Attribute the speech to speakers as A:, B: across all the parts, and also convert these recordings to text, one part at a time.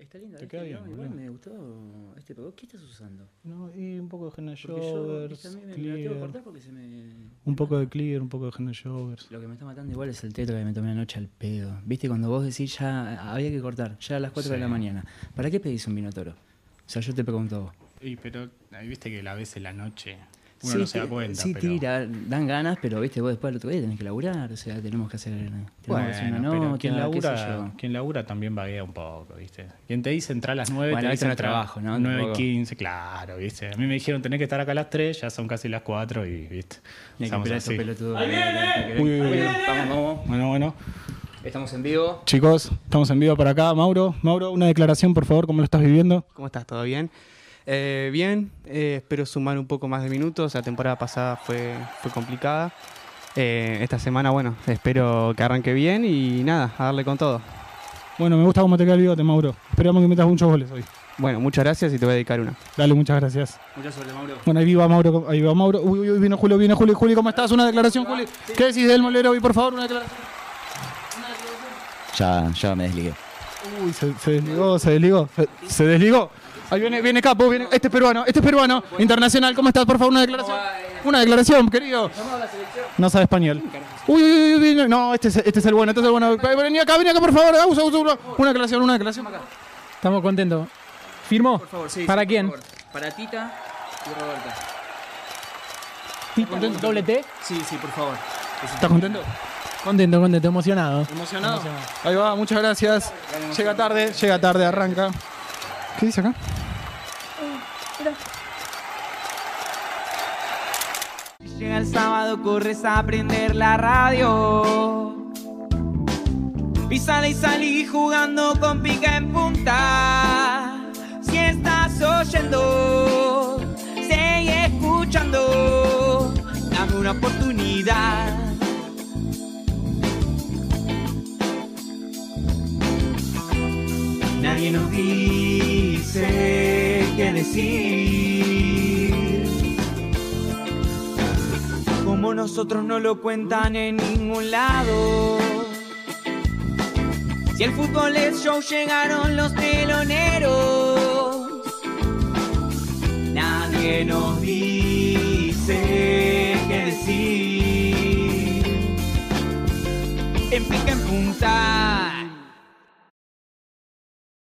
A: Está lindo. ¿eh?
B: Te
A: ¿viste?
B: queda bien,
A: No, Igual
B: boludo.
A: me gustó este producto. ¿Qué estás usando?
B: No, y un poco de Gena
A: Porque yo,
B: Jovers,
A: viste, a mí me, me la tengo que
B: Clear,
A: cortar porque se me...
B: un poco de Clear, un poco de Gena Jovers.
A: Lo que me está matando igual es el teto que me tomé anoche al pedo. Viste, cuando vos decís ya había que cortar, ya a las 4 de
C: Sí.
A: la mañana. ¿Para qué pedís un vino toro? O sea, yo te pregunto a vos.
C: Y pero ahí viste que la ves en la noche. Uno
A: Sí,
C: no se da
A: ti-
C: cuenta.
A: Sí,
C: pero...
A: tira, dan ganas, pero viste, vos después al otro día tenés que laburar, o sea, tenemos que hacer, tenemos que hacer una
C: Bueno,
A: nota,
C: pero quien
A: qué sé yo.
C: labura, quien labura también vaguea un poco, ¿viste? Quien te dice entrar a las 9,
A: Bueno,
C: te
A: ahí
C: dice
A: tenés
C: entrar
A: trabajo, ¿no?
C: 9
A: Tampoco.
C: y 15, claro, ¿viste? A mí me dijeron tenés que estar acá a las 3, ya son casi las 4 y, ¿viste?
A: Mira que
C: Estamos
A: espera estos
C: así.
A: pelotudos. Uy, uy, uy. Vamos, vamos.
C: Bueno, bueno.
A: Estamos en vivo.
B: Chicos, estamos en vivo para acá. Mauro, Mauro, una declaración, por favor, ¿cómo lo estás viviendo?
D: ¿Cómo estás? ¿Todo bien? Eh, bien, eh, espero sumar un poco más de minutos. La temporada pasada fue, fue complicada. Eh, esta semana, bueno, espero que arranque bien y nada, a darle con todo.
B: Bueno, me gusta cómo te queda el bigote, Mauro. Esperamos que metas muchos goles hoy.
D: Bueno, muchas gracias y te voy a dedicar una.
B: Dale, muchas gracias.
A: Mucha suerte, Mauro.
B: Bueno, ahí viva Mauro, ahí va Mauro. Uy, uy, uy, vino Julio, viene Julio. Julio, ¿cómo estás? Una declaración, Julio. ¿Qué decís del Molero hoy, por favor? Una declaración.
E: Ya, ya me desligué.
B: Uy, se, se desligó, se desligó, se, se desligó. Ahí viene, viene Capo, viene, este es peruano, este es peruano. Internacional, ¿cómo estás? Por favor, una declaración. Una declaración, querido. No sabe español. Uy, uy, uy, uy, no, este es, este es el bueno, este es el bueno. Vení acá, vení acá, por favor. Usa, usa, usa. Una declaración, una declaración.
F: Estamos contentos. ¿Firmó? ¿Para quién?
A: Para Tita y Roberta.
F: ¿Tita con doble T?
A: Sí, sí, por favor.
B: ¿Estás contento?
F: Contento, contento, emocionado.
B: ¿Emocionado? Ahí va, muchas gracias. Llega tarde, llega tarde, arranca. ¿Qué dice acá?
G: Llega el sábado, corres a prender la radio. Y sale y salí jugando con pica en punta. Si estás oyendo, sigue escuchando. Dame una oportunidad. Nadie nos dice qué decir. Como nosotros no lo cuentan en ningún lado. Si el fútbol es show, llegaron los teloneros. Nadie nos dice qué decir. En pica en punta.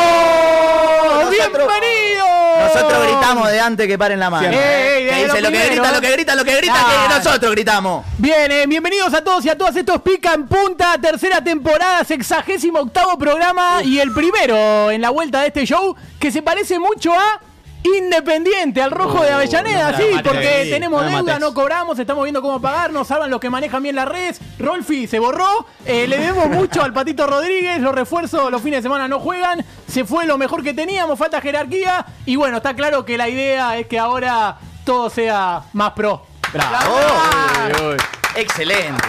E: ¡Sábado!
G: ¡Bienvenidos!
E: Nosotros gritamos de antes que paren la mano.
G: Oh.
E: Eh,
G: Ey, ey,
E: Que
G: ey,
E: dice,
G: lo
E: lo que
G: primero.
E: grita, lo que grita, lo que grita, que
G: Claro.
E: nosotros gritamos.
G: Bien, eh, bienvenidos a todos y a todas. Esto es Pica en Punta, tercera temporada, sexagésimo octavo programa y el primero en la vuelta de este show que se parece mucho a Independiente, al Rojo de Avellaneda,
E: Uh, no
G: sí,
E: me mates,
G: porque
E: sí,
G: tenemos
E: no me
G: deuda,
E: mates.
G: no cobramos, estamos viendo cómo pagar, nos salvan los que manejan bien las redes. Rolfi se borró, eh, le debemos mucho al Patito Rodríguez, los refuerzos los fines de semana no juegan, se fue lo mejor que teníamos, falta jerarquía y bueno, está claro que la idea es que ahora todo sea más pro.
E: ¡Bravo! Excelente.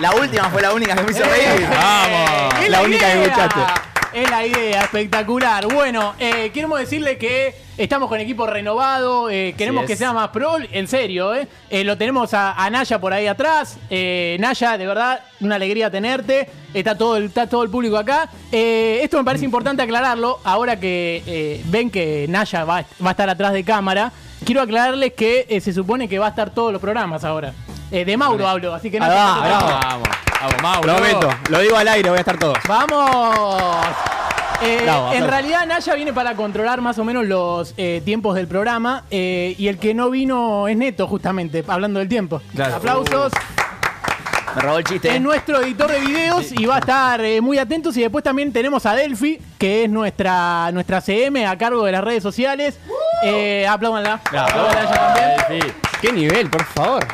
E: La última fue la única que me hizo reír.
G: ¡Eh!
E: ¡Vamos!
G: Es
E: La única que
G: idea.
E: escuchaste.
G: Es la idea, espectacular. Bueno, eh, queremos decirle que estamos con equipo renovado, eh, queremos
E: Así
G: que
E: es.
G: sea más pro, en serio, eh. Eh, lo tenemos a, a Naya por ahí atrás. Eh, Naya, de verdad, una alegría tenerte. Está todo el, está todo el público acá. Eh, esto me parece importante aclararlo, ahora que eh, ven que Naya va, va a estar atrás de cámara. Quiero aclararles que eh, se supone que va a estar todos los programas ahora. Eh, de Mauro hablo, así que Naya,
E: va,
G: no te preocupes.
C: Vamos, vamos, Mauro.
E: Prometo, lo digo al aire, voy a estar todos.
G: ¡Vamos! Eh,
E: Bravo,
G: en
E: bravo.
G: realidad Naya viene para controlar más o menos los eh, tiempos del programa eh, y el que no vino es Neto justamente, hablando del tiempo.
E: Claro.
G: Aplausos.
E: Me robó el chiste.
G: Es nuestro editor de videos y va a estar eh, muy atentos y después también tenemos a Delphi, que es nuestra, nuestra CM a cargo de las redes sociales. Eh, apláudanla. Apláudanla a ella también. Este
D: ¡Qué nivel, por favor!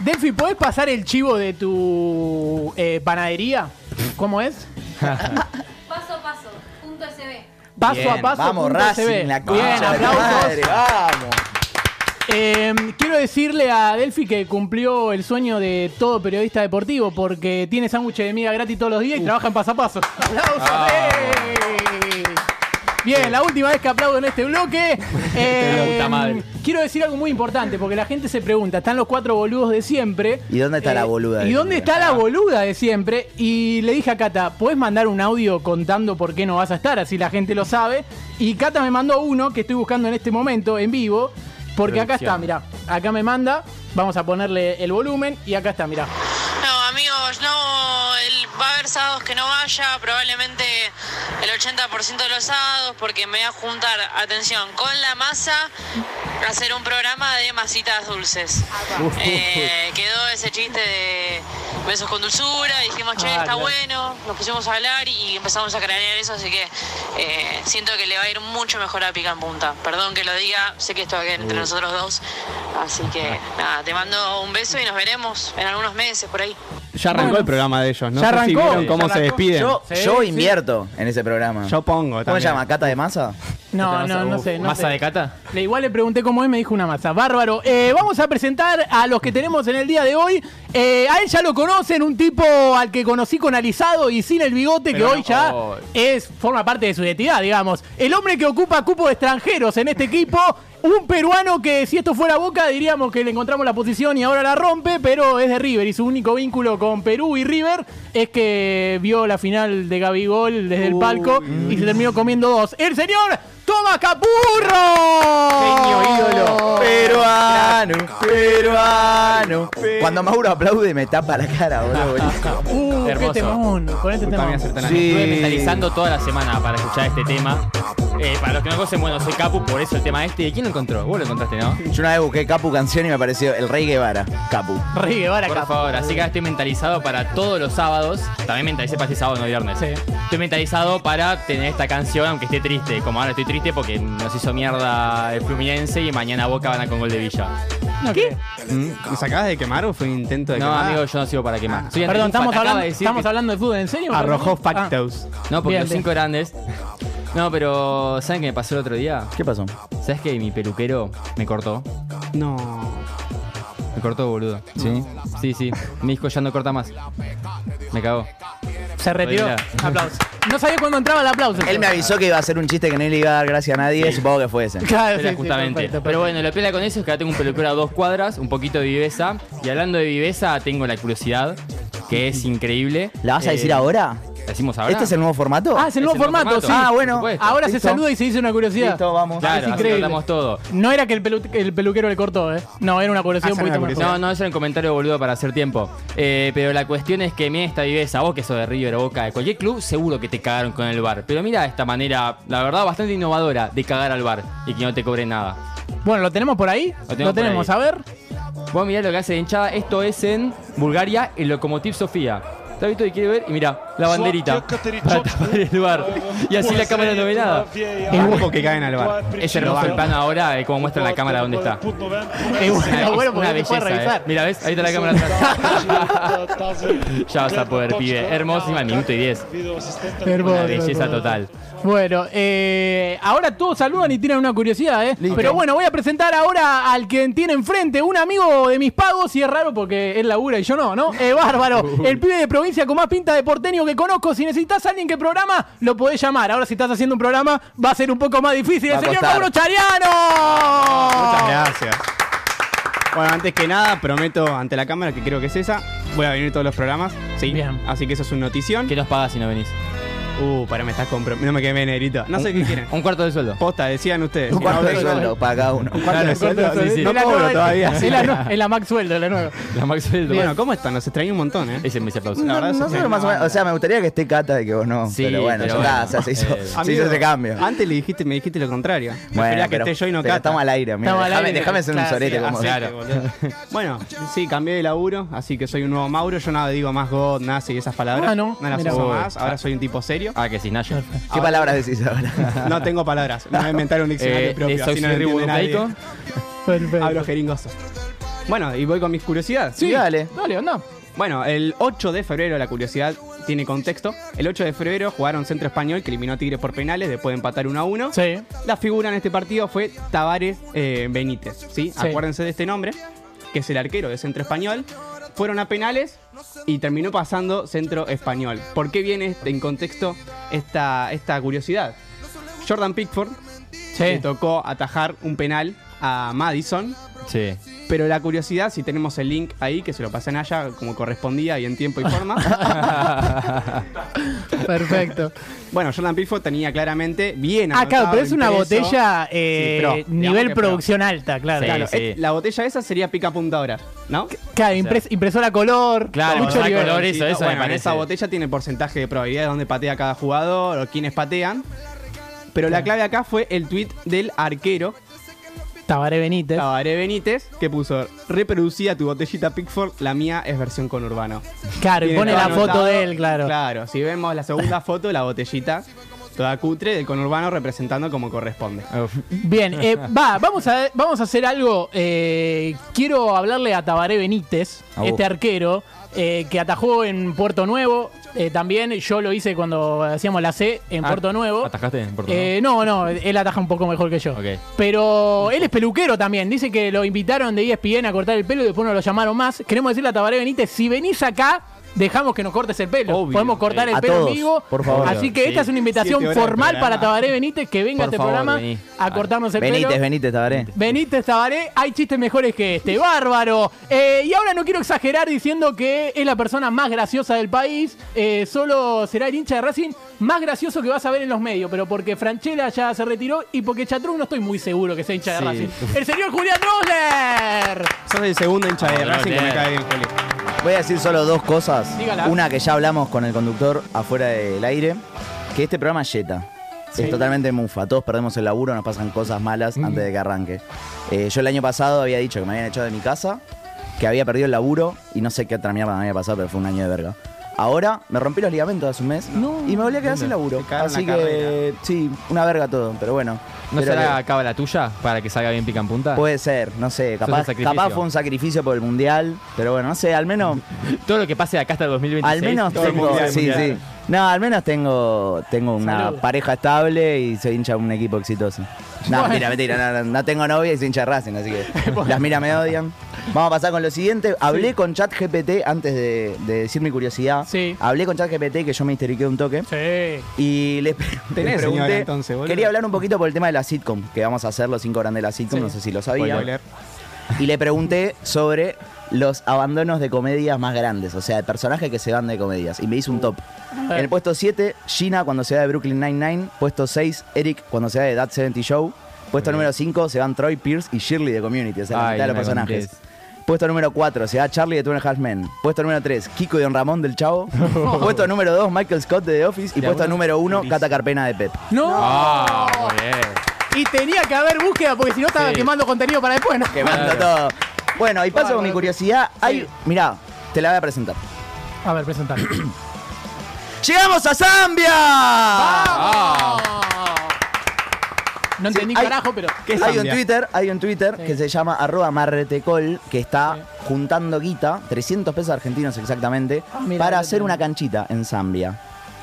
G: Delphi, ¿podés pasar el chivo de tu eh, panadería? ¿Cómo es?
H: Paso a paso, punto SB.
G: Paso
E: Bien,
G: a paso.
E: Vamos,
G: punto
E: Racing,
G: CB.
E: la
G: Bien,
E: concha de tu
G: aplausos.
E: madre, Vamos.
G: Eh, Eh, quiero decirle a Delphi que cumplió el sueño de todo periodista deportivo porque tiene sándwich de miga gratis todos los días y trabaja en pasapaso. ¡Aplausos! ¡Eh! Bien, la última vez que aplaudo en este bloque. Eh,
E: puta madre.
G: Quiero decir algo muy importante porque la gente se pregunta, están los cuatro boludos de siempre.
E: ¿Y dónde está la boluda Ah. de
G: Eh, ¿Y dónde
E: siempre?
G: está la boluda de siempre? Y le dije a Cata, ¿puedes mandar un audio contando por qué no vas a estar? Así la gente lo sabe. Y Cata me mandó uno que estoy buscando en este momento en vivo. Porque acá está, mirá. Acá me manda. Vamos a ponerle el volumen. Y acá está, mirá.
I: No, amigos, no. el- va a haber sábados que no vaya, probablemente el 80% de los sábados, porque me voy a juntar, atención, con la masa, a hacer un programa de masitas dulces. Eh, quedó ese chiste de besos con dulzura, dijimos, che,
G: Ah,
I: está
G: claro.
I: bueno, nos pusimos a hablar y empezamos a cranear eso, así que eh, siento que le va a ir mucho mejor a Pica en Punta. Perdón que lo diga, sé que esto va a quedar entre nosotros dos, así que nada, te mando un beso y nos veremos en algunos meses por ahí.
D: Ya arrancó el programa de ellos, ¿no?
G: Ya
D: sé si
G: arrancó,
D: vieron
G: ya
D: cómo se
G: arrancó.
D: despiden.
E: Yo,
G: Sí,
E: yo
G: sí.
E: invierto en ese programa.
D: Yo pongo
E: ¿Cómo
D: también.
E: se llama? ¿Cata de ¿Este masa?
G: No, no, no sé. No
E: ¿Masa
G: sé.
E: de cata?
G: Le- Igual le pregunté cómo es, me dijo una masa. Bárbaro. Eh, vamos a presentar a los que tenemos en el día de hoy. Eh, a él ya lo conocen, un tipo al que conocí con alisado y sin el bigote, que hoy ya
E: oh,
G: es, forma parte de su identidad, digamos. El hombre que ocupa cupo de extranjeros en este equipo. Un peruano que si esto fuera Boca diríamos que le encontramos la posición y ahora la rompe, pero es de River y su único vínculo con Perú y River es que vio la final de Gabigol desde el palco y se terminó comiendo dos. El señor Tomás Capurro.
D: Ah,
E: Peruano,
C: ah,
E: peruano. Cuando Mauro aplaude me tapa la cara, boludo. buenísimo.
G: Uh, qué
C: Hermoso.
G: temón, con este temón.
C: Estuve mentalizando toda la semana para escuchar este tema. Eh, para los que no conocen, bueno, soy Capu, por eso el tema este. ¿Y quién lo encontró? Vos lo encontraste, ¿no?
E: Yo una vez busqué Capu canción y me apareció El Rey Guevara. Capu.
G: Rey Guevara
C: Por
G: Capu.
C: favor, así que ahora estoy mentalizado para todos los sábados. También mentalicé para este sábado, no viernes.
G: Sí.
C: Estoy mentalizado para tener esta canción, aunque esté triste. Como ahora estoy triste porque nos hizo mierda el Fluminense y mañana Boca van a con gol de Villa.
G: No, ¿Qué?
D: ¿Nos acabas de quemar o fue un intento de
C: No,
D: quemar?
C: amigo, yo no sigo para quemar. Soy
G: Ah. Perdón,
C: antiufa,
G: estamos
C: te acaba
G: hablando,
C: de decir
G: estamos
C: que-
G: hablando de fútbol, ¿en serio?
D: Arrojó
G: Ah,
D: factos.
C: No, porque
G: Bien,
C: los
G: bien.
C: cinco grandes. No, pero ¿saben qué me pasó el otro día?
E: ¿Qué pasó?
C: ¿Sabes que mi peluquero me cortó?
D: No.
C: Me cortó, boludo. ¿Sí? Sí, sí. Mi hijo ya no corta más. Me cagó.
G: se retiró.
C: Mira.
G: Aplausos. No sabía cuándo entraba el aplauso.
E: Él me avisó que iba a hacer un chiste que no le iba a dar gracia a nadie, supongo que fue ese.
G: Claro, sí,
C: Pero
G: sí,
C: justamente.
G: perfecto,
C: Pero bueno, la pela con eso es que ahora tengo un peluquero a dos cuadras, un poquito de viveza. Y hablando de viveza, tengo la curiosidad, que es increíble.
E: ¿La vas a
C: Eh,
E: decir ahora?
C: ¿La decimos ahora?
E: ¿Este es el nuevo formato?
G: Ah, es el nuevo formato, sí.
E: Ah, bueno.
C: Por supuesto.
G: Ahora se
E: Listo.
G: saluda y se dice una curiosidad.
E: Listo, vamos.
C: Claro, así
G: increíble.
C: tratamos todo.
G: No era que el, pelu- el peluquero le cortó, ¿eh? No, era una curiosidad un poquito más.
C: No, no, eso era un comentario boludo para hacer tiempo. Eh, pero la cuestión es que mira esta viveza, vos que sos de River Boca, de cualquier club, seguro que te cagaron con el bar. Pero mira esta manera, la verdad, bastante innovadora de cagar al bar y que no te cobre nada.
G: Bueno, ¿lo tenemos por ahí?
C: Lo
G: Lo,
C: tenemos por
G: tenemos,
C: ahí.
G: a ver.
C: Vos mirá lo que hace la hinchada, esto es en Bulgaria, en Lokomotiv Sofía. ¿Está visto y quiere ver? Y mira, la banderita. Para tapar el bar. Y así la cámara no ve nada.
D: Es poco que caen al bar.
C: Es hermoso el plano ahora, eh, como muestra la cámara dónde está.
G: Eh, bueno, bueno, porque
C: una
G: no te puede
C: belleza,
G: revisar.
C: eh. Mira, ¿ves? Ahí está la cámara atrás. ya vas a poder, pibe. Hermosísima, minuto y diez. Una belleza total.
G: Bueno, eh, ahora todos saludan y tiran una curiosidad, ¿eh? Pero bueno, voy a presentar ahora al que tiene enfrente, un amigo de mis pagos, y es raro porque él labura y yo no, ¿no? Eh, bárbaro, el pibe de provincia con más pinta de porteño que conozco. Si necesitas a alguien que programa, lo podés llamar. Ahora, si estás haciendo un programa, va a ser un poco más difícil.
E: Va
G: ¡El
E: a
G: señor
E: costar.
G: Mauro Chariano!
D: Muchas gracias. Bueno, antes que nada, prometo ante la cámara, que creo que es esa, voy a venir todos los programas. Sí.
G: Bien.
D: Así que eso es una notición.
C: ¿Qué nos pagas si no venís?
D: Uh, para me estás comprometiendo. No me quemé, negrito. No sé qué quieren.
C: Un cuarto de sueldo.
D: Posta, decían ustedes.
E: Un
D: Si no
E: cuarto de
D: vengo-
E: sueldo para cada uno.
D: Claro, sueldo, sí, sí.
G: Es
D: No
G: la
D: cobro
G: nueva-
D: todavía.
G: Es la, nue- es la Max Sueldo, es la nueva.
C: La Max sueldo.
D: Bueno, ¿cómo están? Los extrañé un montón, ¿eh?
C: Ese es mi aplauso.
D: La
E: No,
D: verdad,
E: no
D: eso
E: sé,
D: es
E: más o
D: una
E: menos. O sea, me gustaría que esté Cata de que vos no.
C: Sí,
E: pero bueno,
C: pero
E: ya está,
C: bueno.
E: o sea, se hizo,
C: Eh,
E: se
D: Amigo,
E: hizo ese cambio.
G: Ah,
D: Antes le dijiste, me dijiste lo contrario. Prefería que
E: pero-
D: esté yo y no
E: pero
D: Cata.
E: estamos al aire, amigo.
G: Estamos al
E: Déjame,
G: aire,
E: déjame ser un
G: claro,
E: sorete
G: sí,
E: como
D: Hacete, boludo. Bueno, sí, cambié de laburo, así que soy un nuevo Mauro. Yo nada digo más God, nazi y esas palabras.
G: Ah, no,
D: No las
G: mirá.
D: uso
C: Uy.
D: más. Ahora soy un tipo serio.
C: Ah, que sí, Naya.
E: ¿Qué palabras decís ahora?
D: No tengo palabras. Me voy a inventar un diccionario
C: Eh,
D: propio.
C: ¿es
D: Así no lo
C: auxiliar
D: entiende nadie.
C: ribonucleico?
D: Hablo jeringoso. Bueno, y voy con mis curiosidades.
E: Sí, dale.
G: Dale, anda.
D: Bueno, el 8 de febrero, la curiosidad tiene contexto. El 8 de febrero jugaron Centro Español, que eliminó a Tigres por penales, después de empatar 1 a 1. La figura en este partido fue Tavares eh, Benítez. ¿sí?
G: Sí.
D: Acuérdense de este nombre, que es el arquero de Centro Español. Fueron a penales y terminó pasando Centro Español. ¿Por qué viene este- en contexto esta, esta curiosidad? Jordan Pickford le tocó atajar un penal a Madison.
C: Sí.
D: Pero la curiosidad, si tenemos el link ahí, que se lo pasen allá como correspondía y en tiempo y forma.
G: Perfecto.
D: Bueno, Jordan Pickford tenía claramente bien
G: Ah, claro,
D: anotado,
G: pero es una
D: impreso.
G: botella
D: Sí,
G: eh,
D: pro, digamos
G: nivel
D: que pro.
G: producción alta, claro.
D: Claro, es- la botella esa sería pica punta ¿no?
G: Claro, impres- impresora color. mucho nivel.
D: bueno, en esa botella tiene porcentaje de probabilidad de dónde patea cada jugador o quiénes patean. Pero la clave acá fue el tweet del arquero
G: Tabaré Benítez.
D: Tabaré Benítez, que puso reproducía tu botellita Pickford, la mía es versión con Urbano.
G: Claro, y
D: Tiene
G: pone
D: todo
G: la foto
D: anotado.
G: de él, claro.
D: Claro, si vemos la segunda foto, la botellita toda cutre del conurbano representando como corresponde.
G: Bien, eh, va, vamos a, vamos a hacer algo. eh, quiero hablarle a Tabaré Benítez,
D: A vos.
G: este arquero, eh, que atajó en Puerto Nuevo. eh, también yo lo hice cuando hacíamos la C en
C: Ah,
G: Puerto Nuevo.
C: ¿Atajaste en Puerto
G: Eh, no, no, él ataja un poco mejor que yo.
C: Nuevo? Ok.
G: Pero él es peluquero también. Dice que lo invitaron de E ESPN a cortar el pelo y después no lo llamaron más. Queremos decirle a Tabaré Benítez, si venís acá, dejamos que nos cortes el pelo. Podemos cortar el
E: Eh, A
G: pelo
E: todos,
G: en vivo.
E: por favor.
G: Así que
E: Sí.
G: esta es una invitación
E: Siete horas de
G: formal
E: programa.
G: para Tabaré Benítez que venga a
E: Por
G: este
E: favor,
G: programa
E: vení.
G: a cortarnos el
E: Benítez,
G: pelo.
E: Benítez, Tabaré.
G: Benítez Tabaré, hay chistes mejores que este, bárbaro. Eh, y ahora no quiero exagerar diciendo que es la persona más graciosa del país, eh, solo será el hincha de Racing más gracioso que vas a ver en los medios, pero porque Franchella ya se retiró y porque Chatrón no estoy muy seguro que sea hincha de
D: Sí.
G: Racing. El señor Julián Rosler.
D: Sos el segundo hincha de
E: Vamos,
D: Racing que me
E: Roger.
D: cae bien, Juli.
E: Voy a decir solo dos cosas.
D: Dígala.
E: Una que ya hablamos con el conductor afuera del aire, que este programa es Jetta.
G: Sí.
E: Es totalmente mufa. Todos perdemos el laburo, nos pasan cosas malas antes de que arranque. Eh, yo el año pasado había dicho que me habían echado de mi casa, que había perdido el laburo y no sé qué otra mierda me había pasado, pero fue un año de verga. Ahora me rompí los ligamentos hace un mes y me volví a quedar sin laburo.
C: cagaron
E: Así
C: la
E: que sí, una verga todo, pero bueno.
C: ¿No
E: Pero
C: será
E: que-
C: acaba la tuya para que salga bien pica en punta?
E: Puede ser, no sé,
C: Ah. un
E: capaz,
C: sacrificio.
E: capaz fue un sacrificio por el mundial, pero bueno, no sé, al menos
C: Todo lo que pase de acá hasta el 2026.
E: al menos
C: todo el
E: tengo,
C: mundial,
E: sí,
C: mundial.
E: sí. No, al menos tengo, tengo una
C: Salud.
E: pareja estable y soy hincha de un equipo exitoso. No,
G: Bueno.
E: mentira, mentira, no, no, no tengo novia y soy hincha de Racing, así que las miras me odian. Vamos a pasar con lo siguiente. Hablé con ChatGPT antes de, de decir mi curiosidad. Hablé con ChatGPT que yo me histeriqué un toque. Y le, pre- le
D: Tenés,
E: pregunté.
D: señora, entonces, boludo.
E: quería hablar un poquito por el tema de la sitcom, que vamos a hacer los cinco grandes de la sitcom, no sé si lo sabía.
D: Spoiler.
E: Y le pregunté sobre los abandonos de comedias más grandes, o sea, de personajes que se van de comedias. Y me hizo un top. En el puesto 7, Gina cuando se va de Brooklyn Nine-Nine. Puesto 6, Eric cuando se va de That 70 Show. Puesto número 5, se van Troy Pierce y Shirley de Community, o sea, la
C: Ay,
E: mitad de los
C: me
E: personajes.
C: contés.
E: Puesto número 4, se va Charlie de Two and a Half Men. Puesto número 3, Kiko y Don Ramón del Chavo. puesto número 2, Michael Scott de The Office. Y
C: De
E: puesto
C: una-
E: número 1, Cata Carpena de Pep.
G: No.
C: Ah, muy bien.
G: Y tenía que haber búsqueda porque si no estaba
E: Sí.
G: quemando contenido para después. ¿no?
E: Quemando todo. Bueno, y paso con mi curiosidad. Hay, mirá, te la voy a presentar.
G: A ver, presentar.
E: ¡Llegamos a Zambia!
G: No entendí
E: hay-
G: carajo, pero
E: hay un Twitter, hay un Twitter que se llama arroba marretecol que está juntando guita, 300 pesos argentinos exactamente,
G: mirá,
E: para
G: lo
E: hacer una canchita en Zambia.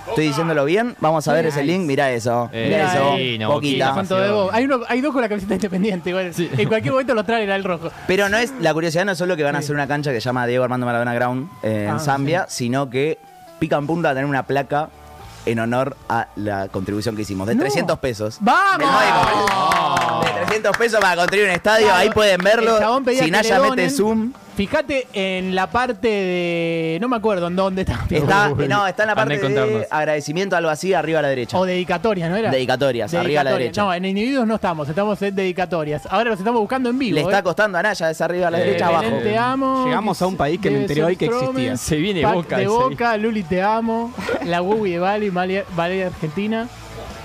E: Estoy diciéndolo bien, vamos a ver ese link, mirá eso,
C: Eh,
E: mirá eso,
C: divino,
E: poquita.
G: Tanto de vos. Hay, uno- hay dos con la camiseta independiente. igual. En cualquier momento lo traen al rojo.
E: Pero no es, la curiosidad no es solo que van a hacer una cancha que se llama Diego Armando Maradona Ground eh,
G: Ah,
E: en Zambia, sino que pican punta a tener una placa en honor a la contribución que hicimos, de 300 pesos.
G: ¡Vamos!
E: De 300 pesos para construir un estadio, ahí pueden verlo.
G: El chabón pedía
E: Si
G: que
E: Naya
G: le
E: mete
G: donen.
E: zoom.
G: Fíjate en la parte de. No me acuerdo en dónde está.
E: Está, no, está en la parte
C: Andá y contarnos.
E: de agradecimiento, algo así, arriba a la derecha.
G: O dedicatorias, ¿no era?
E: Dedicatorias, arriba a la
G: Dedicatorias.
E: derecha.
G: No, en individuos no estamos, estamos en dedicatorias. Ahora los estamos buscando en vivo.
E: Le está
G: ¿eh?
E: costando a Naya, es arriba a la
G: Eh,
E: derecha,
G: Belén,
E: abajo.
G: Te amo.
D: Llegamos a un país que me
G: Debe
D: enteré
G: ser
D: hoy que
G: Stroman.
D: existía. Se viene
G: Pack
D: Boca,
G: De
D: se viene.
G: boca, Luli te amo. La Wubi de Bali, Malia- Valeria Argentina.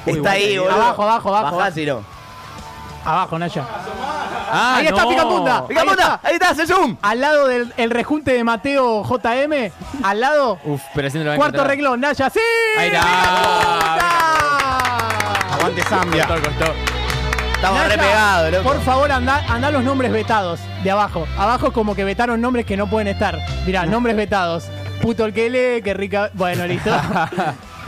E: Está ahí, boludo.
G: Abajo, abajo, abajo.
E: Bajáselo.
G: Abajo, Naya.
C: Ah,
G: ahí está
C: no.
G: Picapunta.
E: Picapunta, ahí está, se zoom.
G: Al lado del el rejunte de Mateo JM. Al lado,
C: Uf, pero
E: Uh,
C: así no lo van a
G: cuarto
C: encontrar.
G: renglón, Naya. ¡Sí!
C: Ahí está.
D: Aguante Zambia.
C: Costó, costó.
E: Estamos
G: Naya,
E: re pegados, loco.
G: Por favor, anda, anda los nombres vetados de abajo. Abajo es como que vetaron nombres que no pueden estar. Mirá, nombres vetados. Puto el que lee, que rica. Bueno, listo.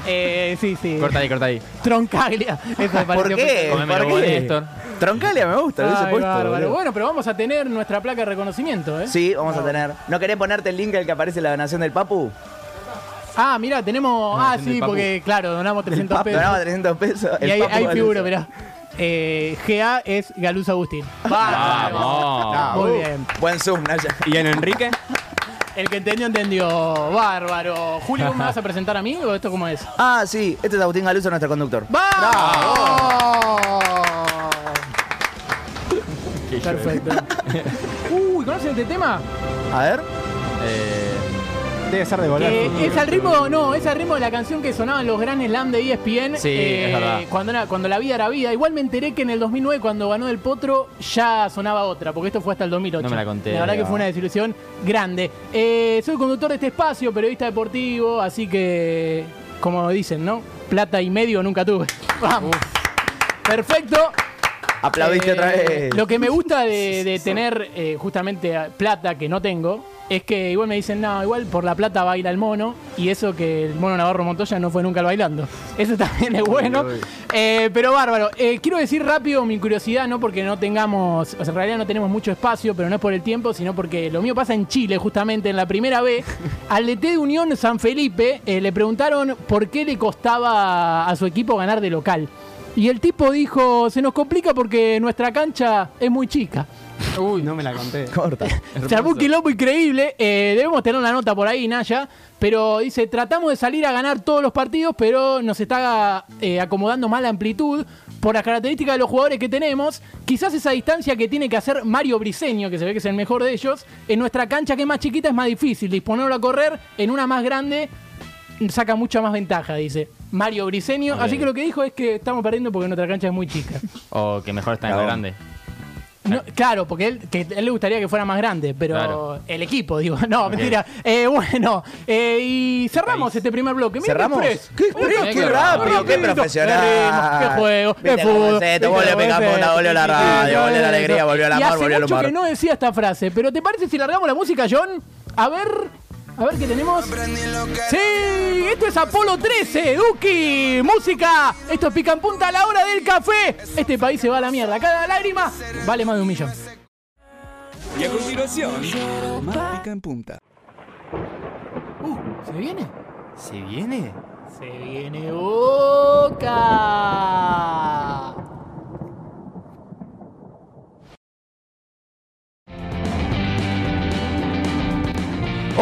G: eh, sí, sí.
C: Corta ahí, corta ahí.
G: Troncaglia. Eso me
E: ¿Por
G: pareció
E: qué?
G: perfecto.
C: Comémelo
E: ¿Por
C: vos,
E: qué?
C: Néstor.
E: Troncalia me gusta, lo hubiese
G: Ay,
E: puesto.
G: bárbaro.
E: boludo.
G: Bueno, pero vamos a tener nuestra placa de reconocimiento, ¿eh?
E: Sí, vamos a tener. ¿No querés ponerte el link al que aparece la donación del Papu?
G: Ah, mira, tenemos. Ah,
C: Donación del
G: sí,
C: Papu.
G: porque, claro, donamos 300
E: Papu,
G: pesos.
E: donaba 300 pesos.
G: Y
E: el
G: ahí,
E: Papu
G: ahí
E: vale
G: figura,
E: eso.
G: mirá. Eh, GA es Galuz Agustín.
C: Vamos. Uh.
G: Muy bien.
E: Buen zoom, Naya.
D: ¿Y en Enrique?
G: El que entendió, entendió. Bárbaro. Julio, ¿vos ¿me vas a presentar a mí o esto cómo es?
E: Ah, sí, este es Agustín Galuso, nuestro conductor.
G: ¡Vamos!
B: eh.
G: Perfecto. Uy, ¿conocen este tema?
E: A ver.
B: Eh, Debe ser de volar.
G: Que Eh, es al ritmo, no, es al ritmo de la canción que sonaba en los Grand Slam de E ESPN.
C: Sí, es verdad.
G: eh, Cuando, era- cuando la vida era vida. Igual me enteré que en el 2009, cuando ganó el Potro, ya sonaba otra, porque esto fue hasta el 2008.
C: No me la conté,
G: verdad que
C: Leo.
G: fue una desilusión grande. Eh, soy conductor de este espacio, periodista deportivo, así que, como dicen, ¿no? Plata y medio nunca tuve. Vamos. Perfecto.
E: Aplaudiste
G: Eh,
E: otra vez.
G: Lo que me gusta de, de tener eh, justamente a- plata que no tengo es que igual me dicen, no, igual por la plata baila el mono y eso que el mono Navarro Montoya no fue nunca al bailando. Eso también es bueno. Eh, pero bárbaro, Eh, quiero decir rápido mi curiosidad, no porque no tengamos, o sea, en realidad no tenemos mucho espacio, pero no es por el tiempo, sino porque lo mío pasa en Chile, justamente en la primera B. Al DT de Unión San Felipe eh, le preguntaron por qué le costaba a su equipo ganar de local. Y el tipo dijo, se nos complica porque nuestra cancha es muy chica.
D: Uy, no me la conté.
E: Corta.
G: Se armó un quilombo increíble. Eh, debemos tener una nota por ahí, Naya. Pero dice, tratamos de salir a ganar todos los partidos, pero nos está eh, acomodando mal la amplitud por las características de los jugadores que tenemos. Quizás esa distancia que tiene que hacer Mario Briseño, que se ve que es el mejor de ellos, en nuestra cancha que es más chiquita es más difícil. Disponerlo a correr en una más grande saca mucha más ventaja, dice Mario Briseño.
C: Muy
G: Así
C: bien.
G: que lo que dijo es que estamos perdiendo porque nuestra cancha es muy chica.
C: O Oh, que mejor está en la
E: Cagón.
C: grande.
G: No, claro, porque él, que a él le gustaría que fuera más grande, pero
C: Claro.
G: el equipo, digo, no, mentira. Eh, bueno, eh, y cerramos este primer bloque. Mira
E: ¿Cerramos?
G: ¡Qué
E: ¡Qué express!
C: qué
E: ¡Qué rápido! ¡Qué
G: rapidito.
E: profesional!
G: ¡Qué ritmo! ¡Qué juego!
E: Viste
G: ¡Qué
E: cómo
G: fútbol!
E: es esto,
G: Viste
E: volvió
G: cómo es
E: Picapota,
G: esto.
E: volvió la radio, volvió la alegría, volvió el
G: Y
E: amor,
G: hace
E: volvió el
G: mucho
E: humor.
G: que no decía esta frase, pero ¿te parece si largamos la música, John? A ver, a ver qué tenemos. ¡Sí! Esto es Apolo 13, Duki, música. Esto es Pica en Punta a la hora del café. Este país se va a la mierda. Cada lágrima vale más de un millón.
J: Y a continuación, más pica en punta.
G: Uh, ¿se viene?
C: ¿Se viene?
G: Se viene Boca.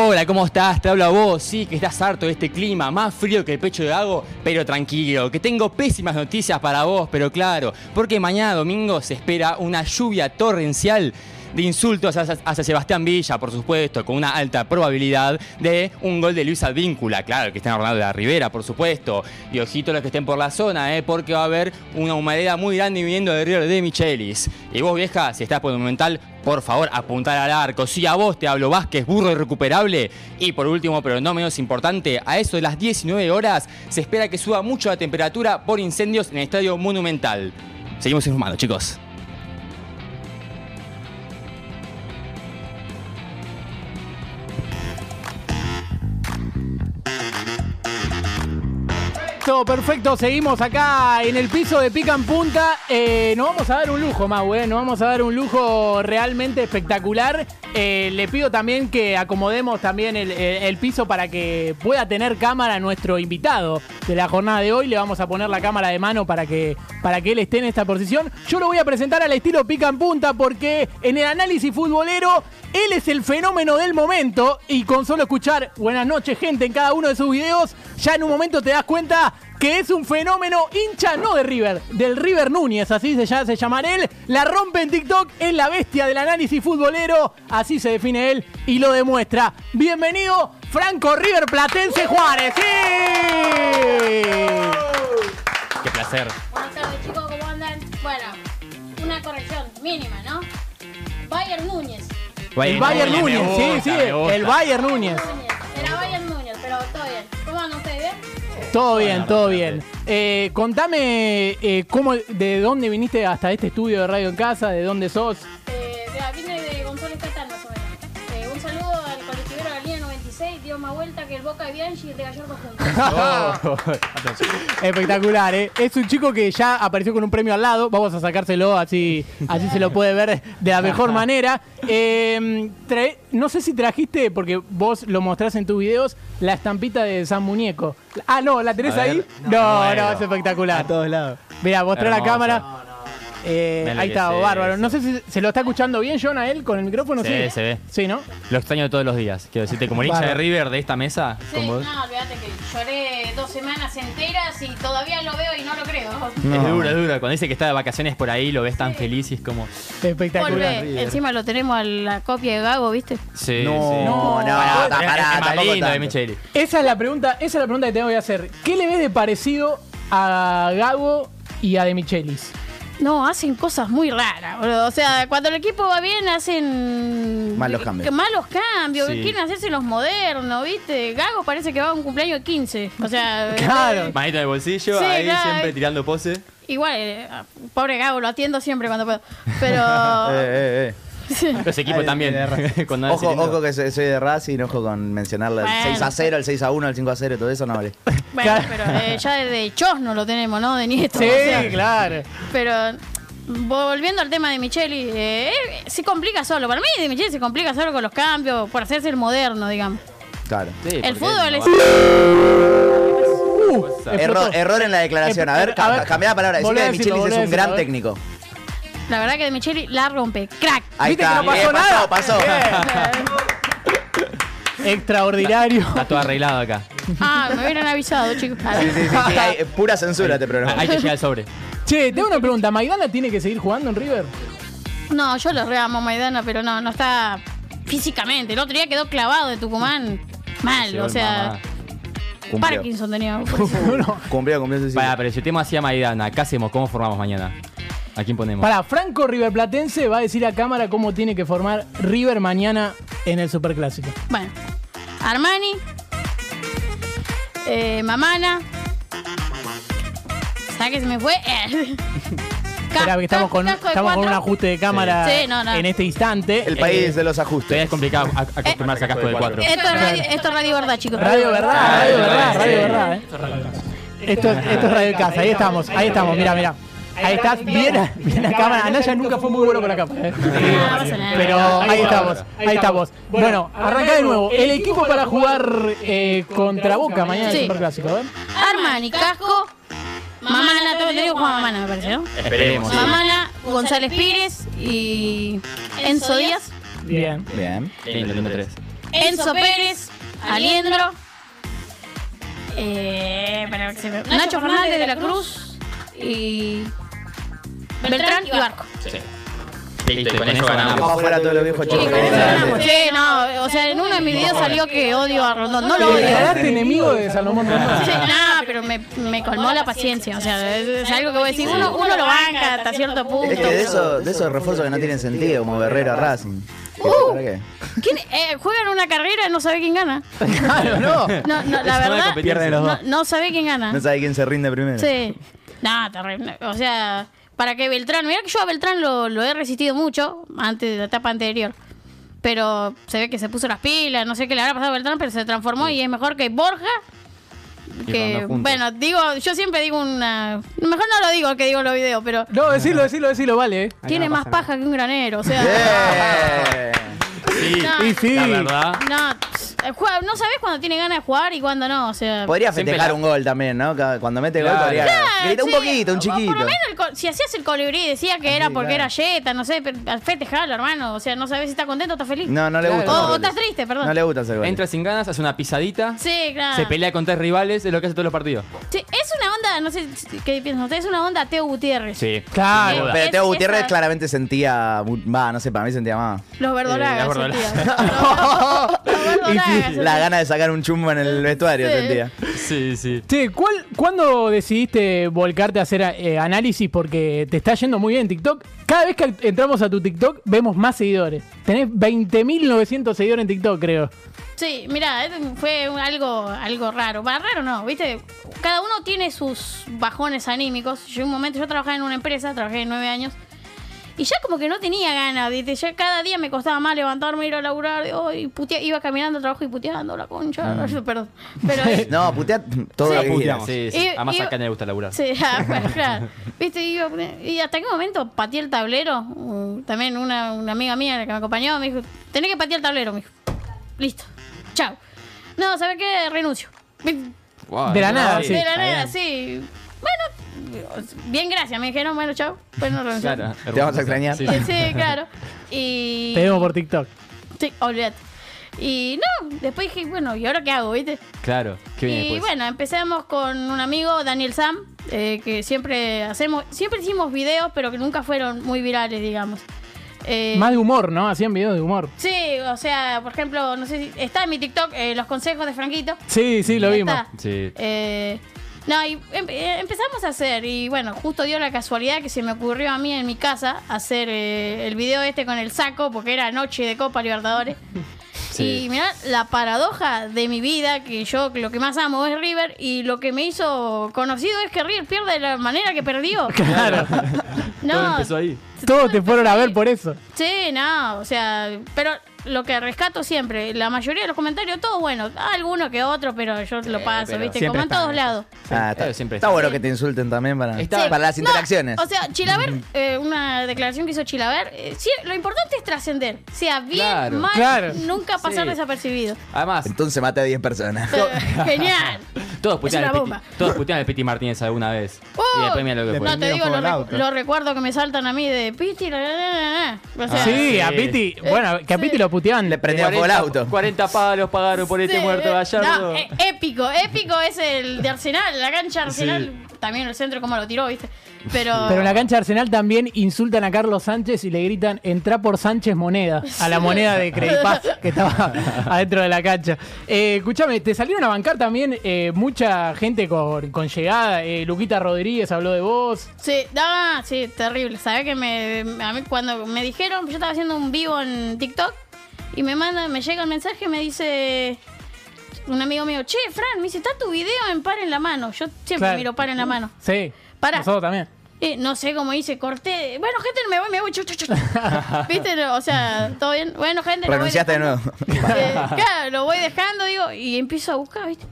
C: Hola, ¿cómo estás? Te hablo a vos, sí, que estás harto de este clima, más frío que el pecho de Gago, pero tranquilo, que tengo pésimas noticias para vos, pero claro, porque mañana domingo se espera una lluvia torrencial de insultos hacia, hacia Sebastián Villa, por supuesto, con una alta probabilidad de un gol de Luis Advíncula, claro, que está en Orlando de la Rivera, por supuesto, y ojito los que estén por la zona, ¿eh? porque va a haber una humedad muy grande viniendo de River de Michelis. Y vos, vieja, si estás por el Monumental, por favor, apuntar al arco. Si a vos te hablo Vázquez, burro irrecuperable. Y por último, pero no menos importante, a eso de las 19 horas se espera que suba mucho la temperatura por incendios en el Estadio Monumental. Seguimos informando, chicos.
G: Perfecto, perfecto. Seguimos acá en el piso de Pica en Punta. Eh, nos vamos a dar un lujo, más, güey. Nos vamos a dar un lujo realmente espectacular. Eh, le pido también que acomodemos también el, el- el piso para que pueda tener cámara nuestro invitado de la jornada de hoy. Le vamos a poner la cámara de mano para que, para que él esté en esta posición. Yo lo voy a presentar al estilo Pica en Punta porque en el análisis futbolero él es el fenómeno del momento y con solo escuchar buenas noches gente en cada uno de sus videos, ya en un momento te das cuenta que es un fenómeno hincha no de River, del River Núñez, así se, ya se llamará él. La rompe en TikTok, es la bestia del análisis futbolero, así se define él y lo demuestra. Bienvenido Franco River Platense Juárez. ¡Sí!
C: Qué placer.
K: Buenas tardes, chicos, ¿cómo andan? Bueno, una corrección mínima, ¿no? Bayern Núñez.
G: El Bayern
C: Núñez,
G: Núñez,
C: me
G: sí,
C: gusta,
G: sí,
C: me gusta.
G: el Bayern Núñez.
K: Núñez. Era Bayern Núñez, pero todo bien. ¿Cómo andan ustedes? ¿Bien?
G: Todo bien, todo bien. Eh, contame eh, cómo, de dónde viniste hasta este estudio de radio en casa, de dónde sos.
K: Eh, mira, vine de González Catán, más o menos. Eh, un saludo al colectivero de la línea 96 dio más vuelta que el Boca y Bianchi y el de Gallardo juntos.
G: Espectacular, ¿eh? Es un chico que ya apareció con un premio al lado. Vamos a sacárselo así, así se lo puede ver de la mejor manera. Eh, trae- no sé si trajiste, porque vos lo mostrás en tus videos, la estampita de San Muñeco. Ah, no, ¿la tenés
F: A ver.
G: ahí?
F: No,
G: No, no,
F: bueno.
G: es espectacular. A todos lados. Mira, mostrá la
F: Hermoso.
G: cámara. Eh,
C: Mirá lo
G: ahí
C: que
G: está,
C: es
G: bárbaro. No sé si se lo está escuchando bien, John, a él con el micrófono.
C: Sí,
G: Sí,
C: se ve.
G: Sí, ¿no?
C: Lo extraño todos los días. Quiero decirte, como el hincha de
G: Bárbaro.
C: River de esta mesa,
K: Sí,
C: con vos.
K: no, olvídate que lloré dos semanas enteras y todavía lo veo y no lo creo.
C: Es dura, es dura. Cuando dice que está de vacaciones por ahí, lo ves tan feliz y es como.
K: Volvé. Encima lo tenemos a la copia de Gago, ¿viste?
C: Sí,
E: No,
C: sí.
E: no,
C: Pará,
E: pará,
C: es- es más
E: tampoco
C: lindo eh, de
E: tanto.
C: Micheli.
G: Esa es la pregunta, esa es la pregunta que tengo que hacer. ¿Qué le ves de parecido a Gago y a De Michelis?
K: No, hacen cosas muy raras, boludo. O sea, cuando el equipo va bien, hacen.
E: Malos cambios.
K: que- Malos cambios.
C: Sí.
K: Quieren hacerse los modernos, ¿viste? Gago parece que va a un cumpleaños de 15. O sea. eh,
C: Manito en el bolsillo,
K: Sí,
C: ahí
K: claro.
C: siempre tirando pose.
K: Igual, eh, pobre Gago, lo atiendo siempre cuando puedo. Pero.
E: Eh, eh, eh.
C: Los equipos también. Cuando
E: ojo,
C: hacen-
E: ojo que soy, soy de Racing, ojo con mencionarle
K: Bueno.
E: el 6 a 0, el 6 a 1, el 5 a 0, todo eso no vale.
K: bueno, pero eh, ya desde Chosno lo tenemos, ¿no? De Nieto. o sea.
G: claro.
K: Pero volviendo al tema de Micheli, eh, él se complica solo. Para mí, de Micheli se complica solo con los cambios, por hacerse el moderno, digamos.
E: Claro.
K: el fútbol es.
E: Error, error en la declaración. A ver,
G: A ver,
E: ca- cambiá la palabra. Decime
G: volvé a
E: que
G: decirlo,
E: Michelis es
G: volvé a
E: un gran
G: decirlo, a ver.
E: técnico.
K: La verdad que de Micheli la rompe. ¡Crack!
E: Ahí
G: ¿Viste
E: está.
G: que no
E: bien,
G: pasó nada?
E: Pasó, pasó.
G: Extraordinario.
C: Está todo arreglado acá.
K: Ah, me hubieran avisado, chicos.
E: Sí, sí, sí, sí, hay, eh, pura censura este programa.
C: Ahí te llega el sobre.
G: Che, tengo una pregunta. ¿Maidana tiene que seguir jugando en River?
K: No, yo lo reamo a Maidana, pero no, no está físicamente. El otro día quedó clavado de Tucumán. Mal,
C: Llegó
K: o
C: el
K: sea,
C: mamá.
E: Cumplió.
K: Parkinson tenía.
E: Cumplió, cumplió ese
C: Pará, pero si el tema hacía Maidana, ¿qué hacemos? ¿Cómo formamos mañana? ¿A quién ponemos?
G: Para Franco Riverplatense va a decir a cámara cómo tiene que formar River mañana en el Superclásico.
K: Bueno, Armani, eh, Mamana. ¿Sabes que se me fue? Eh.
G: Espera, que estamos con,
K: casco de
G: estamos con un
K: cuatro.
G: ajuste de cámara
K: Sí, no, no.
G: en este instante.
E: El país de los
C: Todavía
E: ajustes. Eh,
C: es complicado a- acostumbrarse a casco de 4.
K: Esto es, radio, esto es Radio Verdad, chicos.
G: Radio Verdad, Radio Verdad, Radio
C: Sí.
G: Verdad, ¿eh? Esto, es- esto es Radio Casa, ahí estamos, ahí estamos, mira, mira. Ahí estás, bien, a- bien a cámara. Anaya nunca fue muy bueno con la cámara. ¿eh? Pero ahí estamos, ahí estamos. Bueno, arranca de nuevo. El equipo para jugar eh, contra Boca mañana en el
K: Sí.
G: Superclásico, ¿eh? a ver.
K: Armani, casco. Mamana, todo tenemos Juan Mamana, me parece, ¿no?
C: Esperemos.
K: Mamana, González Pires y Enzo Díaz.
G: Bien.
E: Bien.
C: Lindo, lindo tres.
K: Enzo Pérez, Aliendro. eh, para que se me- Nacho Fernández de la Cruz y Beltrán y Barco.
C: Listo, y con eso ganamos.
E: Ojo fuera todos los viejos chicos.
K: Sí, no, o sea, en uno de mis videos salió que odio a Rondón. No lo
G: Le
K: odio.
G: ganaste enemigo de Salomón Rondón.
K: Sí, nada, pero me, me colmó la paciencia. O sea, es, es algo que voy a decir. Uno, uno lo banca hasta cierto punto.
E: Es que de, eso, de esos refuerzos que no tienen sentido, como Guerrero a Racing.
K: Uh.
E: ¿Para qué?
K: ¿Quién, eh, juegan una carrera y no sabe quién gana.
G: Claro, no.
K: No, no, la verdad,
E: Pierden los
K: no,
E: dos.
K: no sabe quién gana.
E: No sabe quién se rinde primero.
K: Sí. Nada, terrible. O sea, para que Beltrán. Mirá que yo a Beltrán lo, lo he resistido mucho antes de la etapa anterior. Pero se ve que se puso las pilas, no sé qué le habrá pasado a Beltrán, pero se transformó y es mejor que Borja.
C: Y
K: Que,
C: Rondón juntos.
K: bueno, digo, yo siempre digo una. Mejor no lo digo que digo en los videos, pero
G: No, decilo, decilo, decilo, vale. eh.
K: tiene más paja que un granero. O sea.
E: Bien.
C: Sí,
K: No. Y
G: sí.
C: La verdad.
K: No, pss, juega- no sabes cuando tiene ganas de jugar y cuando no, o sea.
E: Podría
C: Siempre
E: festejar
C: la-
E: un gol también, ¿no? Cada- Cuando mete gol,
C: Claro.
E: podría. Grita un
K: sí,
E: poquito, un
K: o Por
E: chiquito.
K: lo menos, el co- si hacías el colibrí, decía que era porque era yeta, no sé, pero al festejarlo, hermano. O sea, no sabes si está contento o está feliz.
E: No, no le
K: O,
E: gusta. hacer
K: o
E: goles.
K: estás triste, perdón.
E: No le gusta hacer goles.
C: Entra sin ganas, hace una pisadita,
K: Sí, claro.
C: se pelea con tres rivales, es lo que hace todos los partidos.
K: Sí, es una onda, no sé si- qué piensan ustedes, es una onda Teo Gutiérrez.
C: Sí.
G: Claro.
C: Sin duda.
E: Pero Teo
K: Es-
E: Gutiérrez
K: esa-
E: claramente sentía. Va, no sé, para mí sentía más.
K: Los verdolagas.
C: Eh,
K: ese tío.
C: las
K: Los verdolagas. ese
E: La gana de sacar un chumbo en el vestuario
K: Sí.
E: sentía.
C: Sí, sí.
G: Che, ¿cuál, ¿cuándo decidiste volcarte a hacer eh, análisis? Porque te está yendo muy bien en TikTok. Cada vez que entramos a tu TikTok vemos más seguidores. Tenés 20.900 seguidores en TikTok, creo.
K: Sí, mira, fue un- algo, algo raro. Va, raro no, ¿viste? Cada uno tiene sus bajones anímicos. Yo en un momento, yo trabajaba en una empresa, trabajé nueve años. Y ya como que no tenía ganas, ¿viste? Ya cada día me costaba más levantarme, ir a laburar. digo, "Ay, putea- iba caminando al trabajo y puteando la concha.
C: Mm.
K: Perdón.
E: no, putea todo lo
C: Sí,
E: que quieras.
C: sí, sí.
K: Y-
C: Además,
K: y-
C: acá le gusta laburar.
K: Sí, ah, bueno, claro. ¿Viste? Y, yo, y hasta qué momento pateé el tablero. Uh, También una, una amiga mía la que me acompañó me dijo, tenés que patear el tablero, me dijo. Listo. Chao. No, ¿sabes qué? Renuncio.
C: Wow,
G: De la
C: no,
G: nada,
K: De la nada, sí. Bueno, bien, gracias. Me dijeron, bueno, chao. Bueno, renuncio.
C: Claro,
E: Te vamos a extrañar.
K: Sí, claro. Y...
G: Te vemos por TikTok.
K: Sí, olvídate. Y no, después dije, bueno, ¿y ahora qué hago, viste?
C: Claro, qué bien.
G: pues.
K: Y bueno, empezamos con un amigo, Daniel Sam, eh, que siempre hacemos, siempre hicimos videos, pero que nunca fueron muy virales, digamos. Eh,
G: Más de humor, ¿no? Hacían videos de humor.
K: Sí, o sea, por ejemplo, no sé si está en mi TikTok eh, los consejos de Franquito.
G: Sí, sí, lo
K: Ahí
G: vimos.
K: está.
C: Sí.
K: Eh, no, y em- eh, empezamos a hacer, y bueno, justo dio la casualidad que se me ocurrió a mí en mi casa hacer eh, el video este con el saco, porque era noche de Copa Libertadores.
C: Sí.
K: Y mirá, la paradoja de mi vida, que yo lo que más amo es River, y lo que me hizo conocido es que River pierde de la manera que perdió.
G: Claro.
K: No,
C: ahí.
G: Todos te fueron a ver por eso.
K: Sí, no, o sea, pero lo que rescato siempre, la mayoría de los comentarios, todo bueno, alguno que otro, pero yo lo paso,
C: pero
K: ¿viste?
C: siempre
K: Como en
C: están
K: todos lados.
E: Ah, está,
C: Pero siempre
E: está
C: está.
E: bueno que te insulten también para,
C: Está-
E: para las
K: No,
E: interacciones.
K: O sea, Chilaver, eh, una declaración que hizo Chilaver, eh, sí, lo importante es trascender, sea bien,
C: Claro.
K: mal,
G: Claro.
K: nunca pasar
C: Sí.
K: desapercibido.
C: Además,
E: Entonces mate a 10 personas.
K: Genial.
C: todos putean,
K: una
C: al Piti,
K: bomba. ¡Oh!
C: todos putean al Piti Martínez alguna vez. y después mira lo que
K: Uy,
C: fue.
K: Uh. no te digo
B: fuego
K: lo,
B: al
K: recu-
B: auto.
K: lo recuerdo que me saltan a mí de Piti, la, la, la, la, la. O sea, Eh,
G: sí,
C: sí.
G: a Piti. Bueno, que a Piti lo puteaban.
E: Le prendía fuego el auto.
C: 40 palos pagaron por este
K: Sí,
C: muerto
K: eh,
C: gallardo.
K: no, eh, épico, épico es el de Arsenal, la cancha Arsenal, también el centro como lo tiró, ¿viste? Pero,
G: Pero en la cancha de Arsenal también insultan a Carlos Sánchez y le gritan entra por Sánchez moneda, a la moneda de Credipaz que estaba adentro de la cancha. Eh, escuchame, te salieron a bancar también eh, mucha gente con, con llegada. Eh, Luquita Rodríguez habló de vos.
K: Sí, ah, sí, terrible. Sabés que me, a mí cuando me dijeron, yo estaba haciendo un vivo en TikTok y me manda, me llega el mensaje y me dice un amigo mío, che, Fran, me dice, está tu video en par en la mano. Yo siempre
G: Claro.
K: miro par en la mano.
G: Sí.
K: Pará.
G: Nosotros también.
K: Eh, no sé cómo hice, corté. Bueno, gente, me voy, me voy, chu, chu, chu. ¿Viste? No, O sea, todo bien. Bueno, gente, lo voy
E: Renunciaste de
K: dejando.
E: nuevo.
K: Eh, claro, lo voy dejando, digo, y empiezo a buscar, ¿viste?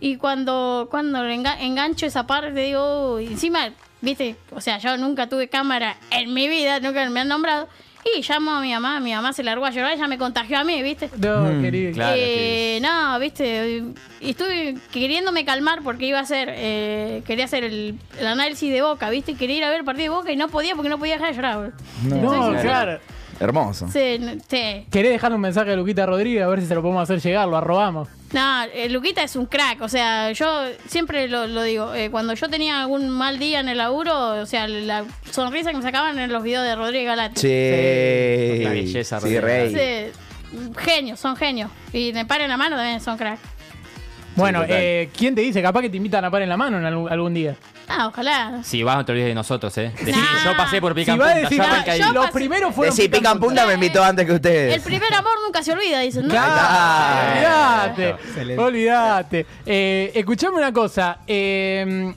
K: Y cuando, cuando le enga- engancho esa parte, digo, "Uy", encima, ¿viste? O sea, yo nunca tuve cámara en mi vida, nunca me han nombrado. Y llamo a mi mamá, mi mamá se largó a llorar, ella me contagió a mí, ¿viste?
G: No, querido.
C: Claro,
K: Eh, no, viste, y estuve queriéndome calmar porque iba a hacer, eh, quería hacer el, el análisis de Boca, viste, quería ir a ver el partido de Boca y no podía porque no podía dejar de llorar. boludo.
G: No,
C: claro.
G: claro.
E: Hermoso.
K: Sí, no, sí.
G: ¿Querés dejar un mensaje a Luquita Rodríguez a ver si se lo podemos hacer llegar? Lo arrobamos.
K: No, eh, Luquita es un crack, o sea, yo siempre lo, lo digo, eh, cuando yo tenía algún mal día en el laburo, o sea, la sonrisa que me sacaban en los videos de Rodríguez Galati.
E: Che.
C: La belleza,
E: sí,
C: Rodríguez.
E: rey.
K: Sí, genios, son genios. Y de par en la mano también son crack.
G: Bueno,
E: total.
G: eh, ¿quién te dice? Capaz que te invitan a par en la mano en algún, algún día.
K: Ah, ojalá.
C: Si vas, no te olvides de nosotros, ¿eh? Decí,
K: Nah.
C: Yo pasé por pica
G: si va a
C: punta,
G: decir,
C: ya
K: "Ah,
C: arranca ahí".
K: yo-
G: los
K: pasé-
G: primeros fueron
E: Decí,
G: pica
E: pican
G: en punta.
E: punta me invitó antes que
K: El
E: ustedes.
K: primer amor nunca se olvida, dicen, ¿no?
E: Ah.
G: Olvídate, olvídate. Eh, escuchame una cosa. eh,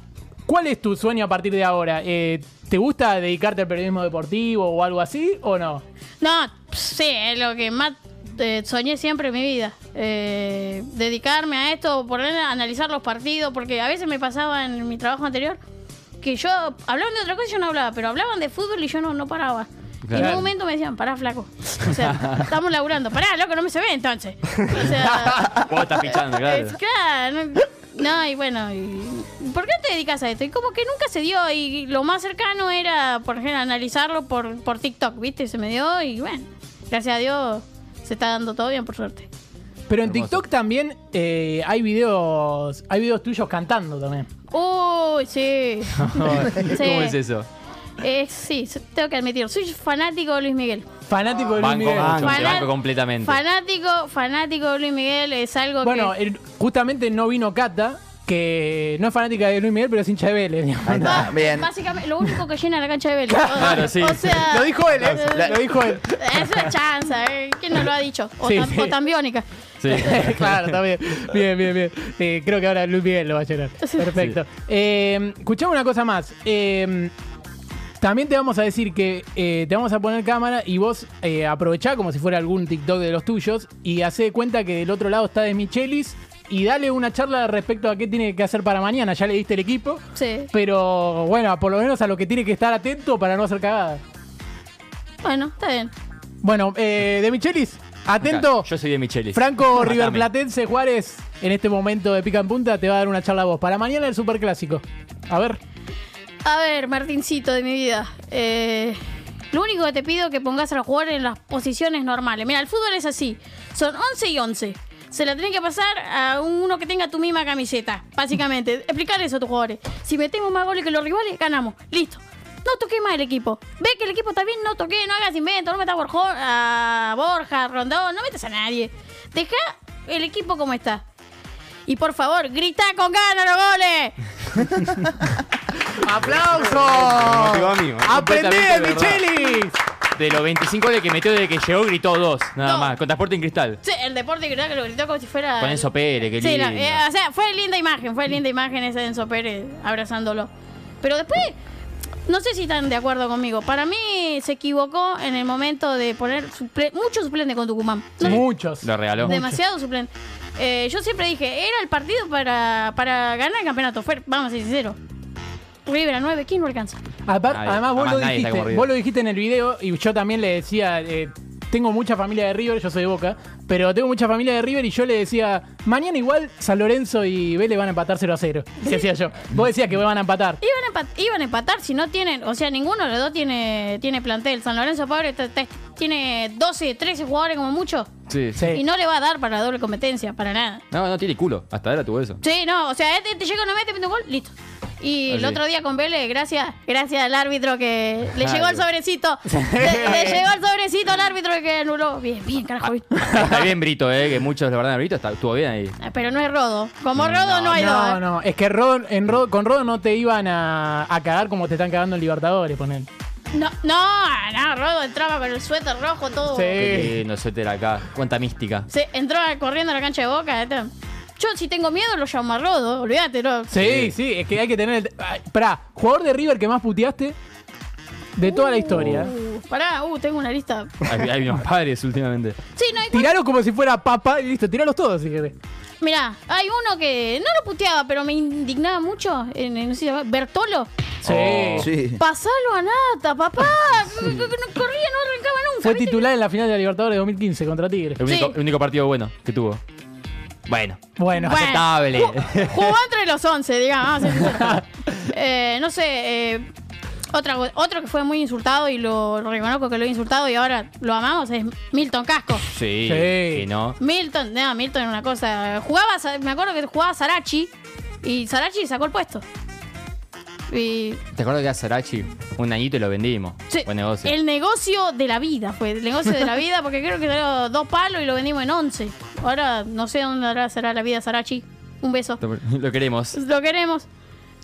G: ¿Cuál es tu sueño a partir de ahora? Eh, ¿Te gusta dedicarte al periodismo deportivo o algo así o no?
K: No, sí, es lo que más eh, soñé siempre en mi vida. Eh, dedicarme a esto, poner a analizar los partidos, porque a veces me pasaba en mi trabajo anterior que yo hablaban de otra cosa y yo no hablaba, pero hablaban de fútbol y yo no, no paraba. Y en
C: Claro.
K: un momento me decían, pará, flaco. O sea, estamos laburando. Pará, loco, no me se ve entonces. O sea,
C: Vos estás pichando, claro.
K: es- claro, no, no, y bueno, y- ¿por qué te dedicas a esto? Y como que nunca se dio, y lo más cercano era, por ejemplo, analizarlo por, por TikTok, ¿viste? Se me dio, y bueno, gracias a Dios se está dando todo bien, por suerte.
G: Pero en
C: Hermoso.
G: TikTok también eh, hay videos hay videos tuyos cantando también.
K: Uy, sí.
C: ¿Cómo es eso?
K: Eh, sí, tengo que admitir, soy fanático de Luis Miguel.
G: Fanático de Luis
C: Banco
G: Miguel.
C: mucho, te
K: Fanan-
C: banco completamente.
K: Fanático, fanático de Luis Miguel es algo
G: Bueno,
K: que...
G: el- justamente no vino Cata, que no es fanática de Luis Miguel, pero es hincha de Vélez. digamos.
E: Ahí
C: Ah,
E: está, bien.
K: Básicamente, lo único que llena la cancha de Vélez.
C: Claro, sí.
K: O sea,
G: Lo dijo él, ¿eh?
K: eh,
G: Lo dijo él.
K: Es una chanza, ¿eh? ¿quién no lo ha dicho? O,
G: Sí,
K: tan,
G: sí.
K: o tan biónica.
C: Sí.
G: claro, está bien. Bien, bien, bien. Eh, creo que ahora Luis Miguel lo va a llenar. Perfecto. Eh, escuchame una cosa más. Eh, También te vamos a decir que eh, te vamos a poner cámara y vos eh, aprovechá como si fuera algún TikTok de los tuyos y hace de cuenta que del otro lado está de Michelis y dale una charla respecto a qué tiene que hacer para mañana. Ya le diste el equipo.
K: Sí.
G: Pero bueno, por lo menos a lo que tiene que estar atento para no hacer cagada.
K: Bueno, está bien.
G: Bueno, eh, de Michelis, atento.
C: Acá, Yo soy de Michelis.
G: Franco
C: Matame.
G: Riverplatense Juárez, en este momento de pica en punta, te va a dar una charla a vos. Para mañana el superclásico. A ver.
K: A ver, Martincito de mi vida. eh, lo único que te pido es que pongas al jugador en las posiciones normales. Mira, el fútbol es así. Son 11 y 11. Se la tenés que pasar a uno que tenga tu misma camiseta, básicamente. Explicar eso a tus jugadores. Si metemos más goles que los rivales, ganamos. Listo. No toqué más el equipo. Ve que el equipo está bien, no toqué, no hagas invento, no metas a Borjo- a Borja, Rondón, no metas a nadie. Deja el equipo como está. Y por favor, grita con ganas los goles.
G: ¡Aplauso!
C: a mí, ¿eh?
G: ¡Aprendí de
C: Completamente verdad.
G: Michelis!
C: De los 25 goles que metió desde que llegó, gritó dos, nada más. Con transporte en cristal.
K: Sí, el deporte gritó que lo gritó como si fuera.
C: Con Enzo Pérez, qué
K: Sí,
C: lindo.
K: la- eh, o sea, fue linda imagen, fue linda imagen esa de Enzo Pérez abrazándolo. Pero después, no sé si están de acuerdo conmigo. Para mí se equivocó en el momento de poner suple- mucho suplente con Tucumán. No,
G: Muchos.
C: Lo regaló.
K: Demasiado suplente. Eh, yo siempre dije, era el partido para, para ganar el campeonato. Fue, vamos a ser sinceros. River a 9, ¿quién no alcanza?
G: Apar-
C: Nadie.
G: además, vos lo,
C: Además, nadie está
G: dijiste,
C: corrido.
G: vos lo dijiste en el video y yo también le decía, eh, tengo mucha familia de River, yo soy de Boca, pero tengo mucha familia de River y yo le decía, mañana igual San Lorenzo y Vélez van a empatar 0 a 0. Se hacía yo. Vos decías que van a empatar.
K: Iban a, empat- iban a empatar si no tienen, o sea, ninguno de los dos tiene, tiene plantel. San Lorenzo Pobre está- está- tiene 12, 13 jugadores como mucho.
C: Sí.
G: Sí.
K: Y no le va a dar para la doble competencia, para nada.
C: No, no tiene culo. Hasta ahora tuvo eso.
K: Sí, no, o sea, este te llega una mete, mete un gol, listo. Y
G: Ah,
K: el
C: Así.
K: otro día con Vélez, gracias, gracias al árbitro que le llegó el
C: Algo.
K: sobrecito. le, le llegó el sobrecito al árbitro que anuló. Bien, bien,
G: Ah.
K: carajo. bien.
C: Está bien Brito, eh, que muchos lo verdad Brito, está- estuvo bien ahí.
K: Pero no es Rodo. Como Rodo no, hay dos. ¿eh?
G: No, no, es que Rodo- en Rodo- con Rodo no te iban a, a cagar como te están cagando en Libertadores, ponen.
K: No, no, no, Rodo entraba con el suéter rojo, todo.
C: Qué lindo suéter acá. Cuánta mística.
K: Se entró corriendo a la cancha de boca. este. Yo, si tengo miedo, lo llamo a Rodo. Olvídate, no.
C: Eh,
G: Sí, sí, es que hay que tener... El, Ay, pará, jugador de River que más puteaste de toda la historia.
K: Uh, pará, uh, tengo una lista.
C: Hay, hay unos padres últimamente.
K: Sí, no, igual.
G: Tiralos como si fuera papa y listo, tiralos todos si querés.
K: Mirá, hay uno que no lo puteaba, pero me indignaba mucho. En, en- no sé si se llama, Bertolo.
G: Oh, Sí.
E: Sí.
K: Pasalo a Nata, papá. No Corría, no arrancaba nunca.
G: Fue
K: ¿viste?
G: titular en la final de la Libertadores de 2015 contra Tigre.
C: El único, el único partido bueno que tuvo. Bueno.
G: Bueno,
K: Bueno. Uh.
C: Aceptable.
K: Jugó entre los 11, digamos. ah, vamos a ser sinceros. Eh, no sé, eh, otra, go- otro que fue muy insultado y lo reconozco que lo he insultado y ahora lo amamos es Milton Casco.
C: Sí.
G: Sí.
C: Que no.
K: Milton, no, Milton era una cosa. Jugaba, Sa- me acuerdo que jugaba Sarachi y Sarachi sacó el puesto. Y
C: ¿Te acuerdas que a Sarachi un añito y lo vendimos?
K: Sí.
C: Buen negocio.
K: el negocio de la vida fue, el negocio de la vida, porque creo que salió dos palos y lo vendimos en once. Ahora no sé dónde habrá- será la vida Sarachi. Un beso.
C: Lo queremos.
K: Lo queremos.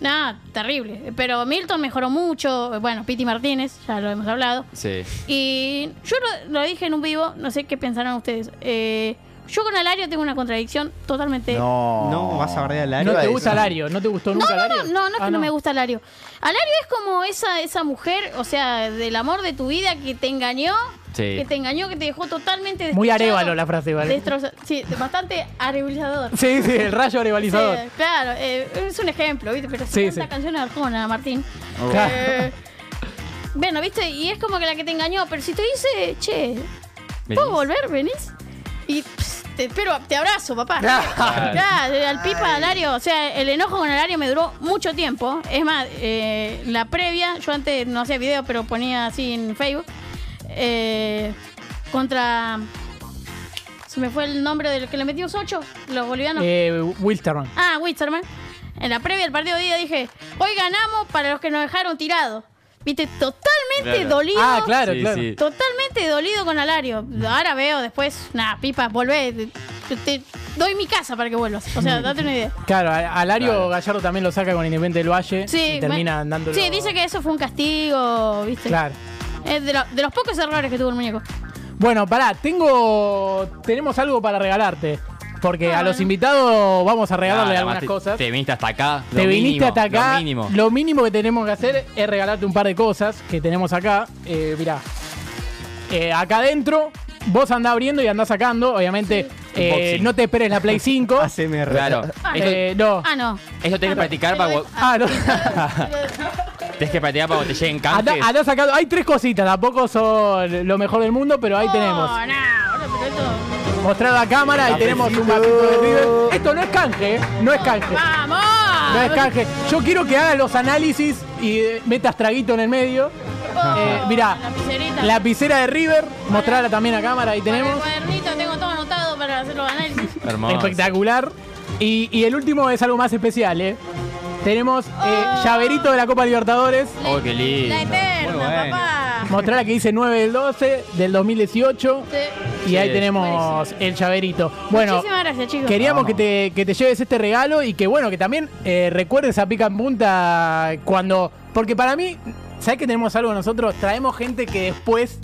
K: Nada, terrible. Pero Milton mejoró mucho. Bueno, Piti Martínez, ya lo hemos hablado.
C: Sí.
K: Y yo lo, lo dije en un vivo, no sé qué pensarán ustedes. Eh, yo con Alario tengo una contradicción totalmente.
E: No.
D: No, vas a bardear al área.
G: no te
E: Iba a
G: gusta
E: decir-
G: Alario, no te gustó
K: No,
G: nunca
K: no, no,
G: Alario.
K: no, no es
G: Ah,
K: que no. me gusta Alario. Alario es como esa, esa mujer, o sea, del amor de tu vida que te engañó,
C: Sí.
K: que te engañó, que te dejó totalmente
G: Muy
K: destrochado,
G: arévalo la frase, ¿vale?
K: destroza- sí, bastante arevilizador.
G: Sí, sí, el rayo arevalizador.
K: Sí, claro, eh, es un ejemplo, ¿viste? Pero
G: Sí,
K: sí, canta
G: sí.
K: canción de Arjona, Martín.
G: Oh. Claro.
K: Eh, bueno, ¿viste? Y es como que la que te engañó, pero si te dice, che, ¿puedo volver? ¿Venís? Y pss, te espero, te abrazo, papá. Claro, al pipa Alario, o sea, el enojo con Alario me duró mucho tiempo. Es más, eh, la previa, yo antes no hacía video, pero ponía así en Facebook. eh, contra. Se me fue el nombre del que le metimos ocho, los bolivianos.
G: Eh, Wilstermann.
K: Ah, Wisterman. En la previa del partido de día dije, hoy ganamos para los que nos dejaron tirados. Viste, totalmente
C: Claro.
K: dolido.
G: Ah, claro,
C: Sí,
G: claro.
C: sí.
K: Totalmente dolido con Alario. Ahora veo después, nada, pipa, volvé. Te, te doy mi casa para que vuelvas. O sea, date una idea.
G: Claro, a- Alario Gallardo también lo saca con Independiente del Valle
K: Sí,
G: y termina
K: bueno,
G: dándolo.
K: Sí, dice que eso fue un castigo, ¿viste?
G: Claro.
K: Es de, lo- de los pocos errores que tuvo el muñeco.
G: Bueno, pará, tengo. Tenemos algo para regalarte. Porque a
K: Ah.
G: los invitados vamos a regalarle
C: Nada,
G: algunas
C: te-
G: cosas.
C: Te viniste hasta acá.
G: Te
C: lo
G: viniste
C: mínimo,
G: hasta acá.
C: Lo mínimo.
G: que tenemos que hacer es regalarte un par de cosas que tenemos acá. Eh, mirá. Eh, acá adentro, vos andás abriendo y andás sacando. Obviamente, eh,
C: Unboxing.
G: no te esperes la Play 5.
D: ASMR.
C: Claro.
G: Eh, no.
K: Ah, no.
C: Eso tenés que practicar para. gu-
G: Ah, no.
C: Tenés que practicar para cuando te lleguen
G: Andá,
C: canjes.
G: andá sacando. Hay tres cositas, tampoco son lo mejor del mundo, pero ahí
K: Oh,
G: tenemos. Mostrar la cámara y tenemos un mapito de River. Esto no es canje, ¿eh? no es canje.
K: ¡Vamos!
G: No es canje. Yo quiero que hagas los análisis y eh, metas traguito en el medio.
K: Oh.
G: Eh, mirá,
K: Lapicerita.
G: lapicera de River, mostrarla también a cámara, ahí
K: Para el
G: tenemos.
K: cuadernito, tengo todo anotado para hacer los análisis.
G: Espectacular. Y, y el último es algo más especial, ¿eh? Tenemos eh, llaverito de la Copa Libertadores.
C: Oh, qué lindo.
K: Oh. La eterna, papá.
G: Mostrar la que dice 9 del 12 del 2018. Y
K: Sí.
G: ahí tenemos el llaverito. Bueno,
K: Muchísimas gracias, chicos.
G: queríamos que te, que te lleves este regalo y que, bueno, que también eh, recuerdes a Pica en Punta cuando. Porque para mí, ¿sabes que tenemos algo nosotros? Traemos gente que después.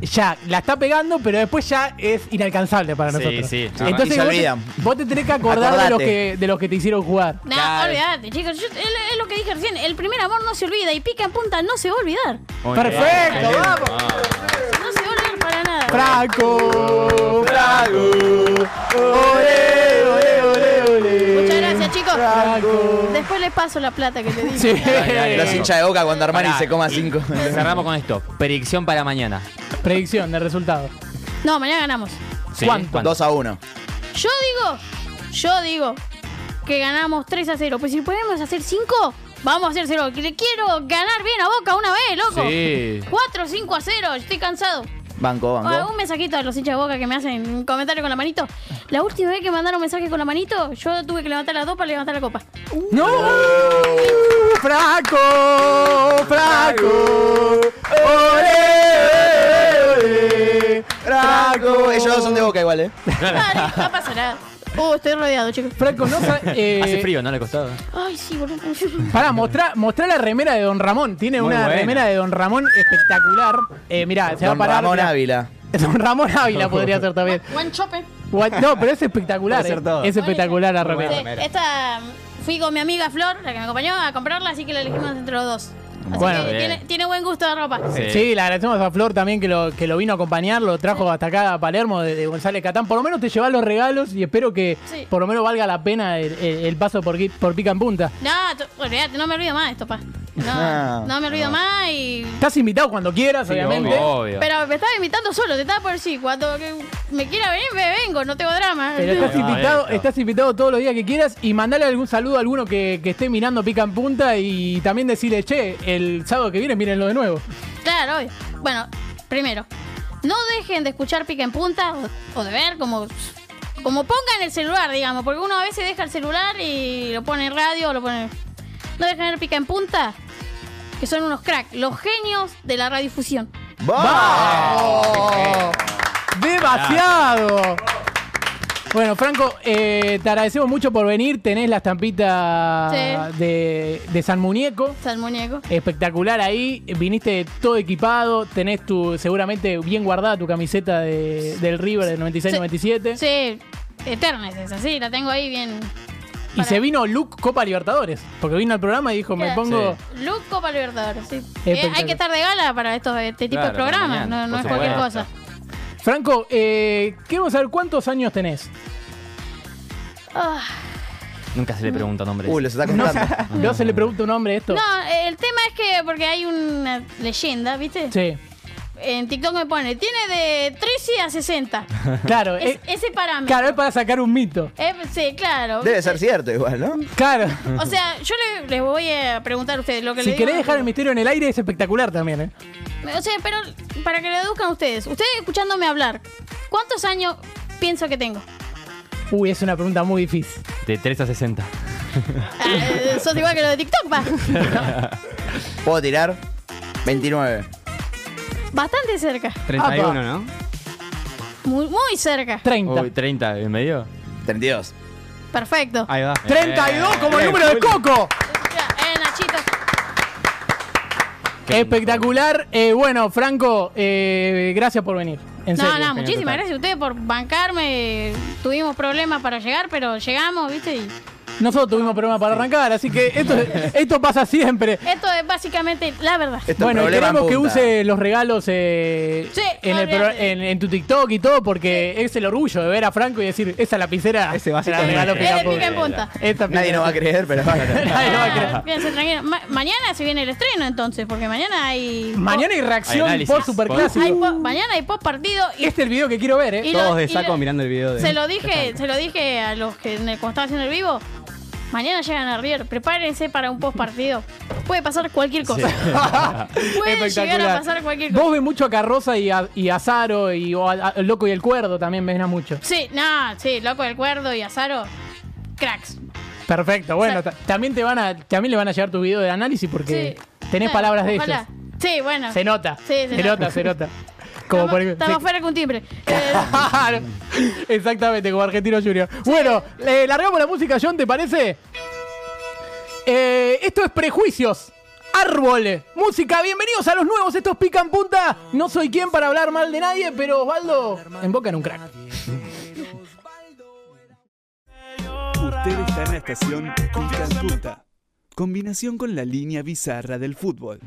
G: Ya, la está pegando, pero después ya es inalcanzable para
C: Sí,
G: nosotros.
C: sí.
G: Entonces
C: Y se
G: vos te,
C: olvidan.
G: vos te tenés que acordar de los,
C: Acordate.
G: que, de los que te hicieron jugar.
K: No, olvídate, chicos. Yo- es, lo- es lo que dije recién. El primer amor no se olvida y pica en punta no se va a olvidar.
G: Perfecto,
E: Ah.
G: vamos.
K: No se va a olvidar para nada.
G: Franco, Franco, ole, ole, ole, ole.
K: Muchas gracias, chicos. Después les paso la plata que te di.
G: Sí.
E: Los hinchas de boca cuando Armani
C: Pará,
E: se coma
C: y-
E: cinco.
C: Cerramos con esto. Predicción para mañana.
G: Predicción de resultado.
K: No, mañana ganamos.
C: Sí,
E: Dos a uno.
K: Yo digo, yo digo que ganamos 3 a 0. Pues si podemos hacer 5, vamos a hacer 0. Le quiero ganar bien a Boca una vez, loco.
E: Sí.
K: 4, 5 a 0. Estoy cansado.
E: Banco,
K: O
E: banco.
K: Ah, un mensajito a los hinchas de Boca que me hacen un comentario con la manito. La última vez que mandaron mensaje con la manito, yo tuve que levantar las dos para levantar la copa.
G: ¡No! ¡Franco! ¡Franco! ¡Ole!
E: Franco. Ellos dos son de boca igual, ¿eh?
K: Dale, no pasa nada. Uh, estoy rodeado, chicos.
G: Franco, no sa- eh,
C: Hace frío, ¿no le costaba?
K: Ay, sí, boludo.
G: Pará, mostrá, mostrá la remera de Don Ramón. Tiene
C: Muy
G: una
C: buena.
G: remera de Don Ramón espectacular. Eh, mirá, se va a
E: Don
G: parar.
E: Ramón
G: mirá.
E: Ávila.
G: Don Ramón Ávila podría ser también.
K: Buen chope.
G: What- No, pero es espectacular.
D: Puede ser
G: eh.
D: todo.
G: Es espectacular la
K: Sí,
G: remera.
K: esta mm, fui con mi amiga Flor, la que me acompañó, a comprarla, así que la elegimos entre los dos. Así
G: Bueno,
K: que
G: bien.
K: tiene, tiene buen gusto de ropa.
G: Sí. le agradecemos a Flor también que lo, que lo vino a acompañar, lo trajo hasta acá a Palermo de, de González Catán. Por lo menos te llevas los regalos y espero que
K: Sí.
G: por lo menos valga la pena el, el- el paso por, gui- por pica en punta.
K: No, t- olvídate, no me olvido más de esto, pa. No,
G: Ah, No,
K: no me olvido más y.
G: Estás invitado cuando quieras, obviamente.
K: Pero me estaba invitando solo, te estaba por decir. Cuando que me quiera venir, me vengo, no tengo drama.
G: Pero estás
K: No,
G: invitado, estás invitado todos los días que quieras y mandale algún saludo a alguno que, que esté mirando pica en punta y también decirle, che, el sábado que viene mírenlo de nuevo.
K: Claro, obvio. Bueno, primero, no dejen de escuchar Pica en Punta o, o de ver como, como pongan el celular, digamos, porque uno a veces deja el celular y lo pone en radio, lo pone... No dejen de ver Pica en Punta, que son unos cracks, los genios de la radiodifusión.
G: ¡Vamos! ¡Demasiado! Bueno, Franco, eh, te agradecemos mucho por venir. Tenés la estampita
K: Sí.
G: de, de San Muñeco.
K: San Muñeco.
G: Espectacular ahí. Viniste todo equipado. Tenés tu, seguramente bien guardada tu camiseta de- del River del 96-97.
K: Sí, eterna es esa, sí, la tengo ahí bien...
G: Y se vino Luke Copa Libertadores. Porque vino al programa y dijo, me pongo...
K: Luco para Libertadores, sí. Eh, hay
G: Espectacular.
K: que estar de gala para estos, este tipo
C: Claro,
K: de programas,
C: mañana,
K: no, no
C: por
K: es cualquier
C: supuesto.
K: cosa.
G: Franco, eh, queremos saber cuántos años tenés.
K: Ah.
C: Nunca se le pregunta nombres.
E: Uh, los está contando.
G: No se le pregunta un hombre esto.
K: No, eh, el tema es que porque hay una leyenda, ¿viste?
G: Sí.
K: En TikTok me pone, tiene de 13 a 60.
G: Claro,
K: Es-
G: eh,
K: ese parámetro.
G: claro, es para sacar un mito.
K: Eh, sí, claro.
E: Debe ser cierto igual, ¿no?
G: Claro.
K: O sea, yo le- les voy a preguntar a ustedes lo que
G: Si
K: le digo.
G: querés dejar el misterio en el aire es espectacular también, ¿eh?
K: O sea, pero para que lo deduzcan ustedes. Ustedes escuchándome hablar, ¿cuántos años pienso que tengo?
G: Uy, es una pregunta muy difícil.
C: De 3 a 60.
K: Eh, sos igual que lo de TikTok, va.
E: Puedo tirar 29.
K: Bastante cerca. Apa.
E: ¿no?
K: Muy, muy cerca.
G: 30.
C: Uy, 30 en medio.
E: 32.
K: Perfecto.
C: Ahí va.
G: 32 como el número de Coco.
K: Eh, Nachito.
G: Espectacular. Eh, bueno, Franco, eh, gracias por venir.
F: En
K: no,
F: serio,
K: no,
F: genio
K: muchísimas
F: total.
K: gracias a ustedes por bancarme. Tuvimos problemas para llegar, pero llegamos, ¿viste? Y
G: Nosotros tuvimos problemas para arrancar, así que esto, esto pasa siempre.
K: esto es básicamente la verdad.
G: bueno, y queremos que
E: punta.
G: use los regalos eh,
K: Sí,
G: en, el pro-
K: olvídate.
G: en, en tu TikTok y todo, porque es el orgullo de ver a Franco y decir, esa lapicera
D: Ese
G: se la regaló
K: Es de
G: Pica
K: pica en
G: Punta".
K: punta.
G: Esta
E: Nadie
G: pica-
E: nos va a creer, pero
G: Nadie nos va a creer.
K: Fíjense, tranquilo. Ah, Ma- mañana se viene el estreno, entonces, porque mañana hay.
G: Mañana hay reacción por superclásico.
K: Hay po- mañana hay post partido y
G: Este es el video que quiero ver, ¿eh?
K: Y
D: Todos
K: lo-
D: de
K: y
D: saco
K: lo-
D: mirando el video de.
K: se lo dije, se lo dije a los que en el- cuando estaba haciendo el vivo. Mañana llegan a River, prepárense para un post partido. Puede pasar cualquier cosa. Puede llegar a pasar cualquier cosa.
G: Vos ves mucho a Carroza y a, y a Zaro y o a- a Loco y el Cuerdo también ven a mucho.
K: Sí, no, sí, loco del cuerdo y Azaro, cracks.
G: Perfecto, bueno, ta- también te van a, también le van a llegar tu video de análisis porque tenés
K: Bueno,
G: palabras de
K: ojalá.
G: ellos.
K: Sí, bueno.
G: Se nota.
K: Sí, se,
G: nota. se nota. Como por ejemplo-
K: Estamos fuera con un timbre. Eh,
G: Claro. Exactamente, como Argentino Junior. Bueno, eh, largamos la música, John, ¿te parece? Eh, esto es Prejuicios. Árbol, música, bienvenidos a los nuevos, estos pican punta. No soy quien para hablar mal de nadie, pero Osvaldo emboca en un crack.
J: Usted está en la estación Pica en Punta. Combinación con la línea bizarra del fútbol.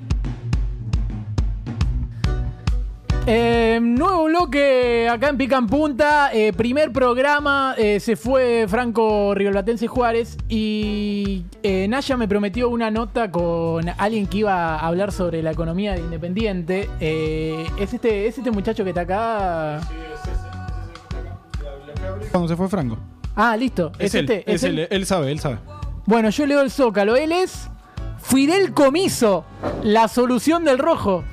G: Eh, nuevo bloque acá en Pican Punta. eh, primer programa. eh, se fue Franco Riolbatense Juárez. Y eh, Naya me prometió una nota con alguien que iba a hablar sobre la economía de Independiente. Eh, es, este, es este muchacho que está acá.
B: Cuando se fue Franco.
G: Ah, listo. Es,
B: él,
G: este.
B: es, él, eh. él sabe, él sabe.
G: Bueno, yo leo el Zócalo. Él es Fidel Comiso. La solución del rojo.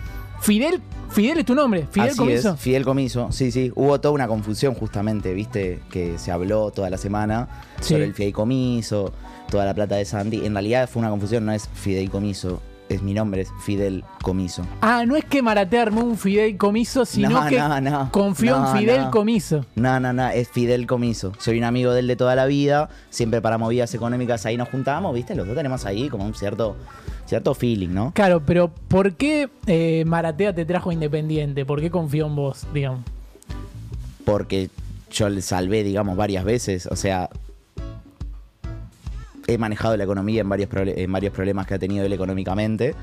G: Fidel. Fidel es tu nombre. Fidel
E: Así
G: Comiso.
E: es, Fidel Comiso, sí, sí. Hubo toda una confusión justamente, viste, que se habló toda la semana
G: Sí.
E: sobre el fideicomiso, toda la plata de Sandy. En realidad fue una confusión, no es fideicomiso, es mi nombre, es Fidel Comiso.
G: Ah, no es que Maratea armó un fideicomiso, sino
E: No,
G: que
E: no, no.
G: confió
E: No,
G: en Fidel
E: no.
G: Comiso.
E: No, no, no, es Fidel Comiso. Soy un amigo de él de toda la vida, siempre para movidas económicas ahí nos juntábamos, viste, los dos tenemos ahí como un cierto, cierto feeling, ¿no?
G: Claro, pero ¿por qué eh, Maratea te trajo a Independiente? ¿Por qué confió en vos, digamos?
E: porque yo le salvé, digamos, varias veces. O sea, he manejado la economía en varios, proble- en varios problemas que ha tenido él económicamente.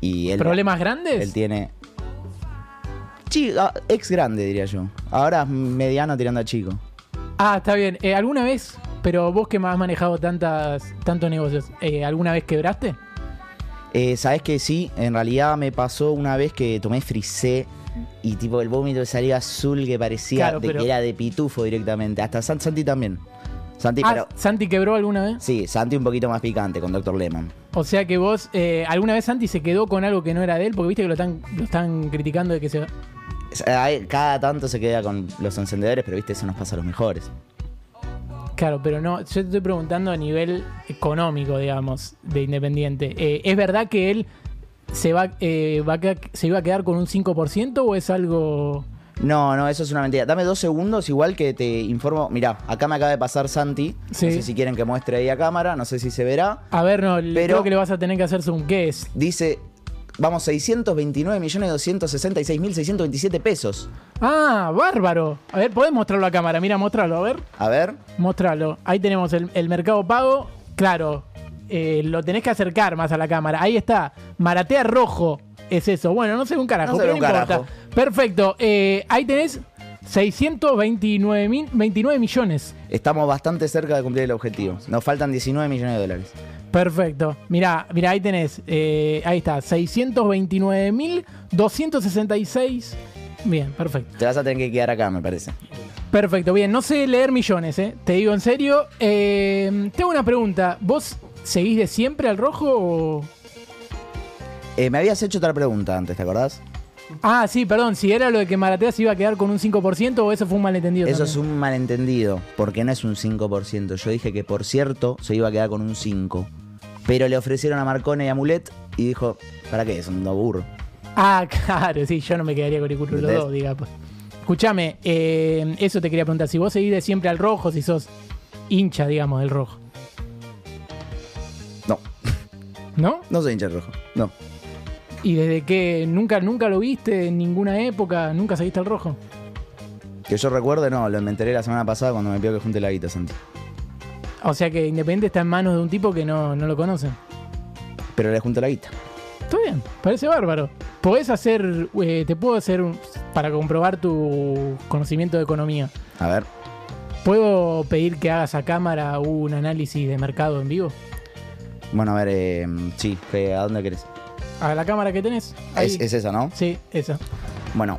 E: Y él,
G: ¿Problemas grandes?
E: Él tiene. Sí, ah, ex grande, diría yo. Ahora es mediano tirando a chico.
G: Ah, está bien. Eh, ¿Alguna vez, pero vos que has manejado tantas, tantos negocios, eh, ¿alguna vez quebraste?
E: Eh, Sabes que sí, en realidad me pasó una vez que tomé frisé y tipo el vómito salía azul que parecía
G: Claro,
E: de
G: pero-
E: que era de pitufo directamente. Hasta San- Santi también. Santi,
G: ah,
E: pero.
G: ¿Santi quebró alguna vez?
E: Sí, Santi un poquito más picante con Dr. Lehman.
G: O sea que vos, eh, ¿alguna vez Santi se quedó con algo que no era de él? Porque viste que lo están, lo están criticando de que se...
E: Hay- Cada tanto se queda con los encendedores, pero viste, eso nos pasa a los mejores.
G: Claro, pero no, yo te estoy preguntando a nivel económico, digamos, de Independiente. Eh, ¿Es verdad que él se, va, eh, va a quedar- se iba a quedar con un 5% o es algo...
E: No, no, eso es una mentira. Dame dos segundos, igual que te informo. Mirá, acá me acaba de pasar Santi.
G: Sí.
E: No sé si quieren que muestre ahí a cámara, no sé si se verá.
G: A ver, no, le-
E: Pero-
G: creo que le vas a tener que hacer un ¿qué es?
E: Dice, vamos, 629.266.627 pesos.
G: Ah, bárbaro. A ver, podés mostrarlo a cámara, mira, mostralo, a ver.
E: A ver.
G: Mostralo. Ahí tenemos el, el mercado pago. Claro, eh, lo tenés que acercar más a la cámara. Ahí está. Maratea rojo. Es eso. Bueno, no sé un carajo,
E: No se ve
G: pero
E: un
G: no importa.
E: carajo.
G: Perfecto. Eh, ahí tenés 629 mil, 29 millones.
E: Estamos bastante cerca de cumplir el objetivo. Nos faltan 19 millones de dólares.
G: Perfecto. Mirá, mirá, ahí tenés. eh, ahí está. 629 mil 266. Bien, perfecto.
E: Te vas a tener que quedar acá, me parece.
G: Perfecto, bien. No sé leer millones, ¿eh? Te digo en serio. Eh, tengo una pregunta. ¿Vos seguís de siempre al rojo o...?
E: Eh, me habías hecho otra pregunta antes, ¿te acordás?
G: Ah, sí, perdón, si era lo de que Maratea se iba a quedar con un 5% o eso fue un malentendido.
E: Eso
G: también?
E: es un malentendido, porque no es un 5%. Yo dije que, por cierto, se iba a quedar con un 5%. Pero le ofrecieron a Marcone y a Mulet y dijo, ¿para qué? Es un no burro.
G: Ah, claro, sí, yo no me quedaría con el culo de los
E: ¿Entendés?
G: dos, digamos. Escuchame, eh, eso te quería preguntar. Si vos seguís de siempre al rojo, si sos hincha, digamos, del rojo.
E: No,
G: ¿No?
E: no soy hincha del rojo. No.
G: ¿Y desde que nunca, nunca lo viste en ninguna época? ¿Nunca seguiste al rojo?
E: Que yo recuerde, no, lo me enteré la semana pasada cuando me pidió que junte la guita, Santi.
G: O sea que Independiente está en manos de un tipo que no, no lo conocen.
E: Pero le junté la guita.
G: Está bien, parece bárbaro. Podés hacer, eh, te puedo hacer, un- para comprobar tu conocimiento de economía,
E: A ver.
G: ¿puedo pedir que hagas a cámara un análisis de mercado en vivo?
E: Bueno, a ver, eh, sí, Fe, ¿a dónde querés?
G: A la cámara que tenés. Ahí.
E: Es, es esa, ¿no?
G: Sí, esa.
E: Bueno,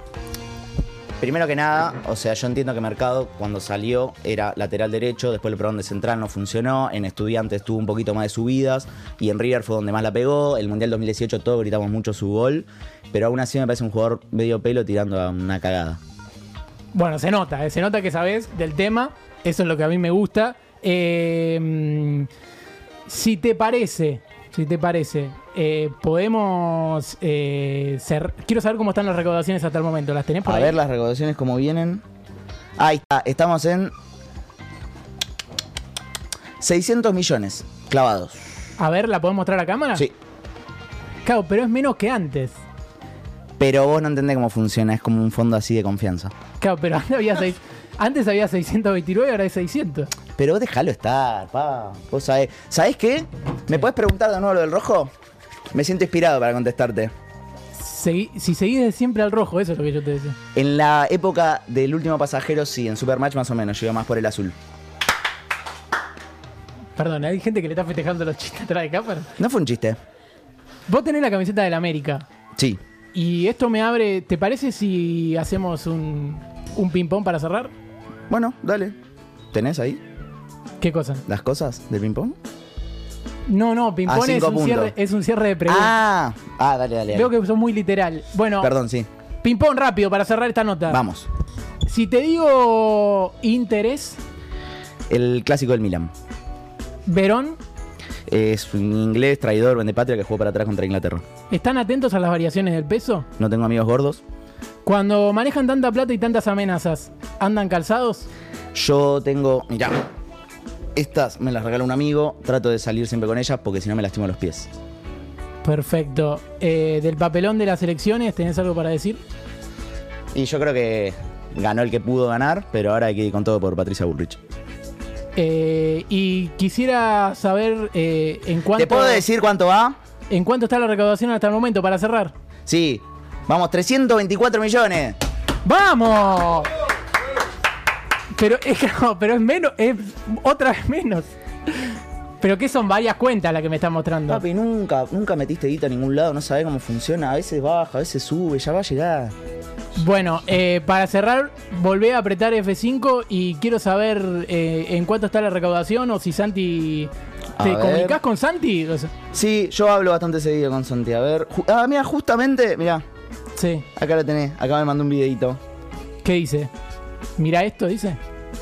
E: primero que nada, o sea, yo entiendo que Mercado cuando salió era lateral derecho, después lo probaron de central, no funcionó, en Estudiantes tuvo un poquito más de subidas y en River fue donde más la pegó, el Mundial 2018 todos gritamos mucho su gol, pero aún así me parece un jugador medio pelo tirando a una cagada.
G: Bueno, se nota, eh, se nota que sabes del tema. Eso es lo que a mí me gusta. Eh, mm, si te parece, si te parece, eh, podemos. eh, cer- Quiero saber cómo están las recaudaciones hasta el momento. ¿Las tenés por
E: A
G: ahí?
E: ver las recaudaciones como vienen. Ahí está, estamos en 600 millones clavados.
G: A ver, ¿la podés mostrar a cámara?
E: Sí.
G: Claro, pero es menos que antes.
E: Pero vos no entendés cómo funciona, es como un fondo así de confianza.
G: Claro, pero antes había, seis- antes había 629, ahora hay 600.
E: Pero vos dejalo estar, pa. Vos sabés. ¿Sabés qué? ¿Me podés preguntar de nuevo lo del rojo? Me siento inspirado para contestarte.
G: Seguí- si seguís de siempre al rojo, eso es lo que yo te decía.
E: En la época del último pasajero, sí, en Supermatch más o menos, yo iba más por el azul.
G: Perdón, hay gente que le está festejando los chistes atrás de cámara.
E: No fue un chiste.
G: Vos tenés la camiseta del América.
E: Sí.
G: Y esto me abre. ¿Te parece si hacemos un, un ping-pong para cerrar?
E: Bueno, dale. ¿Tenés ahí
G: ¿Qué cosa?
E: las cosas del ping-pong?
G: No, no,
E: A
G: ping-pong es,
E: Ah, cinco
G: un
E: puntos.
G: cierre- es un cierre de preguntas.
E: Ah, ah, dale, dale. dale.
G: Veo que sos muy literal. Bueno,
E: Perdón, sí.
G: ping-pong rápido para cerrar esta nota.
E: Vamos.
G: Si te digo interés,
E: El clásico del Milan.
G: Verón,
E: Es un inglés traidor, vende patria, que jugó para atrás contra Inglaterra.
G: ¿están atentos a las variaciones del peso?
E: No tengo amigos gordos.
G: Cuando manejan tanta plata y tantas amenazas, ¿andan calzados?
E: Yo tengo. Mirá. Estas me las regala un amigo. Trato de salir siempre con ellas porque si no me lastimo los pies.
G: Perfecto. Eh, ¿Del papelón de las elecciones tenés algo para decir?
E: Y yo creo que ganó el que pudo ganar, pero ahora hay que ir con todo por Patricia Bullrich.
G: Eh, y quisiera saber eh, en cuánto.
E: ¿Te puedo decir cuánto va?
G: ¿En cuánto está la recaudación hasta el momento para cerrar?
E: Sí. Vamos, 324 millones.
G: ¡Vamos! Pero es, no, pero es menos, es otra vez menos. Pero que son varias cuentas las que me están mostrando.
E: Papi, nunca, nunca metiste guita a ningún lado, no sabés cómo funciona. A veces baja, a veces sube, ya va a llegar.
G: Bueno, eh, para cerrar, volvé a apretar F5 y quiero saber eh, en cuánto está la recaudación o si Santi.
E: A
G: ¿Te
E: ver.
G: comunicás con Santi? O sea,
E: Sí, yo hablo bastante seguido con Santi. A ver. ju- ah, mira, justamente, mira.
G: Sí.
E: Acá lo tenés, acá me mandó un videito.
G: ¿Qué dice? Mira esto, dice.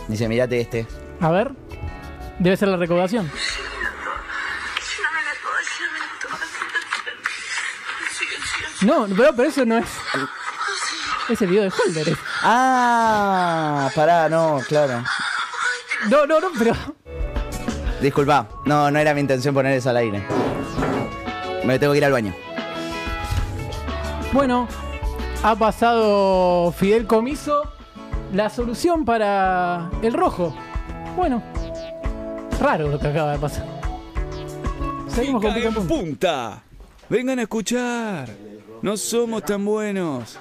E: Dice, mirate este.
G: A ver. Debe ser la recaudación. No, pero, pero eso no es. Es el video de Holder. es.
E: Ah, pará, no, claro.
G: No, no, no, pero.
E: Disculpa, no, no era mi intención poner eso al aire. Me tengo que ir al baño.
G: Bueno, ha pasado Fidel Comiso la solución para el rojo. Bueno, raro lo que acaba de pasar. Seguimos con
J: Pica en punta. Vengan a escuchar. No somos tan buenos.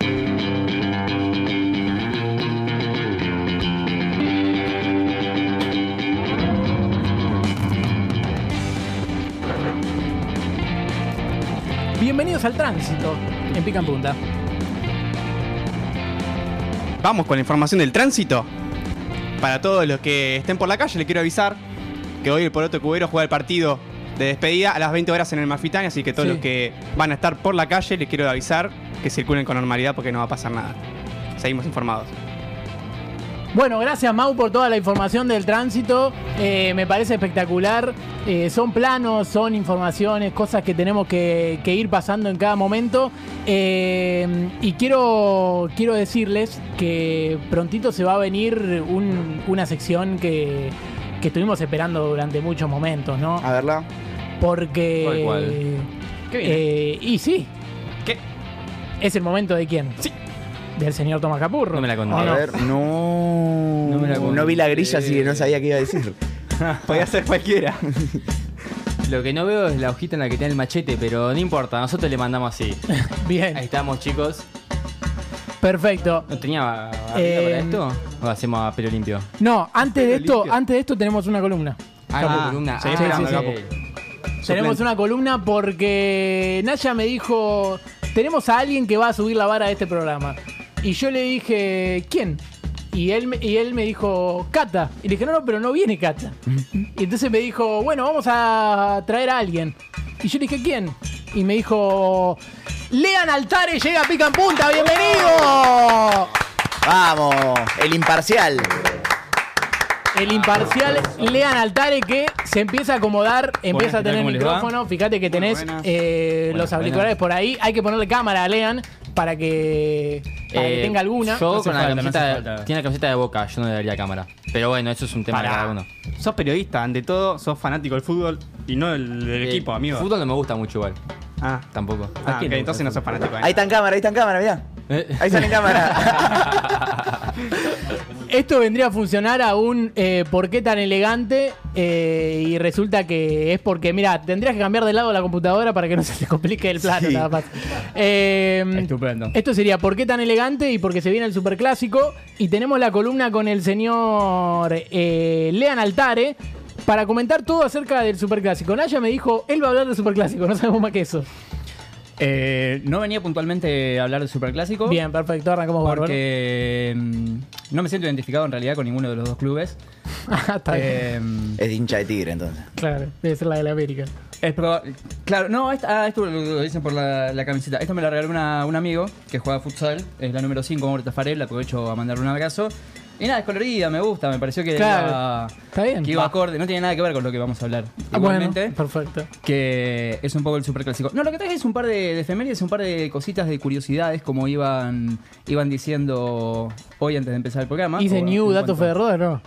G: Bienvenidos al tránsito en Pica en Punta.
D: Vamos con la información del tránsito. Para todos los que estén por la calle, le quiero avisar que hoy el Poroto Cubero juega el partido de despedida a las 20 horas en el Mafitán, así que todos
G: Sí.
D: los que van a estar por la calle, les quiero avisar que circulen con normalidad porque no va a pasar nada. Seguimos informados.
G: Bueno, gracias Mau por toda la información del tránsito. Eh, me parece espectacular. Eh, son planos, son informaciones, cosas que tenemos que, que ir pasando en cada momento. Eh, y quiero, quiero decirles que prontito se va a venir un- una sección que, que estuvimos esperando durante muchos momentos, ¿no? A
E: verla.
G: Porque...
C: ¿Cuál, cuál?
G: eh, y sí.
D: ¿Qué?
G: Es el momento de quién.
D: Sí.
G: Del señor Tomás Capurro. No me la
E: A ver, no. No, vi la grilla, así que no sabía qué iba a decir.
C: Podía ser cualquiera. Lo que no veo es la hojita en la que tiene el machete, pero no importa, nosotros le mandamos así.
G: Bien.
C: Ahí estamos, chicos.
G: Perfecto.
C: ¿No tenía arriba para
G: Eh,
C: esto? ¿O hacemos a pelo limpio?
G: No, antes de esto, antes de esto tenemos una columna.
C: Ah,
G: Capu.
C: la columna.
G: Sí,
C: Ah,
G: sí,
C: esperando,
G: sí, sí.
C: Capu.
G: Tenemos
C: Suplente.
G: una columna porque Naya me dijo, tenemos a alguien que va a subir la vara de este programa. Y yo le dije, ¿quién? Y él, me- y él me dijo, Cata. Y le dije, no, no, pero no viene Cata. Y entonces me dijo, bueno, vamos a traer a alguien. Y yo le dije, ¿quién? Y me dijo, Lean Altare llega a Pica en Punta, bienvenido.
E: Vamos, el imparcial.
G: El imparcial Lean Altare que se empieza a acomodar, empieza
C: Buenas,
G: a
C: ¿qué tal?
G: tener
C: ¿Cómo les va?
G: micrófono. Fíjate que tenés
C: buenas.
G: eh, los auriculares
C: buenas.
G: por ahí. Hay que ponerle cámara a Lean para que, para que
C: Eh,
G: tenga alguna.
C: Yo
G: No hace
C: con la
G: falta, no hace
C: camiseta,
G: falta.
C: tiene la camiseta de boca, yo no le daría cámara. Pero bueno, eso es un tema
D: Pará.
C: de cada uno.
D: Sos periodista, ante todo, sos fanático del fútbol y no del, del
C: Eh,
D: equipo, amigo.
C: Fútbol no me gusta mucho igual.
D: Ah.
C: Tampoco.
D: Ah, ok, entonces no sos fanático. eh.
E: Ahí está en cámara, ahí está en cámara, mirá. Ahí
C: Eh.
E: sale en cámara.
G: Esto vendría a funcionar a un eh, ¿por qué tan elegante? Eh, y resulta que es porque, mira, tendrías que cambiar de lado la computadora para que no se te complique el plano,
C: Sí.
G: nada más. Eh,
C: Estupendo.
G: Esto sería ¿por qué tan elegante? Y porque se viene el superclásico. Y tenemos la columna con el señor eh, Lean Altare para comentar todo acerca del superclásico. Naya me dijo, él va a hablar del superclásico, no sabemos más que eso.
A: Eh, no venía puntualmente a hablar del superclásico.
G: Bien, perfecto, arrancamos bárbaro.
A: Porque mm, no me siento identificado en realidad con ninguno de los dos clubes.
G: Ah, Está bien.
A: Eh.
E: es hincha de tigre, entonces.
G: Claro, debe ser la de la América.
A: Es proba- Claro, no, esta- ah, esto lo, lo dicen por la, la camiseta. Esto me la regaló una- un amigo que juega futsal, es la número 5, Mauro Tafarel, aprovecho a mandarle un abrazo. Y nada, es colorida, me gusta, me pareció que,
G: Claro,
A: iba,
G: está bien.
A: que iba
G: Va.
A: acorde, no tiene nada que ver con lo que vamos a hablar.
G: Ah, bueno,
A: Igualmente,
G: perfecto.
A: que es un poco el superclásico. No, lo que traje es un par de, de efemérides, un par de cositas de curiosidades, como iban, iban diciendo hoy antes de empezar el programa.
G: Dice
A: O en
G: New, dato
A: cuanto-
G: Federroda, ¿no?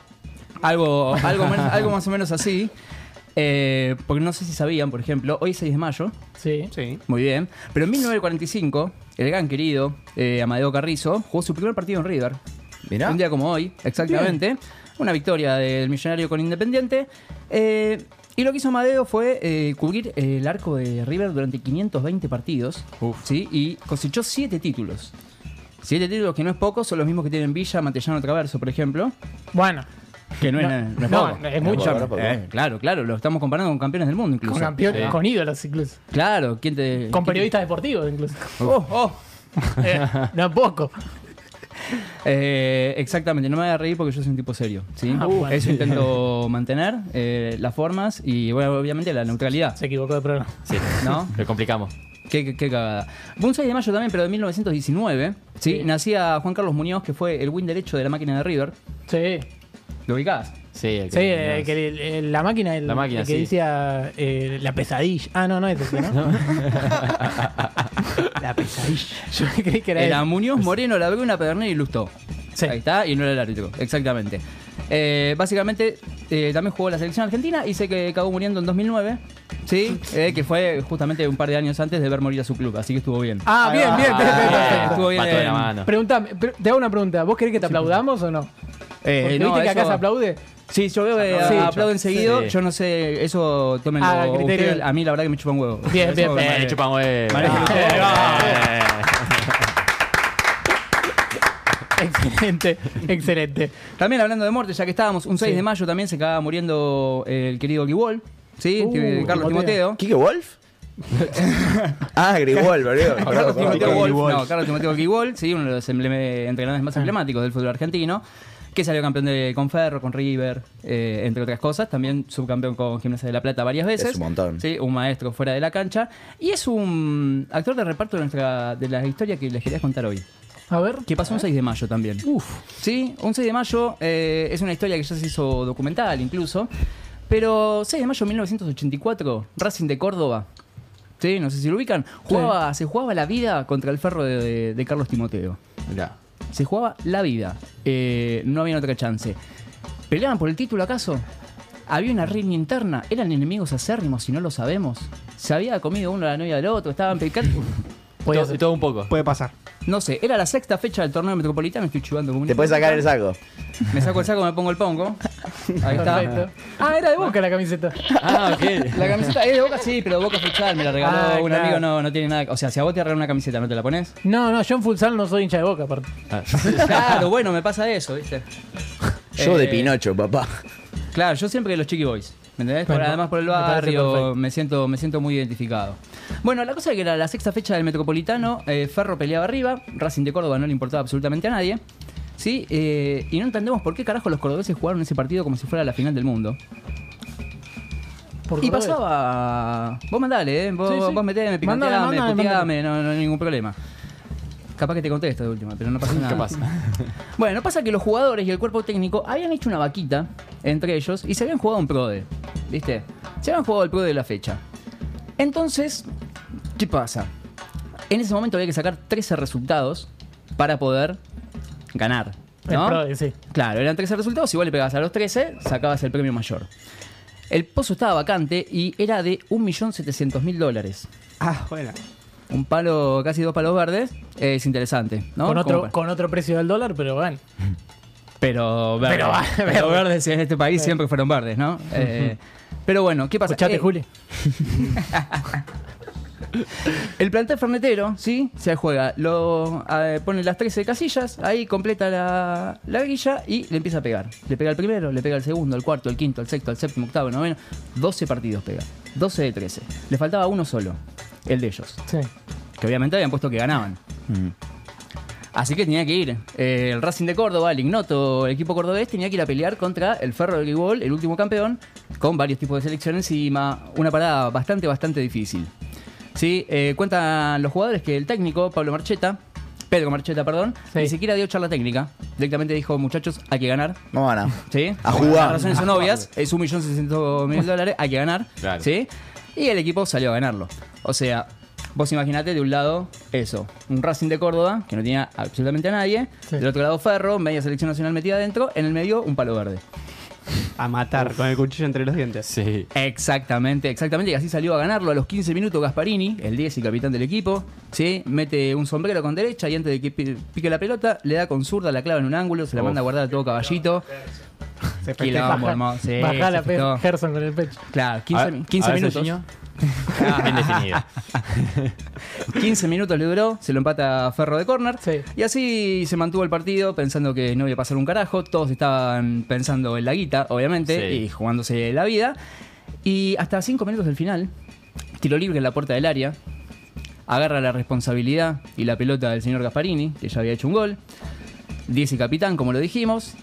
A: algo, algo, men- algo más o menos así. Eh, porque no sé si sabían, por ejemplo, hoy es 6 de mayo.
G: Sí.
A: Muy bien. Pero en 1945, el gran querido eh, Amadeo Carrizo jugó su primer partido en River. Un día como hoy, exactamente. Una victoria del millonario con Independiente. Eh, y lo que hizo Amadeo fue eh, cubrir el arco de River durante 520 partidos. ¿sí? Y cosechó 7 títulos. 7 títulos que no es poco, son los mismos que tienen Villa, Matellano Traverso, por ejemplo.
G: Bueno.
A: Que no, es,
G: No,
A: na- no es
G: no,
A: poco.
G: es mucho.
A: poco, no es poco. Eh, claro, claro, lo estamos comparando con campeones del mundo incluso.
G: Con campeones,
A: Sí.
G: con ídolos incluso.
A: Claro, ¿quién te...?
G: Con
A: quién te-
G: periodistas deportivos incluso.
A: Oh, oh.
G: no poco.
A: Eh, exactamente, no me voy a reír porque yo soy un tipo serio. ¿sí? Uh,
G: Ah, bueno.
A: Eso intento mantener, eh, las formas y bueno, obviamente la neutralidad.
G: Se equivocó de programa.
C: Sí.
A: ¿No?
C: Lo complicamos.
A: Qué, qué- qué cagada. Fue Un 6 de mayo también, pero de 1919. ¿sí? Nacía Juan Carlos Muñoz, que fue el win derecho de la máquina de River.
G: Sí.
A: ¿Lo ubicás?
C: Sí, el
G: Sí, eh, que el- el- la máquina, el,
A: La máquina,
G: el que
A: sí.
G: decía eh, la pesadilla. Ah, no, no es ese, ¿no? la pesadilla. Yo creí que era
A: Era
G: ese.
A: Muñoz Moreno, la Bruna, Pedernera y Lustó. Ahí está, y no era el árbitro, exactamente. Eh, básicamente, eh, también jugó la selección argentina y sé que acabó muriendo en 2009, ¿sí? Eh, que fue justamente un par de años antes de ver morir a su club, así que estuvo bien.
G: Ah, bien, bien, bien, bien, perfecto.
A: Estuvo bien.
C: Pato de la
G: Preguntame, pre- te hago una pregunta. ¿Vos querés que te aplaudamos o no?
A: Eh,
G: Porque
A: no,
G: ¿Viste que acá
A: eso-
G: se aplaude? Ah,
A: Sí, yo veo que
G: Sí.
A: aplauden seguido.
G: Sí.
A: Yo no sé, eso tómenlo
G: Ah, criterio.
A: ustedes. A mí la verdad que me chupan huevo.
G: Bien, bien, Ah, bien.
C: Eh, chupan huevo.
G: Excelente, excelente.
A: También hablando de muerte, ya que estábamos, un 6
G: Sí.
A: de mayo también se acaba muriendo eh, el querido Guibol. ¿Sí?
G: Uh,
A: Que- Carlos
G: Timoteo.
A: Timoteo. Eh,
E: ¿Kike Wolf? ah, Grigol, boludo.
A: Carlos
E: Perdón,
A: Timoteo
E: perdón.
A: Wolf, no, Carlos Timoteo Guibol, sí, uno de los embleme- entrenadores
G: Ah.
A: más emblemáticos del fútbol argentino, que salió campeón de, con Ferro, con River, eh, entre otras cosas, también subcampeón con Gimnasia de la Plata varias veces.
E: Es un montón.
A: Sí, un maestro fuera de la cancha. Y es un actor de reparto de, nuestra, de la historia que les quería contar hoy.
G: A ver.
A: Que pasó un 6 de mayo también.
G: Uf.
A: Sí, un 6 de mayo eh, es una historia que ya se hizo documental incluso. Pero 6 de mayo de 1984, Racing de Córdoba. Sí, no sé si lo ubican. Jugaba, Se jugaba la vida contra el ferro de, de- de Carlos Timoteo. Se jugaba la vida. Eh, no había otra chance. ¿Peleaban por el título acaso? Había una riña interna, eran enemigos acérrimos si no lo sabemos. Se había comido uno a la novia del otro, estaban pecando. Puede
C: To- todo un poco.
B: Puede pasar.
A: No sé, era la sexta fecha del torneo metropolitano, estoy chivando como un
E: Te puedes sacar el saco.
A: Me saco el saco, me pongo el pongo.
G: Perfecto.
A: Ahí está.
G: Ah, era de Boca la camiseta.
A: Ah, ok. La camiseta es de Boca, sí, pero Boca Futsal me la regaló
G: Ah,
A: un
G: claro.
A: amigo, no, no tiene nada. que- O sea, si a vos te regalan una camiseta, ¿no te la pones?
G: No, no, yo en futsal no soy hincha de Boca, aparte.
A: Claro, bueno, me pasa eso, ¿viste?
E: Yo de
A: Eh,
E: Pinocho, papá.
A: Claro, yo siempre que los Chiqui Boys. ¿Me entendés?
E: Bueno,
A: Por- además por el
E: me parece
A: barrio,
E: perfecto.
A: me siento, me siento muy identificado. Bueno, la cosa es que era la sexta fecha del Metropolitano, eh, Ferro peleaba arriba, Racing de Córdoba no le importaba absolutamente a nadie. ¿sí? Eh, y no entendemos por qué carajo los cordobeses jugaron ese partido como si fuera la final del mundo.
G: Por
A: y
G: Cordobés.
A: pasaba. Vos mandale, ¿eh? Vos,
G: Sí, sí.
A: vos meteme, picanteame,
G: Mándala, mándala,
A: puteame, no, no hay ningún problema. Capaz que te contesto de última, pero no pasa nada.
C: Capaz.
A: Bueno, pasa que los jugadores y el cuerpo técnico habían hecho una vaquita entre ellos y se habían jugado un PRODE. ¿Viste? Se habían jugado el PRODE de la fecha. Entonces, ¿qué pasa? En ese momento había que sacar 13 resultados para poder ganar. ¿no?
G: El PRODE, sí.
A: Claro, eran 13 resultados, igual le pegabas a los 13, sacabas el premio mayor. El pozo estaba vacante y era de 1.700.000 dólares.
D: Ah, bueno.
A: Un palo, casi dos palos verdes, es interesante, ¿no?
G: Con,
A: Como
G: otro,
A: pa-
G: con otro precio del dólar, pero bueno.
A: Pero verdes.
G: Pero va-
A: Pero
G: pero-
A: verdes en este país siempre fueron verdes, ¿no? Eh, pero bueno, ¿qué pasa?
G: Escuchate,
A: Eh,
G: Juli.
A: El plantel fernetero, ¿sí? Se juega, lo eh, pone las 13 casillas, ahí completa la, la grilla y le empieza a pegar. Le pega el primero, le pega el segundo, el cuarto, el quinto, el sexto, el séptimo, octavo, el noveno. 12 partidos pega. 12 de 13. Le faltaba uno solo, el de ellos.
G: Sí.
A: Que obviamente habían puesto que ganaban.
G: Mm.
A: Así que tenía que ir. Eh, el Racing de Córdoba, el Ignoto, el equipo cordobés, tenía que ir a pelear contra el Ferro del Gol, el último campeón, con varios tipos de selección encima. Una parada bastante, bastante difícil. Sí, eh, cuentan los jugadores que el técnico, Pablo Marcheta, Pedro Marcheta, perdón, ni siquiera dio charla técnica. Directamente dijo, muchachos, hay que ganar.
E: Vamos a ganar.
A: ¿Sí?
E: A
A: Las
E: jugar.
A: razones son obvias. Es un millón seiscientos mil dólares. Hay que ganar.
C: Claro.
A: ¿Sí? Y el equipo salió a ganarlo. O sea, vos imaginate de un lado eso. Un Racing de Córdoba, que no tenía absolutamente a nadie. Del otro lado Ferro, media selección nacional metida adentro. En el medio, un palo verde.
D: A matar con el cuchillo entre los dientes.
C: Sí.
A: Exactamente, exactamente. Y así salió a ganarlo a los 15 minutos Gasparini, el 10 y capitán del equipo. ¿sí? Mete un sombrero con derecha y antes de que pi- pique la pelota, le da con zurda la clava en un ángulo, se la
C: Uf.
A: manda a guardar a todo caballito.
G: Se
A: Quilombo, hermoso. Sí,
G: Este, Baja
A: se
G: la
A: festejó.
G: pe- Gerson con el pecho.
A: Claro, 15,
G: A ver,
A: 15
G: a ver,
A: minutos. Ah,
G: Serginho.
C: Bien definido.
A: 15 minutos le duró, se lo empata Ferro de córner. Y así se mantuvo el partido pensando que no iba a pasar un carajo. Todos estaban pensando en la guita, obviamente,
C: Sí.
A: y jugándose la vida. Y hasta 5 minutos del final, tiro libre en la puerta del área. Agarra la responsabilidad y la pelota del señor Gasparini, que ya había hecho un gol. 10 y capitán, como lo dijimos.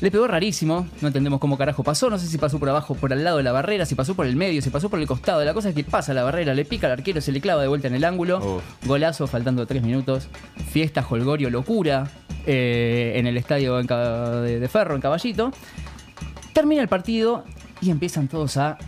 A: Le pegó rarísimo, no entendemos cómo carajo pasó, no sé si pasó por abajo, por al lado de la barrera, si pasó por el medio, si pasó por el costado, la cosa es que pasa la barrera, le pica al arquero, se le clava de vuelta en el ángulo, golazo faltando tres minutos, fiesta, holgorio, locura, eh, en el estadio en Ca- de, de Ferro, en Caballito. Termina el partido y empiezan todos a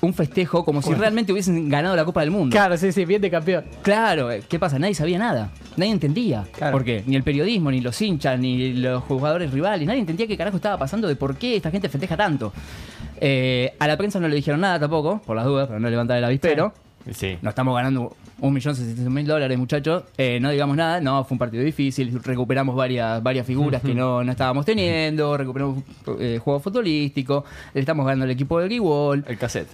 A: un festejo como si
G: Bueno.
A: realmente hubiesen ganado la Copa del Mundo.
G: Claro, sí, sí, bien de campeón.
A: Claro, eh, ¿qué pasa? Nadie sabía nada. Nadie entendía. ¿Por qué? Ni el periodismo, ni los hinchas, ni los jugadores rivales. Nadie entendía qué carajo estaba pasando, de por qué esta gente festeja tanto. Eh, a la prensa no le dijeron nada tampoco, por las dudas, para no levantar el avispero.
C: Sí.
A: No estamos ganando un millón setecientos mil dólares, muchachos. Eh, no digamos nada. No, fue un partido difícil. Recuperamos varias, varias figuras que no, no estábamos teniendo. Recuperamos eh, juego futbolístico. Le estamos ganando al equipo del Gigol.
C: El cassette.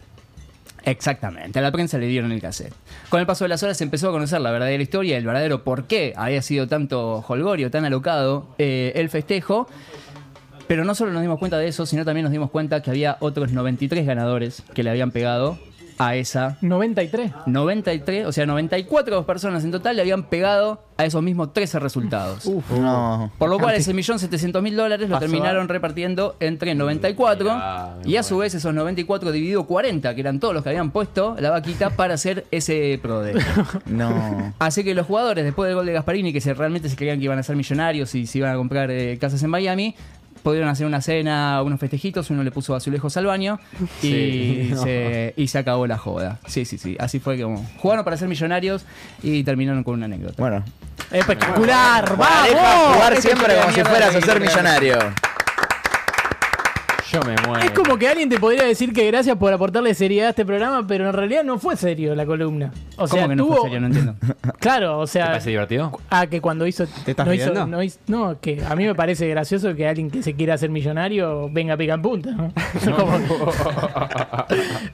A: Exactamente, a la prensa le dieron el cassette. Con el paso de las horas se empezó a conocer la verdadera historia, el verdadero por qué había sido tanto holgorio, tan alocado eh, el festejo. Pero no solo nos dimos cuenta de eso, sino también nos dimos cuenta que había otros 93 ganadores que le habían pegado a esa
G: 93.
A: 93, o sea, 94 personas en total le habían pegado a esos mismos 13 resultados.
E: No.
A: Por lo cual ese millón setecientos mil dólares lo
E: Pasó
A: terminaron repartiendo entre 94 y a su vez esos 94 dividido 40, que eran todos los que habían puesto la vaquita para hacer ese PRODE.
E: No.
A: Así que los jugadores, después del gol de Gasparini, que se, realmente se creían que iban a ser millonarios y se iban a comprar eh, casas en Miami, pudieron hacer una cena, unos festejitos, uno le puso azulejos al baño y,
C: Sí.
A: se, y se acabó la joda. Sí, sí, sí. Así fue como jugaron para ser millonarios y terminaron con una anécdota.
E: Bueno.
G: Espectacular,
E: Bueno,
G: vamos. Este
E: deja jugar
A: Ese
E: siempre
A: tipo de
E: como si
A: mierda
E: fueras
A: de
E: a ser
A: mierda.
E: millonario.
C: Yo me muero.
G: Es como que alguien te podría decir que gracias por aportarle seriedad a este programa, pero en realidad no fue serio la columna. O sea,
A: ¿Cómo que no
G: tuvo.
A: fue serio? No entiendo.
G: Claro, o
C: ¿Te
G: sea.
C: parece divertido?
G: Ah, que cuando hizo.
C: estás
G: no, hizo-
C: riendo?
G: no hizo- no, que a mí me parece gracioso que alguien que se quiera hacer millonario venga a pica en punta. ¿no?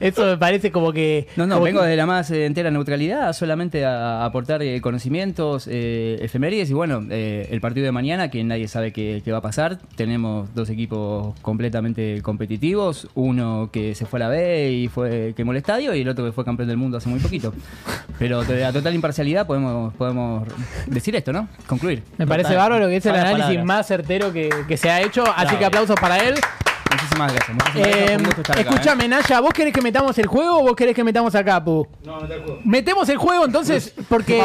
G: Eso me parece como que.
A: No, no,
G: como
A: vengo
G: que-
A: de la más eh, entera neutralidad, solamente a, a aportar eh, conocimientos, eh, efemérides y bueno, eh, el partido de mañana, que nadie sabe qué, qué va a pasar. Tenemos dos equipos completamente competitivos, uno que se fue a la B y fue quemó el estadio y el otro que fue campeón del mundo hace muy poquito. Pero de la total imparcialidad podemos, podemos decir esto, ¿no? Concluir.
G: Me parece bárbaro que es el análisis más certero que, que se ha hecho, así
A: Bravo.
G: que aplausos para él.
A: Muchísimas gracias. muchísimas gracias,
G: Eh,
A: fue un gusto estar acá, ¿eh?
G: escúchame, Naya, ¿vos querés que metamos el juego o vos querés que metamos a Capu? No, meter el juego. Metemos el juego entonces, porque.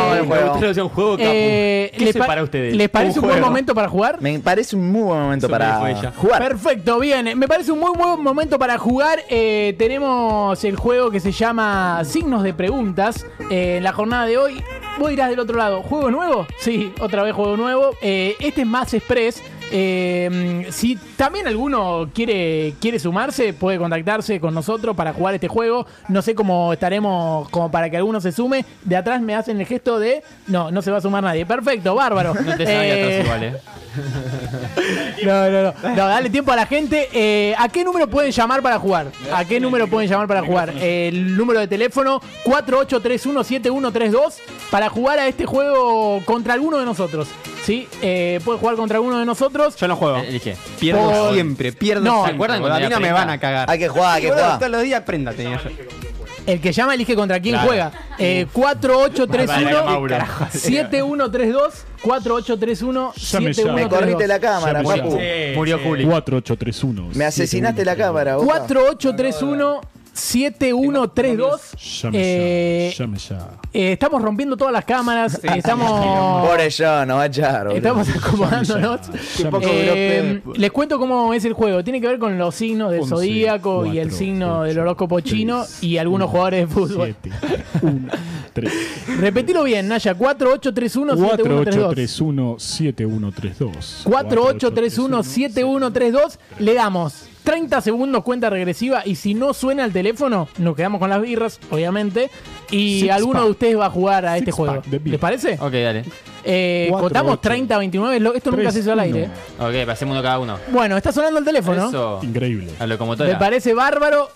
C: Ustedes hacen un juego, Capu.
G: Eh,
C: ¿Qué
G: ¿les
C: es
G: pa-
C: para ustedes?
G: ¿Les parece un, buen momento para jugar?
E: Me parece un muy buen momento
C: Eso me
E: para
C: dijo ella.
E: jugar.
G: Perfecto, bien. Me parece un muy buen momento para jugar. Eh, tenemos el juego que se llama Signos de Preguntas. Eh, en la jornada de hoy, vos dirás del otro lado, ¿juego nuevo? Sí, otra vez juego nuevo. Eh, este es más express. Eh, si también alguno quiere, quiere sumarse, puede contactarse con nosotros para jugar este juego. No sé cómo estaremos, como para que alguno se sume. De atrás me hacen el gesto de, no, no se va a sumar nadie. Perfecto, bárbaro.
C: No te salga
G: Eh,
C: atrás igual, eh.
G: no, no, no. No, dale tiempo a la gente. Eh, ¿A qué número pueden llamar para jugar? ¿A qué número pueden llamar para jugar? El número de teléfono 48317132 para jugar a este juego contra alguno de nosotros. ¿Sí? Eh, puede jugar contra alguno de nosotros. Yo no juego.
C: Elige.
D: Eh, Pierdo siempre, pierdo
G: No,
D: siempre.
G: ¿se acuerdan
D: boludo. A
G: cuando
D: mí no
G: era
D: me
G: prenda?
D: van a cagar.
G: Hay que jugar, hay que
D: Y, boludo,
G: jugar.
D: Todos los días prenda tenía yo.
G: El que llama elige contra quién
D: Claro.
G: juega. Eh,
D: Vale, vale, Mauro.
G: 4831 7132 4831
E: Me corriste la cámara, papu.
L: Murió
G: Juli.
L: 4831.
E: Me asesinaste la cámara, vos.
G: 4831 7132
L: Llame
G: eh,
L: ya, llame ya.
G: eh, estamos rompiendo todas las cámaras, eh, estamos,
E: Pobre yo, no va a echar, boludo.
G: estamos acomodándonos.
E: Qué poco
G: Eh,
E: europeo.
G: les cuento cómo es el juego. Tiene que ver con los signos del
E: Once,
G: zodíaco y el signo del horóscopo chino y algunos jugadores de fútbol. Repetilo bien, Naya.
L: 4831-7132.
G: 4831-7132. 4831-7132. Le damos 30 segundos cuenta regresiva y si no suena el teléfono, nos quedamos con las birras, obviamente. Y
L: Six
G: alguno
L: pack.
G: de ustedes va a jugar a este juego.
L: pack de birra.
G: ¿Les parece?
C: Ok, dale.
G: Eh,
C: Cuatro,
G: contamos
C: ocho.
G: 30-29. lo- Esto nunca se hizo al aire. ¿eh?
C: Ok, hacemos uno cada uno.
G: Bueno, está sonando el teléfono.
C: Eso. Increíble. A locomotora.
G: Me parece bárbaro.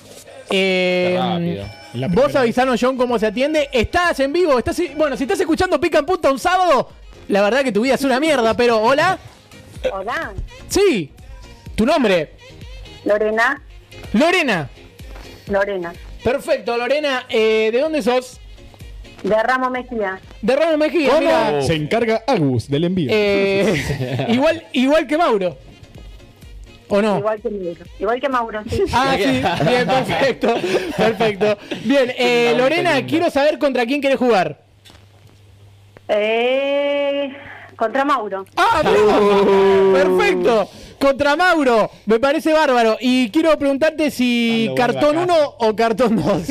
G: Eh,
C: Rápido. La
G: vos avisanos, John, cómo se atiende. Estás en vivo. estás Bueno, si estás escuchando Pica en Punta un sábado, la verdad que tu vida es una mierda, pero hola.
M: Hola,
G: Sí. ¿Tu nombre?
M: Lorena,
G: Lorena.
M: Lorena,
G: Perfecto, Lorena. Eh, ¿De dónde sos?
M: de Ramos Mejía.
G: De Ramos Mejía. mira.
L: Se encarga Agus del envío.
G: Eh, igual, igual que Mauro. ¿O no?
M: Igual que Mauro. Igual que Mauro, sí.
G: Ah, sí, bien, perfecto, perfecto. Bien, eh,
M: bonita
G: Lorena,
M: linda.
G: quiero saber contra quién quieres jugar.
M: Eh, contra Mauro.
G: ¡Ah, mira! Perfecto. Contra Mauro, me parece bárbaro. Y quiero preguntarte si
M: Cuando vuelva
G: cartón
M: a
G: 1 o cartón 2.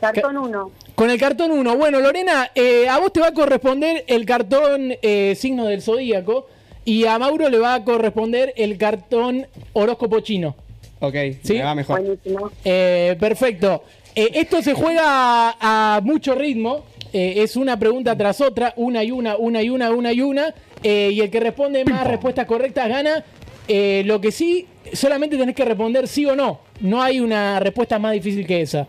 M: Cartón 1.
G: Con el cartón 1. Bueno, Lorena, eh, a vos te va a corresponder el cartón eh, signo del zodíaco y a Mauro le va a corresponder el cartón horóscopo chino.
D: Ok, me va mejor.
G: Eh, perfecto. Eh, esto se juega a, a mucho ritmo. Eh, es una pregunta tras otra, una y una, una y una, una y una. Eh, y el que responde más respuestas correctas gana. Eh, lo que sí, solamente tenés que responder sí o no. No hay una respuesta más difícil que esa.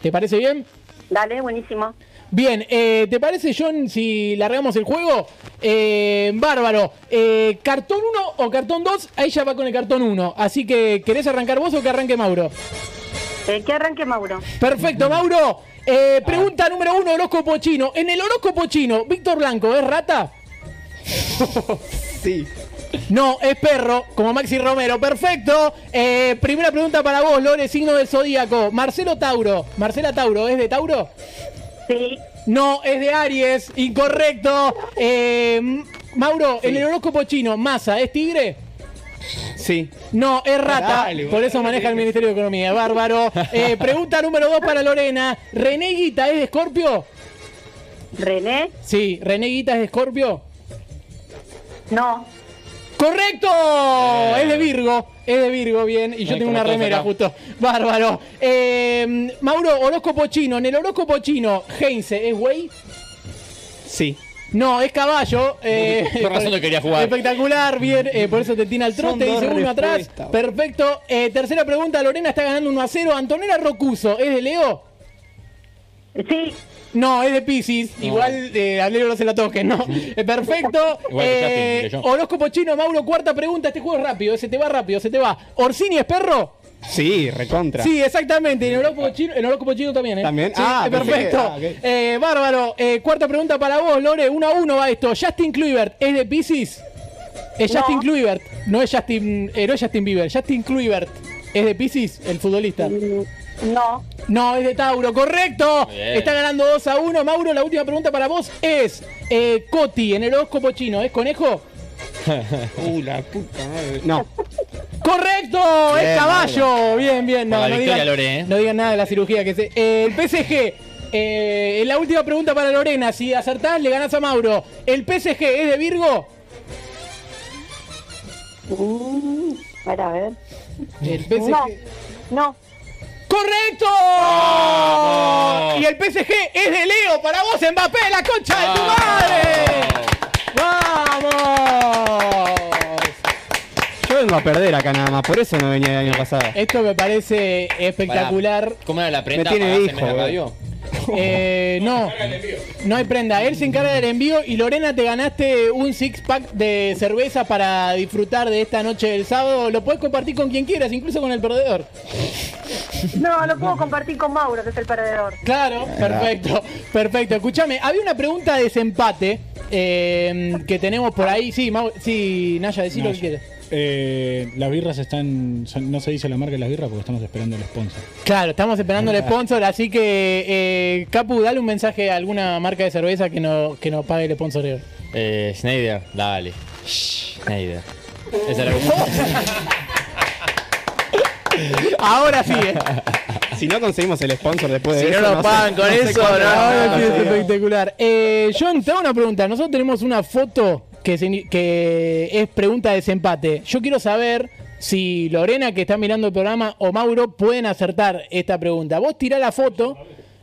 G: ¿Te parece bien?
M: Dale, buenísimo.
G: Bien, eh, ¿te parece, John, si largamos el juego? Eh, bárbaro. Eh, ¿Cartón 1 o cartón 2? Ahí ya va con el cartón 1. Así que, ¿querés arrancar vos o que arranque Mauro?
M: Eh, que arranque Mauro.
G: Perfecto, Mauro. Eh, pregunta número uno, horóscopo chino. En el horóscopo chino, Víctor Blanco, ¿es rata?
D: Sí.
G: No, es perro, como Maxi Romero. Perfecto. Eh, primera pregunta para vos, Lore, signo del zodíaco. Marcelo Tauro. Marcela Tauro, ¿es de Tauro?
M: Sí.
G: No, es de Aries. Incorrecto. Eh, Mauro, en el horóscopo chino, masa, ¿es tigre?
D: Sí.
G: No, es rata.
D: Dale,
G: por eso maneja el Ministerio de Economía. Bárbaro. Eh, pregunta número dos para Lorena. ¿René Guita es de Escorpio?
M: ¿René?
G: Sí, ¿René Guita es de Escorpio?
M: No.
G: ¡Correcto! Es de Virgo, es de Virgo, bien. Y yo
A: Eh,
G: tengo
A: como
G: una
A: todos
G: remera
A: acá.
G: justo. Bárbaro. Eh, Mauro, horóscopo chino. En el horóscopo chino, Heinze, ¿es güey? Sí. No, es caballo. eh,
N: Por razón no quería jugar.
G: Espectacular, bien. eh, por eso te tiene al
N: Son
G: trote. Dice
N: dos
G: uno atrás.
N: respuestas.
G: Perfecto. Eh, tercera pregunta, Lorena está ganando 1 a 0. Antonella Rocuso, ¿es de Leo? Sí. No, es de Pisces. Igual eh, a Leo no se la toquen, ¿no? Eh, Perfecto.
N: Igual que
G: Eh,
N: Justin, que yo.
G: horóscopo chino, Mauro, cuarta pregunta. Este juego es rápido, se te va rápido, se te va. ¿Orsini es perro?
N: Sí, recontra.
G: Sí, exactamente. En horóscopo chino, en horóscopo chino también, ¿eh?
N: También.
G: Sí,
N: Ah,
G: eh, perfecto.
N: pensé
G: Eh, bárbaro. Eh, cuarta pregunta para vos, Lore. Uno a uno va esto. Justin Kluivert, ¿es de Pisces? Es
M: No.
G: Justin Kluivert. No es Justin, eh, no es Justin Bieber. Justin Kluivert. ¿Es de Pisces, el futbolista?
M: Mm, No.
G: No, es de Tauro, correcto.
M: Bien.
G: Está ganando 2 a 1. Mauro, la última pregunta para vos es: eh, Coti, en el horóscopo chino, ¿es conejo?
N: uh, la puta madre. No.
G: ¡Correcto!
N: Bien,
G: ¡Es caballo! Bien, bien. No,
N: Por la
G: no
N: victoria,
G: digan,
N: Lore, ¿eh?
G: no digan nada de la cirugía que se. Eh, el PSG. eh, la última pregunta para Lorena. Si acertás, le ganás a Mauro. ¿El PSG es de Virgo?
M: Mm, para ver.
G: El PSG.
M: No. No.
G: ¡Correcto! ¡Oh! Y el PSG es de Leo. Para vos, Mbappé, la concha de tu madre. ¡Vamos!
D: Yo vengo a perder acá nada más, por eso no venía el año pasado.
G: Esto me parece espectacular.
N: ¿Cómo era la
D: Me
N: prenda
D: tiene
N: para hacerme
D: hijo,
N: la
D: boludo.
N: radio?
G: Eh, no, no hay prenda. Él se encarga del envío y Lorena te ganaste un six pack de cerveza para disfrutar de esta noche del sábado. Lo puedes compartir con quien quieras, incluso con el perdedor.
M: No, lo puedo compartir con Mauro, que es el perdedor.
G: Claro, perfecto, perfecto. Escúchame, había una pregunta de desempate eh, que tenemos por ahí. Sí, Mau- sí, Naya, decí lo que
L: Naya.
G: quieras.
L: Eh, las birras están. son- no se dice la marca de las birras porque estamos esperando el sponsor.
G: Claro, estamos esperando el sponsor, así que eh, Capu, dale un mensaje a alguna marca de cerveza que nos que nos pague el sponsoreo.
C: Eh, Schneider, dale. Schneider. Esa era
G: Ahora sí, eh.
D: Si no conseguimos el sponsor después de
N: Si no
D: eso.
N: nos
D: sé-
N: pagan con
D: sé
N: eso,
D: cuándo
N: no,
D: nos
N: no,
D: pagan.
G: Sí, es espectacular. Eh, John, te hago una pregunta. Nosotros tenemos una foto que, se- que es pregunta de desempate. Yo quiero saber si Lorena, que está mirando el programa, o Mauro pueden acertar esta pregunta. Vos tirá la foto.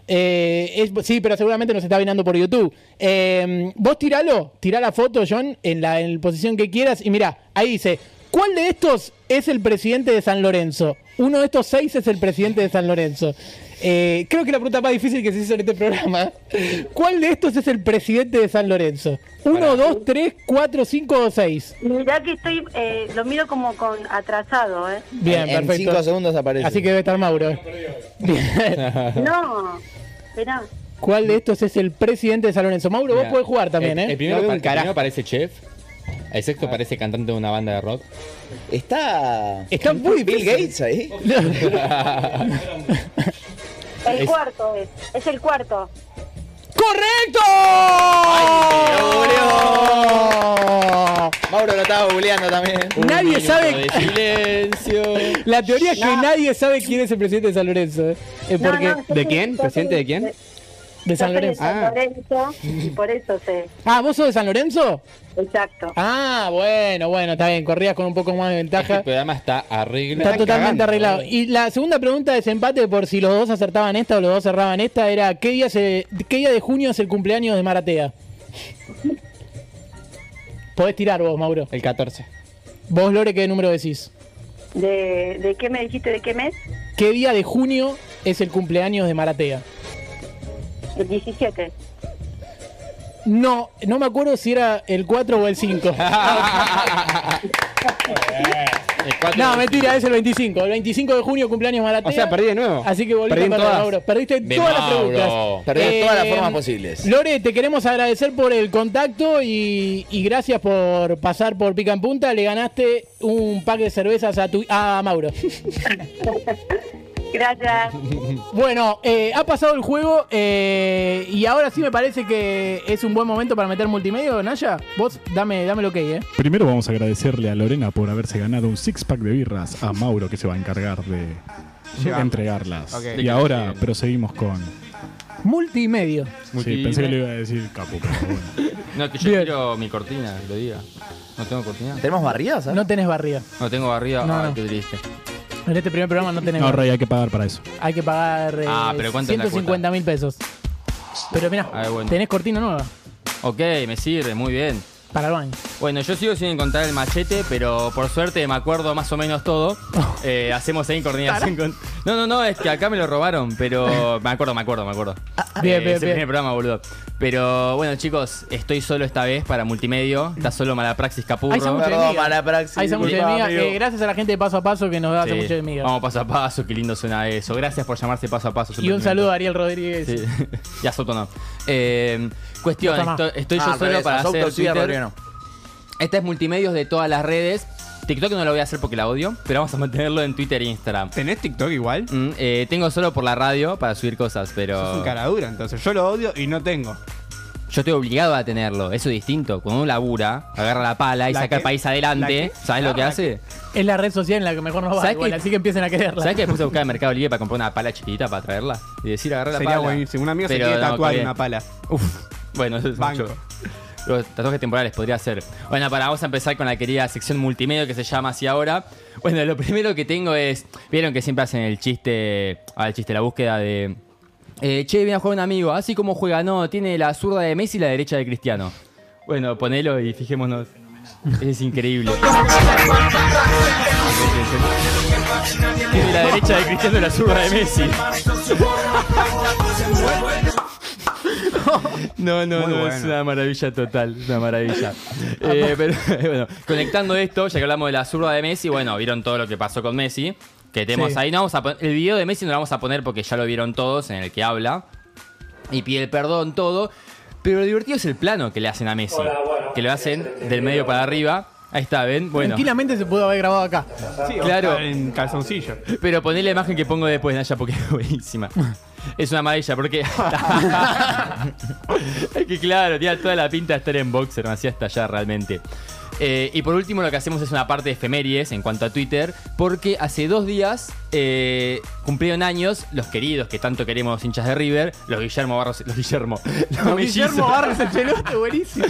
G: eh, es- sí, pero seguramente nos está mirando por YouTube. Eh, vos tiralo, tirá la foto, John, en la en la posición que quieras. Y mirá, ahí dice: ¿Cuál de estos es el presidente de San Lorenzo? Uno de estos seis es el presidente de San Lorenzo. Eh, creo que la pregunta más difícil que se hizo en este programa. ¿Cuál de estos es el presidente de San Lorenzo? Uno, dos, tres, cuatro, cinco o seis.
M: Mirá que estoy, eh, lo miro como con atrasado, ¿eh?
G: Bien,
E: En- en
G: perfecto.
E: cinco segundos aparece.
G: Así que debe estar Mauro. Bien.
M: No. Esperá.
G: ¿Cuál de estos es el presidente de San Lorenzo? Mauro, vos podés jugar también,
C: el,
G: ¿eh?
C: El primero,
G: No,
C: pa-
G: un
C: el
G: carajo.
C: primero parece chef. El sexto parece cantante de una banda de rock.
E: Ah. Está.
G: Está muy
E: Bill Gates ahí.
M: El
C: Es-
M: cuarto es. Es el cuarto.
G: ¡Correcto!
E: Mauro lo estaba googleando también.
G: Nadie sabe.
C: silencio.
G: La teoría es que nadie sabe quién es el presidente de San Lorenzo. ¿eh? Eh,
M: No,
G: porque-
M: no, yo soy- yo soy De, yo
G: De
M: soy
G: San Lorenzo.
M: San
G: Ah.
M: Lorenzo, y por eso sé.
G: Ah, ¿vos sos de San Lorenzo?
M: Exacto.
G: Ah, bueno, bueno, está bien. Corrías con un poco más de
C: El
G: ventaja.
C: programa está arreglado.
G: Está totalmente arreglado. Y la segunda pregunta de desempate, por si los dos acertaban esta o los dos cerraban esta, era ¿qué día, se, qué día de junio es el cumpleaños de Maratea? Podés tirar vos, Mauro.
D: El 14.
G: Vos, Lore, ¿qué número decís?
M: ¿De, ¿De qué me dijiste? ¿De qué mes?
G: ¿Qué día de junio es el cumpleaños de Maratea?
M: El 17.
G: No, no me acuerdo si era el 4 o el 5.
C: Eh,
G: no, mentira, es el 25. El 25 de junio cumpleaños Maratea.
D: O sea, perdí de nuevo.
G: Así que volviste
D: Perdí en
G: a perder,
D: todas.
G: Mauro. Perdiste
D: De
G: todas las
D: Mauro.
G: preguntas.
E: Perdí de
G: Eh,
E: todas las formas posibles.
G: Lore, te queremos agradecer por el contacto y, y gracias por pasar por Pica en Punta. Le ganaste un pack de cervezas a, tu, a Mauro.
M: Gracias.
G: Bueno, eh, ha pasado el juego eh, y ahora sí me parece que es un buen momento para meter multimedia, Naya. Vos dame, dame lo que hay, ¿eh?
L: Primero vamos a agradecerle a Lorena por haberse ganado un six pack de birras, a Mauro que se va a encargar de
G: Llevarlas.
L: entregarlas.
G: Ok.
L: Y ahora proseguimos con
F: Multimedio.
L: Sí, pensé que le iba a decir capo, pero bueno.
C: No, que yo quiero mi cortina, que lo diga. No tengo cortina.
E: ¿Tenemos barridas? eh?
G: No tenés barrida.
C: No tengo barriga.
G: No,
C: Ay,
G: no.
C: qué triste.
G: En este primer programa no tenés
L: No,
G: barrida.
L: Rey, hay que pagar para eso.
G: Hay que pagar eh,
C: Ah, pero ¿cuánto es la
G: 150 mil pesos. Pero mirá,
C: Ah, bueno.
G: tenés cortina nueva
C: Ok, me sirve, muy bien.
G: para el baño.
C: Bueno, yo sigo sin encontrar el machete, pero por suerte me acuerdo más o menos todo. Eh, hacemos ahí coordinación con... No, no, no, es que acá me lo robaron, pero me acuerdo, me acuerdo, me acuerdo.
G: Bien,
C: Eh,
G: Ah, bien,
C: es el
G: bien.
C: primer programa, boludo. Pero bueno, chicos, estoy solo esta vez para multimedio. Está solo Malapraxis Capurro.
G: Hay sándwiches de miga. Hay sándwiches de
C: Disculpa,
G: miga.
C: amigo.
G: eh, gracias a la gente de Paso a Paso que nos da
C: Sí.
G: sándwiches de miga.
C: Vamos paso a paso, qué lindo suena eso. Gracias por llamarse paso a
G: Y
C: paso.
G: un
C: suplemento.
G: saludo a Ariel Rodríguez.
C: Sí. y a Soto no. Eh, cuestión,
G: Soto no.
C: esto- estoy
G: Ah,
C: yo
G: al
C: solo
G: revés,
C: para
G: a Soto sí,
C: hacer
G: a
C: Twitter.
G: Rodrigo no.
C: Esta es multimedios de todas las redes. TikTok no lo voy a hacer porque la odio, pero vamos a mantenerlo en Twitter e Instagram. Mm, eh,
D: ¿Tenés TikTok igual?
C: tengo solo por la radio para subir cosas, pero...
D: Es un cara dura, entonces. Yo lo odio y no tengo.
C: Yo estoy obligado a tenerlo, eso es distinto. Cuando uno labura, agarra la pala y
G: ¿La
C: saca
G: qué?
C: el país adelante, ¿sabes lo que
D: Ah,
C: hace?
G: Es la red social en la que mejor nos va
C: ¿Sabes
G: igual,
C: qué?
G: así que empiecen a quererla.
C: ¿Sabes que después de buscar en Mercado Libre para comprar una pala chiquitita para traerla? Y decir, agarrar la
D: Sería
C: pala.
D: buenísimo. Un amigo se
C: Pero
D: quiere
C: no,
D: tatuar
C: está bien.
D: una pala.
C: Uf, bueno, eso es
D: Banco.
C: mucho. Los tatuajes temporales podría ser. Bueno, para vamos a empezar con la querida sección multimedia que se llama así ahora. Bueno, lo primero que tengo es. Vieron que siempre hacen el chiste. Ah, el chiste, la búsqueda de. eh, che, viene a jugar un amigo. Así como juega, no. Tiene la zurda de Messi y la derecha de Cristiano. Bueno, ponelo y fijémonos. Es increíble. Tiene la derecha de Cristiano y la zurda de Messi. No, no, no, es una maravilla total, es una maravilla. Eh, pero bueno, conectando esto, ya que hablamos de la zurda de Messi, bueno, vieron todo lo que pasó con Messi, que tenemos
G: Sí.
C: ahí, no vamos a pon- el video de Messi no lo vamos a poner porque ya lo vieron todos en el que habla y pide perdón todo, pero lo divertido es el plano que le hacen a Messi, que lo hacen del medio para arriba. Ahí está, ven, bueno.
G: Tranquilamente se pudo haber grabado acá.
C: Claro.
D: En calzoncillo.
C: Pero poné la imagen que pongo después, Naya, porque es buenísima. Es una maravilla, porque. es que claro, tiene toda la pinta de estar en boxer, me hacía estallar realmente. Eh, y por último, lo que hacemos es una parte de efemérides en cuanto a Twitter, porque hace dos días eh, cumplieron años los queridos que tanto queremos hinchas de River, los Guillermo Barros. Los Guillermo. Los
G: Guillermo
C: mellizos-
G: Barros el pelote, buenísimo.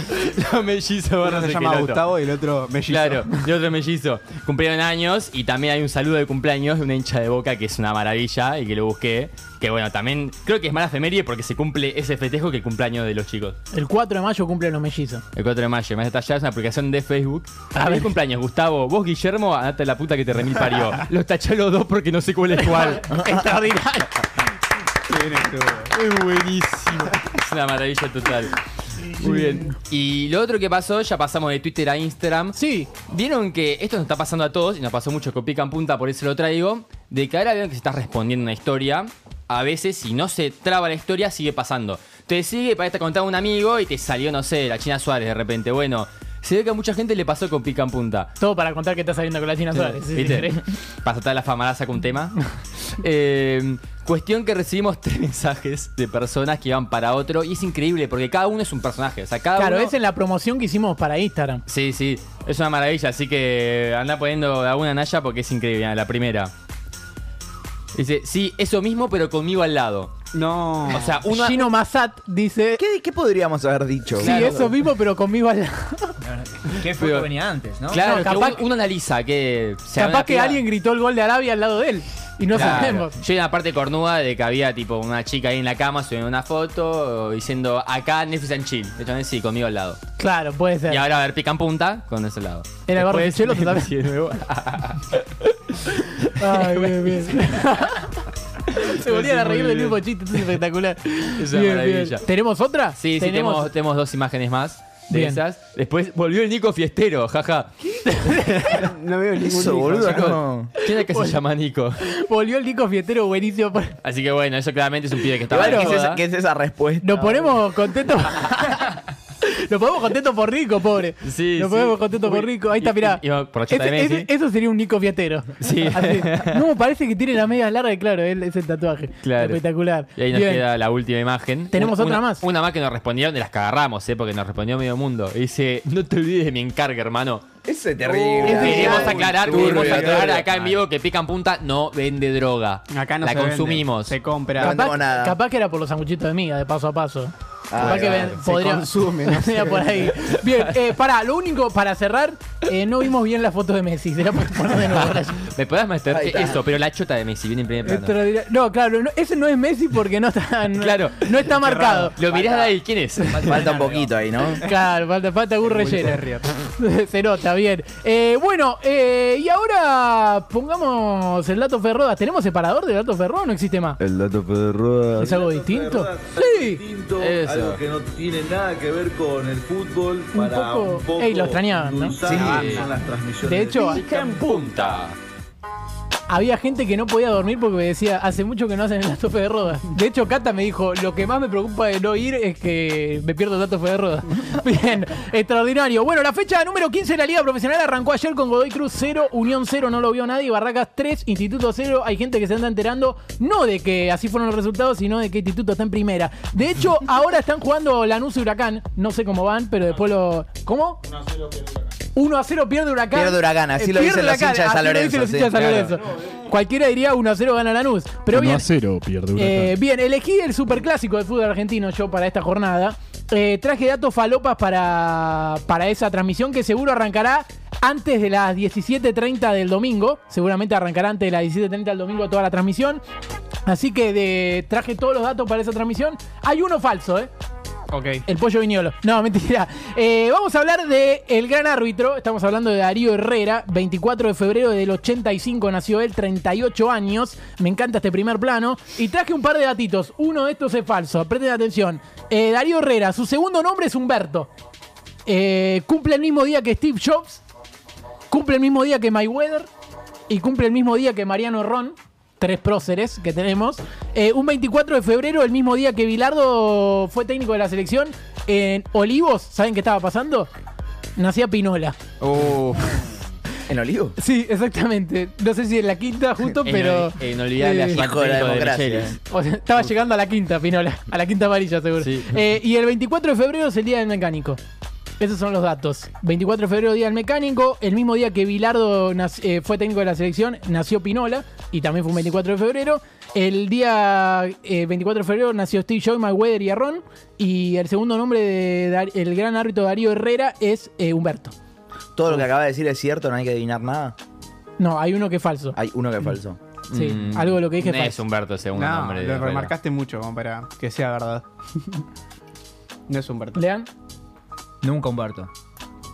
C: los mellizos Barros
D: Uno se
C: el
D: llama
C: Queloto.
D: Gustavo y el otro mellizo.
C: Claro, de otro mellizo. Cumplieron años y también hay un saludo de cumpleaños de una hincha de boca que es una maravilla y que lo busqué. Que bueno, también creo que es mala efeméride porque se cumple ese festejo que el cumpleaños de los chicos.
G: El 4 de mayo cumplen los mellizos.
C: El 4 de mayo, más detallado, es una aplicación de Facebook. A ver, cumpleaños, Gustavo. Vos, Guillermo, andate a la puta que te remil parió. Los taché a los dos porque no sé cuál es cuál.
G: Extraordinario.
C: Es buenísimo. Es una maravilla total. Muy bien. Y lo otro que pasó, ya pasamos de Twitter a Instagram.
G: Sí.
C: Vieron que esto nos está pasando a todos y nos pasó mucho con pica en punta, por eso lo traigo. De que ahora vieron que se está respondiendo una historia. A veces, si no se traba la historia, sigue pasando. Te sigue, para te contaba un amigo y te salió, no sé, la China Suárez de repente. Bueno, se ve que a mucha gente le pasó con pica en punta.
G: Todo para contar que está saliendo con la China Suárez. Sí, sí,
C: ¿Viste?
G: increíble.
C: Pasa toda la famarada con un tema. Eh, cuestión que recibimos tres mensajes de personas que iban para otro y es increíble porque cada uno es un personaje. O sea, cada
G: Claro,
C: uno...
G: es en la promoción que hicimos para Instagram.
C: Sí, sí, es una maravilla, así que anda poniendo alguna Naya porque es increíble, mirá, la primera. Dice, sí, eso mismo, pero conmigo al lado.
D: No.
C: O sea, uno.
G: Gino Massat dice.
E: ¿Qué, qué podríamos haber dicho?
G: Sí, eso mismo, pero conmigo al lado.
A: ¿Qué
C: fue
A: foto venía antes, no?
G: No,
C: Claro, que
G: capaz-
C: uno, uno analiza que. se
G: Capaz
C: una
G: que
C: piba-
G: alguien gritó el gol de Arabia al lado de él. Y no
C: Claro.
G: sabemos.
C: Yo vi una parte cornuda de que había tipo una chica ahí en la cama subiendo una foto diciendo acá Netflix and chill. De hecho, sí, conmigo al lado.
G: Claro, puede ser.
C: Y ahora a ver, pican punta con ese lado. ah,
G: Era el barrio de Chelo total.
C: de nuevo.
G: Ay, bien, bien. Se volvían a
C: muy
G: reír del
C: bien.
G: mismo chiste, es espectacular.
C: Es una
G: Bien,
C: maravilla.
G: bien. ¿Tenemos otra?
C: Sí, sí, tenemos, tenemos dos imágenes más de
G: Bien.
C: esas. Después volvió el Nico Fiestero, jaja.
D: No veo ningún
C: Eso,
D: hijo,
C: boludo,
D: chicos.
C: no. ¿Quién es que se llama Nico?
G: Volvió el Nico Fiestero buenísimo.
C: Así que bueno, eso claramente es un pibe que estaba
E: Igual,
C: en
E: ¿qué, es esa,
C: joda.
E: qué es esa respuesta?
G: Nos ponemos contentos. Nos ponemos contentos por rico, pobre.
C: Sí,
G: Nos
C: sí.
G: ponemos contentos por
C: Uy,
G: rico. Ahí está,
C: y-
G: mirá.
C: y- y por la
G: Ese-
C: chota de Messi.
G: ese- eso sería un Nico Fiatero.
C: Sí.
G: Así. No, parece que tiene la media larga y claro, él es el tatuaje.
C: Claro.
G: Espectacular.
C: Y ahí nos
G: Bien.
C: queda la última imagen.
G: Tenemos
C: Una-
G: otra
C: una-
G: más.
C: Una más que nos respondieron, de las que agarramos, ¿eh? porque nos respondió medio mundo. Y dice, no te olvides de mi encargo, hermano.
E: Eso es terrible.
C: Queremos
E: Muy
C: aclarar,
E: turbio.
C: queremos aclarar acá en vivo que Pican Punta no vende droga.
D: Acá no
C: La
D: se vende,
C: consumimos.
D: se compra.
C: Capaz-
G: Capaz, capaz que era por los sanguchitos de miga, de paso a paso.
C: Ah,
G: capaz que
C: claro.
G: ven-
D: Se
G: podría,
D: consume, no
G: podría
D: sé.
G: por ahí. Bien, eh, pará, lo único, para cerrar, eh, no vimos bien la foto de Messi. Se la podés poner de nuevo. Brian.
C: Me podés meter
G: Ahí está.
C: eso, pero la chota de Messi viene en primer plano.
G: Esto lo dirá- No, claro, no- ese no es Messi porque no está, no, no está marcado.
C: Lo mirás de ahí, ¿quién es?
E: Falta un poquito ahí, ¿no?
G: Claro, falta, falta Gus Reyera. Se nota, bien. Eh, bueno, eh, y ahora pongamos el dato Ferrodas. ¿Tenemos separador del dato Ferrodas o no existe más?
E: El dato pedro
G: ¿Es algo distinto? Sí.
O: Tinto,
G: Eso.
O: algo que no tiene nada que ver con el fútbol para
G: poco-
O: un poco
G: Ey, lo extrañaban, ¿no?
O: endulzar
G: Sí.
O: las transmisiones
G: De hecho,
C: Pican Punta.
G: Había gente que no podía dormir porque me decía, hace mucho que no hacen el dato de roda. De hecho, Cata me dijo, lo que más me preocupa de no ir es que me pierdo el dato de roda. Bien, extraordinario. Bueno, la fecha número 15 de la Liga Profesional arrancó ayer con Godoy Cruz 0, Unión 0, no lo vio nadie, Barracas 3, Instituto 0. Hay gente que se anda enterando, no de que así fueron los resultados, sino de que Instituto está en primera. De hecho, ahora están jugando Lanús y Huracán. No sé cómo van, pero después lo... ¿Cómo? 1 a 0 pierde Huracán.
E: Pierde Huracán, así
G: Eh,
E: lo
G: pierde
E: dicen los
G: Huracán,
E: hinchas de San
G: así lo dicen
E: Lorenzo,
G: los
E: sí,
G: hinchas de San
E: claro.
G: Lorenzo. Cualquiera diría 1 a 0 gana Lanús. Pero bien,
B: 0 pierde
G: eh, bien, elegí el superclásico del fútbol argentino yo para esta jornada. Eh, traje datos falopas para, para esa transmisión que seguro arrancará antes de las 17.30 del domingo. Seguramente arrancará antes de las 17.30 del domingo toda la transmisión. Así que de- traje todos los datos para esa transmisión. Hay uno falso, ¿eh? El pollo viñolo. No, mentira. Eh, vamos a hablar de el gran árbitro. Estamos hablando de Darío Herrera. 24 de febrero del 85 nació él, 38 años. Me encanta este primer plano. Y traje un par de datitos. Uno de estos es falso. Presten atención. Eh, Darío Herrera, su segundo nombre es Humberto. Eh, cumple el mismo día que Steve Jobs. Cumple el mismo día que Mayweather. Y cumple el mismo día que Mariano Ron. Tres próceres que tenemos. Eh, un 24 de febrero, el mismo día que Bilardo fue técnico de la selección. En Olivos, ¿saben qué estaba pasando? Nacía Pinola.
D: Oh.
E: ¿En olivo?
G: Sí, exactamente. No sé si en la quinta justo,
C: En-
G: pero...
C: en Inolvidable
G: hijo de
C: ayer
G: la
C: Atlético de
G: democracia.
C: Michelis.
G: O sea, estaba llegando a la quinta, Pinola. A la quinta amarilla, seguro. Eh, y el 24 de febrero es el Día del Mecánico. Esos son los datos. 24 de febrero, Día del Mecánico. El mismo día que Bilardo nac- eh, fue técnico de la selección, nació Pinola. Y también fue un 24 de febrero. El día eh, 24 de febrero nació Steve Joy, Mayweather y Arrón. Y el segundo nombre del gran árbitro Darío Herrera es eh, Humberto.
E: Todo lo que acaba de decir es cierto, no hay que adivinar nada.
G: No, hay uno que es falso.
E: Hay uno que es falso.
G: Sí, algo de lo que dije
C: no
G: falso.
C: es Mm, Humberto el segundo
D: No,
C: nombre. de
D: lo
C: Herrera.
D: remarcaste mucho como para que sea verdad. no es Humberto.
G: Lean.
A: Nunca Humberto.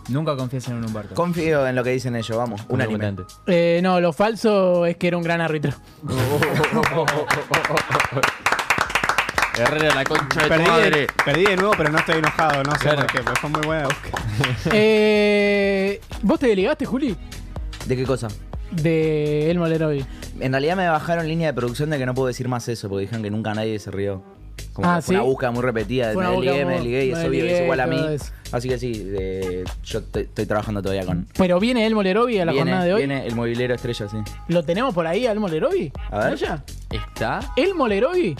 A: Nunca confíes en un Humberto.
E: Confío en lo que dicen ellos, vamos. Unánime.
G: Eh, no, lo falso es que era un gran árbitro.
C: Herrera, la concha de tu
D: Perdí de,
C: madre.
D: perdí de nuevo, pero no estoy enojado, no sé
C: Claro.
D: por qué, pero fue muy buena búsqueda.
G: Eh, ¿Vos te delegaste, Juli?
E: ¿De qué cosa?
G: De El Molerovi.
E: En realidad me bajaron línea de producción de que no puedo decir más eso, porque dijeron que nunca nadie se rió. Como
G: Ah,
E: que fue
G: ¿sí?
E: una búsqueda muy repetida, de
G: Fue una
E: me ligué,
G: búsqueda
E: me
G: muy-
E: ligué y
G: me
E: es obvio que es
G: ligué,
E: igual a
G: todo
E: mí.
G: eso.
E: Así que sí, eh, yo estoy, estoy trabajando todavía con...
G: Pero viene El Molerovi a la
E: viene,
G: jornada de hoy.
E: viene el movilero estrella, sí.
G: ¿Lo tenemos por ahí, El Molerovi?
E: A ver.
G: ¿Noya?
C: ¿Está?
G: ¿El Molerovi?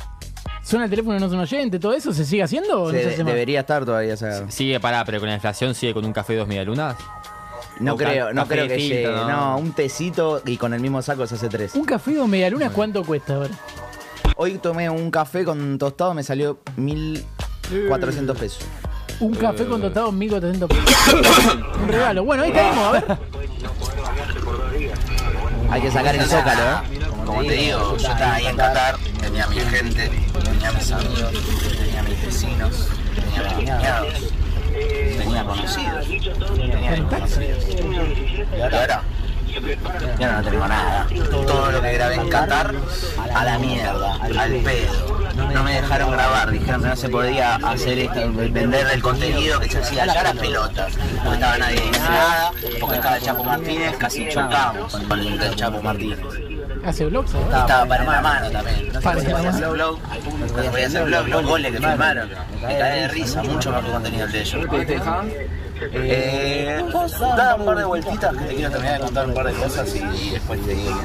G: ¿Suena el teléfono y no es un oyente? ¿Todo eso se sigue haciendo o no se
E: Se-
G: hace más?
E: debería estar todavía esa...
C: Sigue pará, pero con la inflación sigue con un café y dos medialunas.
E: No
C: O ca-
E: creo, no
C: café
E: creo
C: de
E: que
C: filtro,
E: llegue.
C: ¿no?
E: No. un tecito y con el mismo saco se hace tres.
G: ¿Un café o media luna cuánto cuesta? A ver.
E: Hoy tomé un café con tostado, me salió 1400 pesos.
G: Un
E: Eh.
G: café con tostado 1400 pesos. un regalo. Bueno, ahí caemos, a ver.
E: Hay que sacar el zócalo, ¿eh?
P: Como te digo, yo estaba ahí en Qatar, tenía mi gente, tenía mis amigos, tenía mis vecinos, tenía mis cuñados, tenía conocidos, tenía desconocidos. Y ahora, y ahora no tengo nada. Todo lo que grabé en Qatar, a la mierda, al pedo. No me dejaron grabar, dijeron que no se podía hacer esto, vender el contenido que se hacía allá a las pelotas. No estaba nadie diciendo nada, porque estaba el Chapo Martínez, casi chocamos con el Chapo Martínez.
G: Hace vlogs, a ver.
P: Estaba para mano a mano también. No
G: Para
P: sé si
G: mano a
P: podía hacer
G: mano.
P: blog, no podía hacer blog, los goles que firmaron. Me caí de risa, mucho más que contenido el de ellos. Eh, da un par de vueltitas que te quiero terminar de contar un par de cosas y, y después te digo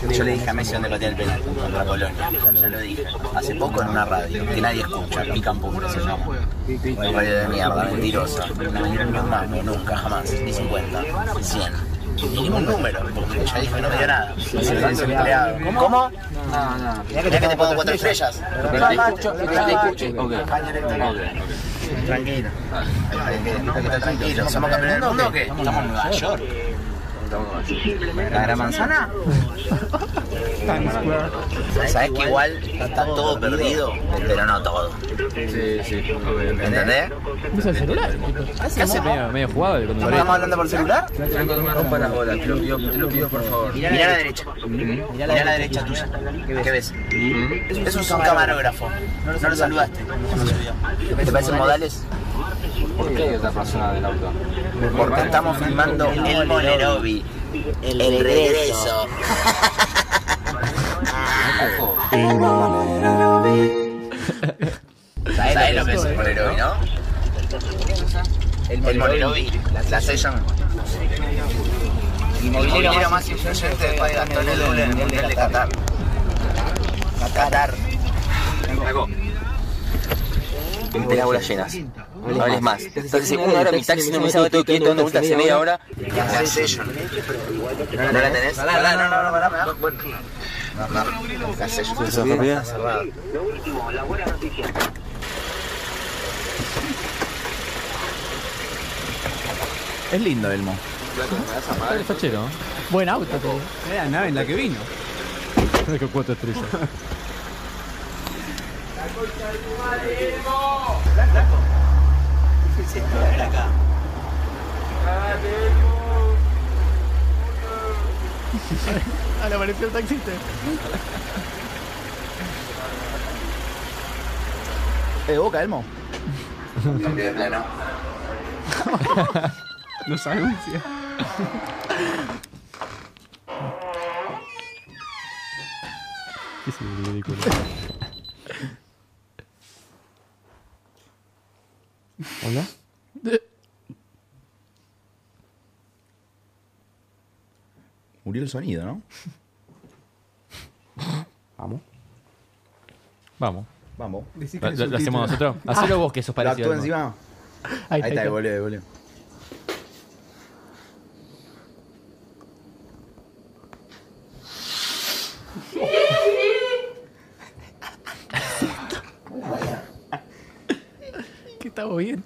P: quién es. Yo le dije a Messi dónde patear el penal contra Polonia. Ya lo dije. Hace poco en una radio que nadie escucha, Pican Pumbre se llama. Una radio de mierda, mentirosa. No me dieron ni un mango, nunca, jamás. Ni 50, ni 100. Ni ningún número, porque ya dije que no me dio nada. Se me hizo empleado.
Q: No,
P: ¿Cómo?
Q: no.
P: Mirá que te, pongo cuatro estrellas.
Q: Pero te
P: escucho,
Q: escucho,
P: pero te escucho.
Q: Ok.
P: Tranquilo. Tranquilo. ¿Somos campeones del mundo o qué? Estamos en Nueva York. ¿La gran manzana? Sabes que igual está todo perdido, pero no todo. Sí, sí. ¿Entendés?
G: ¿Viste el celular?
P: ¿Qué hacemos?
C: Medio, medio jugado el
P: ¿No estamos hablando por celular?
Q: Franco, no me rompa las bolas, te lo pido, te lo pido por favor.
P: Mirá a la derecha. Mirá a la derecha tuya. ¿Qué ves? Eso es un camarógrafo. No lo saludaste. ¿Te parecen modales?
Q: ¿Por qué hay otra persona del auto?
P: Porque estamos filmando el Molerovi. El, regreso. el Molerovi. ¿Sabés lo que es el Molerovi, no? El Molerovi. La sesión. El movilero más este, influyente después de Gastón Edul en el Mundial de Qatar. Qatar.
Q: Te las bolas llenas. No hables más. Entonces, una hora mi taxi no me sabe todo quieto, dando vueltas hace media hora.
P: La sesión. ¿No la tenés? No, no, no, no, pará, Bueno. La sesión está cerrada.
Q: Lo último, la buena noticia.
E: Es lindo, Elmo.
C: El fachero.
G: Buen auto.
D: Era la nave en la que vino.
B: Con cuatro estrellas.
G: Ahora apareció el taxista.
E: Eh, Boca, Elmo.
Q: Cambio de plano.
D: Lo sabemos, sí.
B: Es ridículo.
N: ¿Hola?
E: Murió el sonido, ¿no?
N: Vamos.
C: Vamos.
E: Vamos.
C: Decí que ¿Lo- le lo- lo hacemos subtítulo. nosotros? Hacelo vos, que sos parecido,
E: Lo actúa
C: hermano. Ahí
E: encima. Ahí,
C: está, ahí
E: está,
C: está.
E: volvió, volvió.
G: Que estamos bien.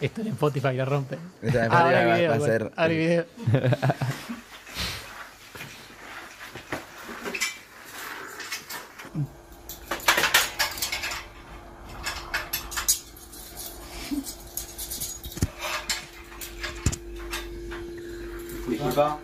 G: Esto en Spotify la rompe.
E: Esto
C: Ah,
E: en
G: Ahora
E: Spotify va-
G: hay video,
E: va a
G: Eh, bueno,
E: ser-
G: ahora hay video.
Q: Disculpa.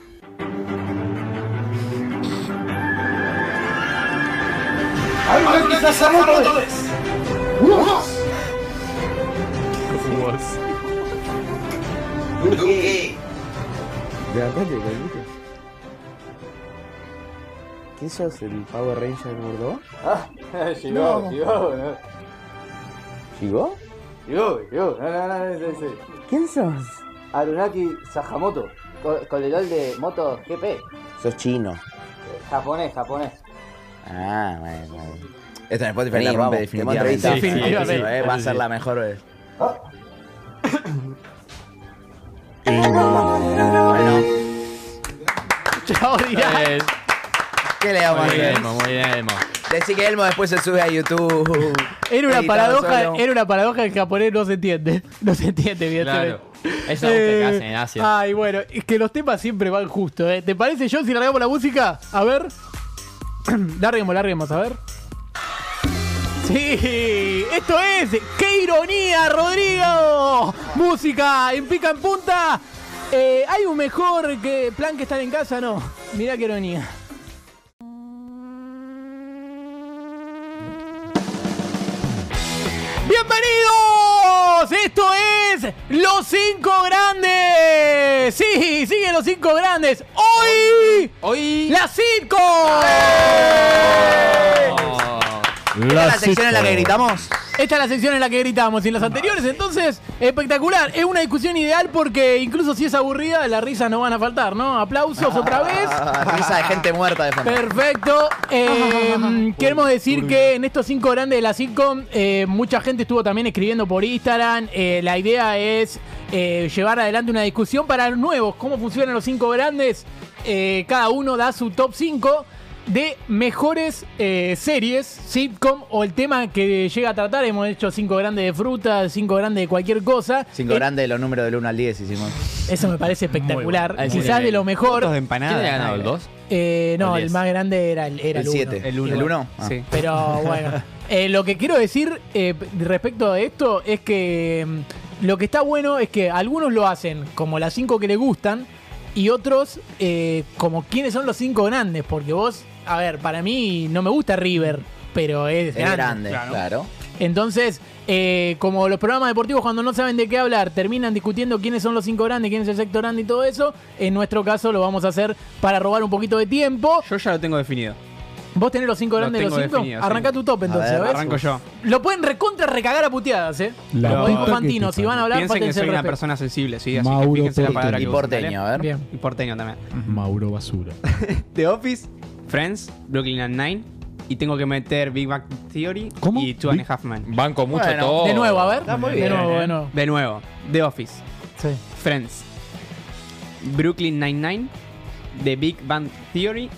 N: ¿De acá te calmitas? ¿Qué sos, el Power Ranger número 2?
Q: Llegó,
N: No.
Q: llegó, no.
N: ¿Llegó?
Q: llegó, llegó. No, no, no, no, no, no, no.
N: ¿Quién sos?
Q: Arunaki Sajamoto, co- coledol de Moto GP,
E: Sos chino.
Q: japonés, japonés.
E: Ah, bueno. bueno. Esta en Spotify
Q: Vení,
E: la rompe
Q: vamos,
E: definitivamente.
Q: te entrevista.
E: Sí, sí,
Q: Definitivamente.
E: sí, eh, va a ser la mejor. eh.
G: Ah. Chao,
C: Díaz.
E: ¿Qué le vamos a
C: Muy bien,
E: hacer?
C: Elmo, muy bien, Elmo.
E: Decí que Elmo después se sube a YouTube.
G: Era una
E: Editado
G: paradoja,
E: solo.
G: era una paradoja que el japonés no se entiende. No se entiende, evidentemente.
C: Claro. Es algo que hacen en Asia.
G: Eh, Ay, bueno, es que los temas siempre van justo, ¿eh? ¿Te parece, John, si largamos la música? A ver. larguemos, larguemos, a ver. Sí, esto es. ¡Qué ironía, Rodrigo! Música en pica en punta. Eh, ¿Hay un mejor que plan que estar en casa? No. Mirá qué ironía. ¡Bienvenidos! Esto es Los Cinco Grandes. Sí, Sí, siguen los cinco grandes. Hoy, hoy, las cinco. ¡Eh!
E: ¿Esta es la sección en la que gritamos?
G: Esta es la sección en la que gritamos. Y en las anteriores, entonces, espectacular. Es una discusión ideal porque incluso si es aburrida, las risas no van a faltar, ¿no? Aplausos otra vez.
E: Ah, risa de gente muerta de fondo.
G: Perfecto. Eh, queremos decir que en estos cinco grandes de la sitcom, eh, mucha gente estuvo también escribiendo por Instagram. Eh, la idea es eh, llevar adelante una discusión para los nuevos. ¿Cómo funcionan los cinco grandes? Eh, cada uno da su top 5 de mejores eh, series, sitcom o el tema que llega a tratar. Hemos hecho cinco grandes de fruta, cinco grandes de cualquier cosa.
E: Cinco
G: Eh,
E: grandes de los números del 1 al 10 hicimos.
G: Eso me parece espectacular.
E: bueno.
G: Quizás de lo mejor.
E: Puntos de empanada. Ah, ¿Quién había ganado, el dos?
G: Eh,
E: ¿O
G: no,
E: el
G: el
E: diez?
G: más grande era el era
E: El
G: uno.
E: siete. ¿El uno? ¿El uno? Ah. Sí.
G: Pero bueno. Eh, lo que quiero decir eh, respecto a esto es que mm, lo que está bueno es que algunos lo hacen como las cinco que le gustan y otros eh, como quiénes son los cinco grandes. Porque vos, a ver, para mí no me gusta River, pero es,
E: Es grande, claro.
G: entonces, eh, como los programas deportivos cuando no saben de qué hablar, terminan discutiendo quiénes son los cinco grandes, quién es el sector grande y todo eso, en nuestro caso lo vamos a hacer para robar un poquito de tiempo.
D: Yo ya lo tengo definido.
G: ¿Vos tenés los cinco
D: Lo
G: grandes de los
D: tengo
G: cinco?
D: definido, sí.
G: Arranca tu top
D: A
G: entonces,
D: ver,
G: ¿ves?
D: arranco yo.
G: Lo pueden recontra recagar a puteadas, ¿eh?
D: La
G: Como dijo
D: puta que
G: Fantino,
D: te
G: si van a hablar,
D: Piensen que
G: fátense
D: soy
G: el
D: una
G: respeto.
D: persona sensible, sí, así
G: Mauro
D: que fíjense la
G: Porteño.
D: palabra que
G: Y
D: usan,
G: porteño,
D: ¿vale?
G: a ver. Bien.
D: Y porteño también.
L: Mauro Basura.
D: The Office, Friends, Brooklyn Nine-Nine y tengo que meter Big Bang Theory y Two and a Half Men.
C: Banco mucho Bueno, todo.
G: de nuevo, a ver. Está muy
D: De
G: bien,
D: nuevo,
G: eh.
D: de nuevo. De nuevo, The Office, Friends, Brooklyn Nine-Nine, The Big Bang Theory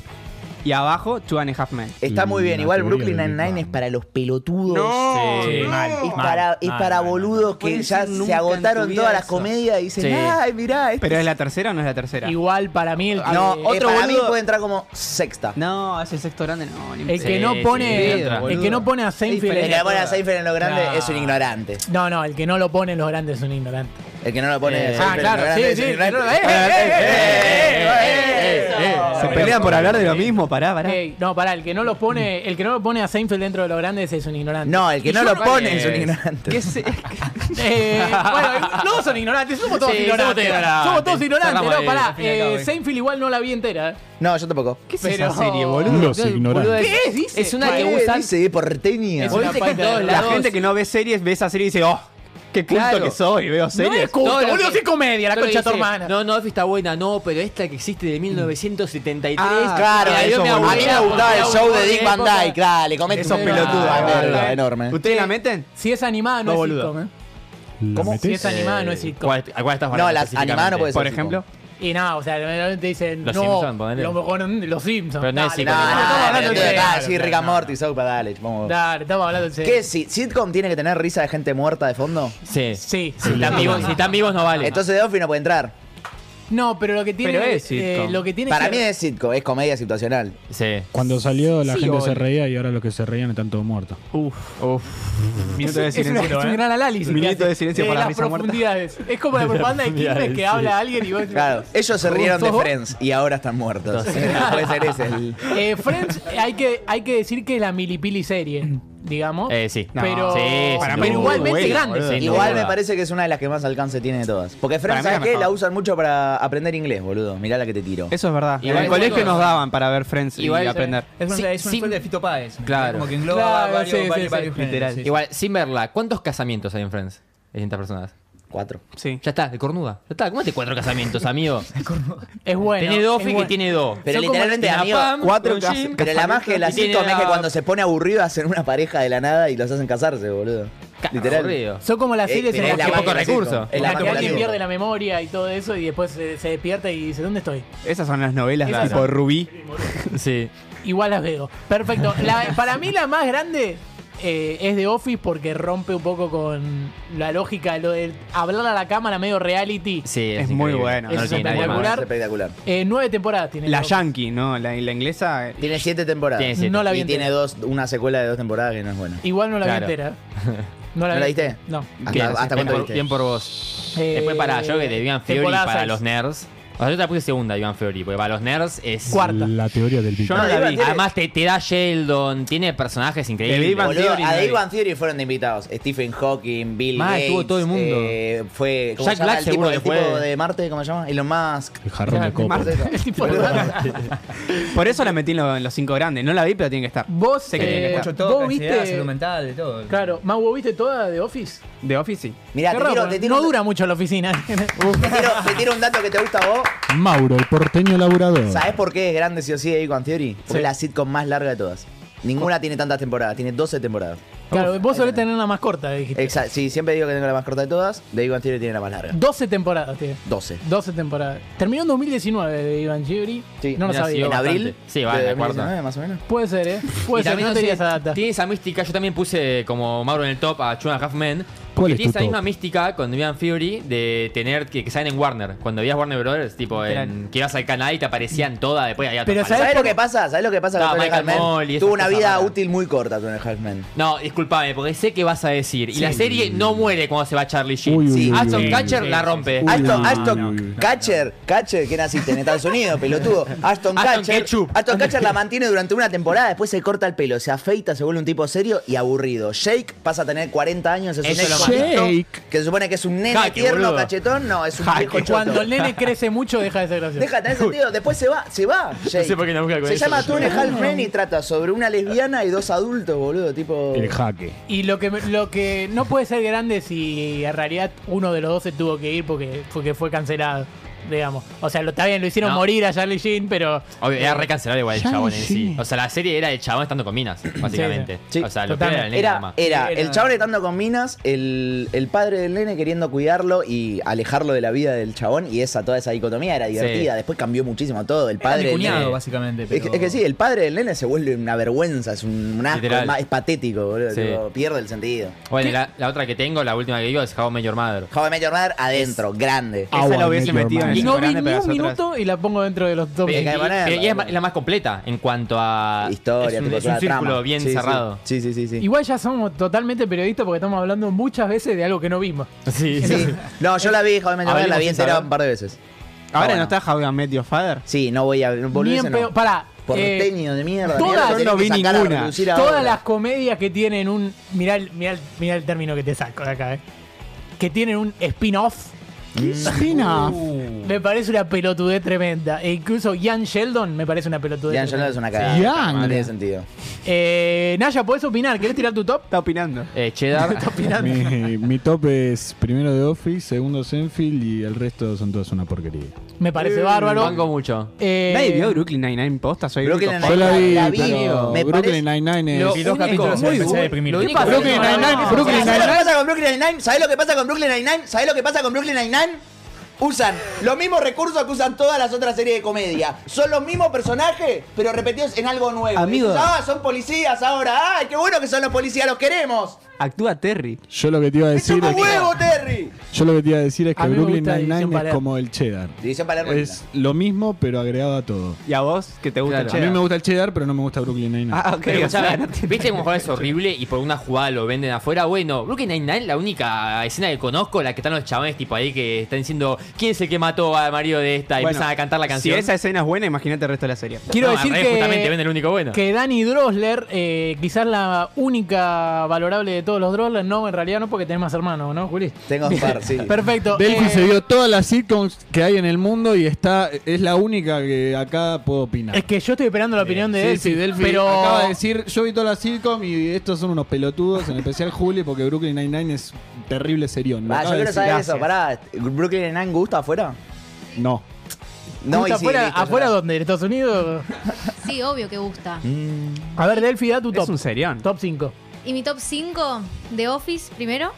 D: y abajo Two and a Half Men.
E: Está muy bien. Igual Brooklyn Nine-Nine es para los pelotudos.
D: No, Sí, no. mal,
E: Es
D: mal,
E: para, es
D: mal,
E: para
D: mal, mal.
E: boludos que
D: Pueden
E: ya
D: ser
E: se
D: nunca en tu
E: agotaron
D: vida
E: todas las
D: eso.
E: comedias y dicen,
D: Sí.
E: ay, mirá, este
D: ¿Pero es la tercera o no es la tercera?
G: Igual para mí el que-
E: No,
G: eh,
E: otro para
G: para
E: mí
G: boludo-
E: puede entrar como sexta.
D: No, es el sexto grande, no. ni
G: El
D: pedo.
G: que no pone, el que no pone a Seinfeld.
E: El que pone a Seinfeld en lo grande
G: No.
E: es un ignorante.
G: No, no, el que no lo pone en los grandes es un ignorante.
E: El que no lo pone a
G: Eh,
E: Seinfeld
G: ah,
E: en lo
G: claro,
E: grande
G: sí,
E: es un
G: sí,
E: ignorante.
G: claro, eh, eh, eh, eh, eh, eh,
D: Se pelean por hablar de lo mismo, pará, pará.
G: Ey, no, pará, el que no lo pone, el que no lo pone a Seinfeld dentro de los grandes es un ignorante.
E: No, el que
G: Y
E: no
G: yo
E: lo pone es un
G: Eh,
E: ignorante.
G: bueno, no son ignorantes, somos todos
E: Sí, somos
G: ignorantes.
E: todos
G: Somos,
E: ignorantes.
G: todos ignorantes,
E: Cerramos
G: no,
E: ahí,
G: pará.
E: al fin y al cabo,
G: Eh,
E: eh.
G: Seinfeld igual no la vi entera. eh.
E: No, yo tampoco.
G: ¿Qué es esa Pero- serie, boludo?
L: Los ignorantes.
G: ¿Qué es? Dice.
C: Es una
E: ¿Qué
C: que usan-
E: Dice, porteña.
C: Es una
E: Viste que
C: falta de
E: todos
C: respeto.
E: lados-
D: La gente que no ve series ve esa serie y dice, oh, qué culto
C: Claro.
D: que soy, veo series.
G: es culto,
C: Todo lo
G: boludo,
C: que-
G: sí comedia, la
C: todo lo
G: concha de tu
C: dice,
G: hermana.
C: No, no, F está buena, no, pero esta que existe de 1973.
E: Ah, claro,
C: que la
E: eso,
C: dio mi
E: boludo.
C: abuela,
E: A mí me gustaba el show de Dick Van Dyke, dale, comete
C: Esos
E: un-
C: pelotudos,
E: Ah,
C: boludo.
E: boludo, enorme.
D: ¿Ustedes la meten?
G: Si es animada, no,
D: No,
G: es
D: boludo.
G: sitcom, eh.
E: ¿Cómo?
G: Si es animada, no es sitcom.
C: eh, ¿Cuál, ¿A cuál estás
E: No,
C: hablando
E: las
C: específicamente?
E: animadas no puede ser
C: Por ejemplo.
G: Y nada, o sea, realmente dicen,
C: Los
G: no,
C: Simpson, ponele.
G: los, con- los Simpsons.
C: Pero no es
G: Dale,
C: sitcom.
G: dale,
C: No,
G: estamos hablando en serio.
E: Ah, sí, Rick and Morty, South Park, dale. vamos.
G: Dale, estamos hablando en serio.
E: ¿Qué si- sitcom tiene que tener risa de gente muerta de fondo?
C: Sí.
G: Sí.
C: Si están vivos, si están vivos no vale.
E: Entonces The Office no puede entrar.
G: No, pero lo que tiene.
E: Pero
L: es
G: eh,
L: sitcom.
G: lo que tiene
E: Para
G: que-
E: mí es sitcom, es comedia situacional.
C: Sí.
L: Cuando salió la
G: Sí,
L: gente se
G: obvio.
L: reía y ahora los que se reían están todos muertos.
C: Uf. Uf.
D: Minuto de
G: Es una-
D: silencio.
G: es un
D: ¿eh?
G: gran análisis. que
D: Minuto de
G: hace.
D: silencio para la
G: las
D: risa muerta.
G: profundidades. Es como la propaganda de Quilmes que
E: Sí.
G: habla a alguien y vos.
E: Claro, ellos se
G: ¿Vos
E: rieron de
G: sos vos?
E: Friends y ahora están muertos. puede ser ese el...
G: Eh, Friends, eh, hay que, hay que decir que es la milipili serie, digamos.
C: Eh, sí. No.
G: Pero,
C: Sí, sin
G: pero
C: duda.
G: igualmente
C: Bueno,
G: grande.
C: boludo. Sin
E: Igual
C: duda.
E: me parece que es una de las que más alcance tiene de todas. Porque
D: Para
E: Friends,
D: mí
E: ¿sabes
D: la
E: qué?
D: mejor.
E: La usan mucho para aprender inglés, boludo. Mirá la que te tiro.
D: Eso es verdad.
E: Igual
D: en el
E: es
D: colegio
E: verdad.
D: nos daban para ver Friends
C: Igual-
D: y aprender.
A: Es una, es una
C: Sí.
A: suerte de Fito Páez.
C: Claro.
A: Como que engloba
G: Claro,
A: varios,
G: sí,
A: varios,
G: sí,
A: varios géneros,
C: Literal.
A: sí, sí.
C: Igual, sin verla, ¿cuántos casamientos hay en Friends? De distintas personas.
E: Cuatro.
D: Sí.
C: Ya está, de cornuda. Ya está. ¿Cómo te cuatro casamientos, amigo?
G: Es bueno.
C: tiene dos,
G: es
C: Fifi
G: bueno.
C: tiene dos.
E: Pero
C: Son como
E: literalmente,
C: Tina
E: amigo,
C: Pam,
E: cuatro
C: con
E: cas-
C: Jim,
E: Pero la magia de la
C: y tiene
E: sitcom es que
C: la-
E: cuando se pone aburrido hacen una pareja de la nada y los hacen casarse, boludo. Literal.
C: aburrido.
G: Son como las
E: Eh,
G: series
E: pero
G: en las
E: es la
G: que
E: magia de la sitcom.
C: recurso.
E: Es la
G: que
E: magia de la
G: alguien
E: sitcom.
G: pierde la memoria y todo eso y después se, se despierta y dice, ¿dónde estoy?
D: Esas son las novelas
G: Esas
D: tipo
G: son.
D: Rubí.
C: Sí.
G: Igual las veo. Perfecto. La- para mí la más grande eh, es de Office porque rompe un poco con la lógica de lo de hablar a la cámara medio reality.
C: Sí,
D: Es muy
C: increíble.
D: bueno.
C: No
G: Es
C: tiene nadie más.
G: espectacular.
E: Espectacular.
G: Eh, nueve temporadas tiene.
D: La
G: The Office.
D: Yankee, ¿no? La, la inglesa. eh,
E: Tiene siete temporadas.
C: Tiene siete.
G: No la vi
E: y tiene
G: entera.
E: dos, una secuela de dos temporadas que no es buena.
G: Igual no la
C: Claro.
G: vi entera.
E: ¿No la viste?
G: No.
E: Hasta-
C: Bien,
E: hasta
C: bien
E: cuánto
C: por-
E: viste.
C: Bien por vos.
G: Eh,
C: Después para yo que te digan Theory
G: temporada
C: para
G: seis.
C: los nerds. O sea, yo te la puse segunda, Iván Fiori, porque para los nerds es.
B: La teoría del Big
C: Yo no
B: Bang.
C: la vi.
E: Theory.
C: Además, te, te da Sheldon, tiene personajes increíbles.
E: Boludo, a The Big Bang Theory fueron de invitados. Stephen Hawking, Bill
C: Mal,
E: Gates.
C: estuvo todo el mundo.
E: eh, fue. ¿cómo
C: Jack
E: se llama?
C: Black
E: el tipo,
C: seguro que
E: el tipo
C: fue.
E: de Marte, ¿cómo se llama? Elon Musk.
B: El
D: jarrón de copo. Por eso la metí en, lo- en los cinco grandes. No la vi, pero tiene que estar.
G: Vos,
D: sé que tiene
G: eh,
D: que
G: vos
D: estar.
G: viste-
A: mental, de todo.
G: Claro, Mau, ¿vos viste toda de Office?
D: De Office, sí.
E: Mirá,
G: Qué
E: te
G: raro,
E: tiro,
G: porque
E: te tiro
G: no dura mucho la oficina.
E: Te tiro, te tiro un dato que te gusta a vos.
B: Mauro, el porteño laburador.
E: ¿Sabés por qué es grande sí o sí The Big Bang Theory? Porque
B: Sí.
E: es la sitcom más larga de todas. Ninguna tiene tantas temporadas, tiene 12 temporadas.
G: claro, vos solés tener la más corta, dijiste.
E: Exacto, sí, siempre digo que tengo la más corta de todas. The Big Bang Theory tiene la más larga.
G: 12 temporadas, tío.
E: 12.
G: 12 temporadas. Terminó en 2019 de Iván Gibri. no lo sabía.
E: En abril.
C: Sí, va,
E: de
C: en la cuarta.
E: 2019, más o menos.
G: Puede ser, ¿eh?
C: Y
G: Puede ser,
C: también,
G: no
C: no sé,
G: tenía esa data.
C: Tiene esa mística. Yo también puse como Mauro en el top a Chuna Half Men.
B: ¿Cuál
C: Porque
B: es
C: tiene esa
B: tu top?
C: misma mística con Big Bang Theory de tener que, que salen en Warner. Cuando veías Warner Brothers, tipo, en, que ibas al canal y te aparecían todas, después había
E: Pero
C: otras
E: ¿sabés,
C: parejas.
E: lo que pasa? ¿Sabés lo que pasa
C: Estaba
E: con Tony
C: Michael
E: Halfman?
C: Moll y esas
E: Tuvo una
C: cosas
E: vida
C: raras.
E: útil muy corta Tony Halfman.
C: No, disculpame, porque sé que vas a decir. Y
E: Sí.
C: la serie no muere cuando se va Charlie Sheen.
E: Uy, uy, uy,
C: Ashton
E: uy,
C: Catcher
E: uy.
C: la rompe.
E: Ashton, Ashton Catcher, Catcher, que naciste en Estados Unidos, pelotudo. Ashton Catcher, Ashton Catcher la mantiene durante una temporada, después se corta el pelo, se afeita, se vuelve un tipo serio y aburrido. Jake pasa a tener 40 años, es un
C: Eso es lo
E: ex convicto,
C: Jake.
E: que se supone que es un nene
C: Jaque,
E: tierno,
C: boludo.
E: cachetón, no, es un
C: Jaque.
E: viejo choto.
G: Cuando el nene crece mucho, deja de ser gracioso.
E: Deja de tener sentido, después se va, se va. Jake.
C: sé por qué no busca con
E: se
C: eso.
E: llama Tony Halfman y trata sobre una lesbiana y dos adultos, boludo, tipo.
B: jaque.
G: Y lo que, me- lo que no puede ser grande si en realidad uno de los dos se tuvo que ir porque fue, que fue cancelado, digamos. O sea, lo, está bien, lo hicieron
C: No.
G: morir a Charlie Sheen, pero...
C: Obvio, era recancelado igual el
G: Charlie
C: chabón en sí.
G: Sheen.
C: O sea, la serie era el chabón estando con minas, básicamente. O sea, lo que era el nene
E: Era,
C: nomás.
E: era el chabón estando con minas, el, el padre del nene queriendo cuidarlo y alejarlo de la vida del chabón, y esa toda esa dicotomía era divertida.
A: Sí.
E: Después cambió muchísimo todo. El
A: Era
E: padre
A: mi
E: del
A: cuñado,
E: nene-
A: básicamente.
E: Es, que-
A: pero-
E: es que sí, el padre del nene se vuelve una vergüenza, es un, un asco,
C: Literal.
E: es, ma- es patético, boludo,
C: Sí.
E: tipo, pierde el sentido.
C: Bueno, la, la otra que tengo, la última que digo, es How I Met Your Mother.
E: How I Met Your Mother adentro, grande.
C: Esa la hubiese metido en el
G: Y no vi
C: grande,
G: ni
C: pero
G: un
C: las otras-
G: minuto y la pongo dentro de los dos.
C: Y, y- y es ma- la más completa en cuanto a
E: Historia,
C: Es un,
E: tipo,
C: es un
E: toda la
C: círculo
E: trama.
C: bien
E: Sí, sí.
C: cerrado.
E: Sí, sí, sí, sí.
G: Igual ya somos totalmente periodistas porque estamos hablando muchas veces de algo que no vimos.
C: Sí.
E: Sí. No, yo la vi, How I Met Your Mother, la vi
G: Hablemos sin
E: entera
G: saber.
E: un par de veces. Ah,
D: ¿Ahora
E: bueno.
D: no está Javier Medio Father?
E: Sí, no voy a.
G: Ni en
E: boludeces no.
G: pedo- Pará. eh,
E: Porteño de mierda.
G: todas-
E: mierda,
G: Yo
E: tenés
G: no
E: que
G: vi
E: sacar a
G: ninguna.
E: relucir ahora.
G: Todas las comedias que tienen un. Mirá el, mirá el- mirá el término que te saco de acá, eh. Que tienen un spin-off.
E: Mm.
B: Spin-off.
G: Me parece una pelotudez tremenda. E incluso Ian Sheldon me parece una pelotudez.
E: Ian Sheldon es
G: tremenda.
E: una cagada.
G: Ian.
E: No tiene sentido.
G: Eh, Naya, ¿puedes opinar? ¿Querés tirar tu top? Está
D: opinando.
C: Eh, Cheddar.
B: Mi, mi top es primero The Office, segundo Senfield y el resto son todas una porquería.
G: Me parece bárbaro.
C: Banco mucho.
G: Eh,
D: Nadie vio Brooklyn Nine-Nine posta. Soy el único
B: Yo
D: fan.
B: la vi, pero Brooklyn Nine-Nine es...
D: Lo Vi dos único capítulos y muy empecé a bueno- deprimir. lo único
B: Brooklyn
D: bueno-
B: Nine-Nine,
D: No,
B: Brooklyn
E: ¿Sabes lo que
B: Nine-Nine...
E: pasa con Brooklyn Nine-Nine? ¿Sabes lo que pasa con Brooklyn Nine-Nine? ¿Sabes lo que pasa con Brooklyn Nine-Nine? Usan los mismos recursos que usan todas las otras series de comedia. Son los mismos personajes, pero repetidos en algo nuevo.
D: Amigo.
E: Dices, ah, son policías ahora. ¡Ay, qué bueno que son los policías! ¡Los queremos!
D: Actúa Terry.
B: Yo lo que te iba a decir
E: ¡Chupa
B: es
E: huevo,
B: que,
E: Terry!
B: yo lo que te iba a decir es que
E: A mí me
B: Brooklyn
E: gusta División
B: Nine-Nine es
E: Palermo.
B: como el cheddar.
E: División Palermo.
B: Es lo mismo, pero agregado a todo.
D: ¿Y a vos? Que te gusta el
B: A mí
D: cheddar?
B: me gusta el cheddar, pero no me gusta Brooklyn Nine-Nine.
D: Ah, ok.
C: Pero,
D: o sea,
C: escuchame, ¿Viste cómo juega es horrible y por una jugada lo venden afuera? Bueno, Brooklyn Nine-Nine, la única escena que conozco, la que están los chabones tipo ahí que están diciendo ¿Quién es el que mató a Mario de esta? Y
D: Bueno,
C: empiezan a cantar la canción.
D: Si esa escena es buena, imagínate el resto de la serie.
G: Quiero
C: No, al
G: decir
C: revés,
G: que,
C: justamente, venden el único bueno.
G: que Danny Drosler, eh, quizás la única valorable de todos los Drosler, no, en realidad no, porque tenés más hermanos, ¿no, Juli?
E: Tengo un par, sí.
G: Perfecto.
B: Delphi
G: Eh,
B: se vio todas las sitcoms que hay en el mundo y está es la única que acá puedo opinar. Eh,
G: Es que yo estoy esperando la opinión de
B: sí,
G: Delphi,
B: sí, Delphi
G: pero
B: acaba de decir, yo vi todas las sitcoms y estos son unos pelotudos, en especial Juli, porque Brooklyn Nine-Nine es un terrible serión. Lo
E: Ah, yo
B: acaba de
E: quiero
B: decir.
E: saber eso.
B: Gracias.
E: Pará, ¿Brooklyn Nine-Nine gusta afuera?
B: No.
E: No,
G: ¿gusta
E: y sí,
G: afuera,
E: listo, ya
G: afuera
E: está.
G: dónde? ¿En Estados Unidos?
H: Sí, obvio que gusta.
G: A ver, Delphi, da tu top.
D: un serión.
G: Top 5.
H: Y mi top 5 de Office primero.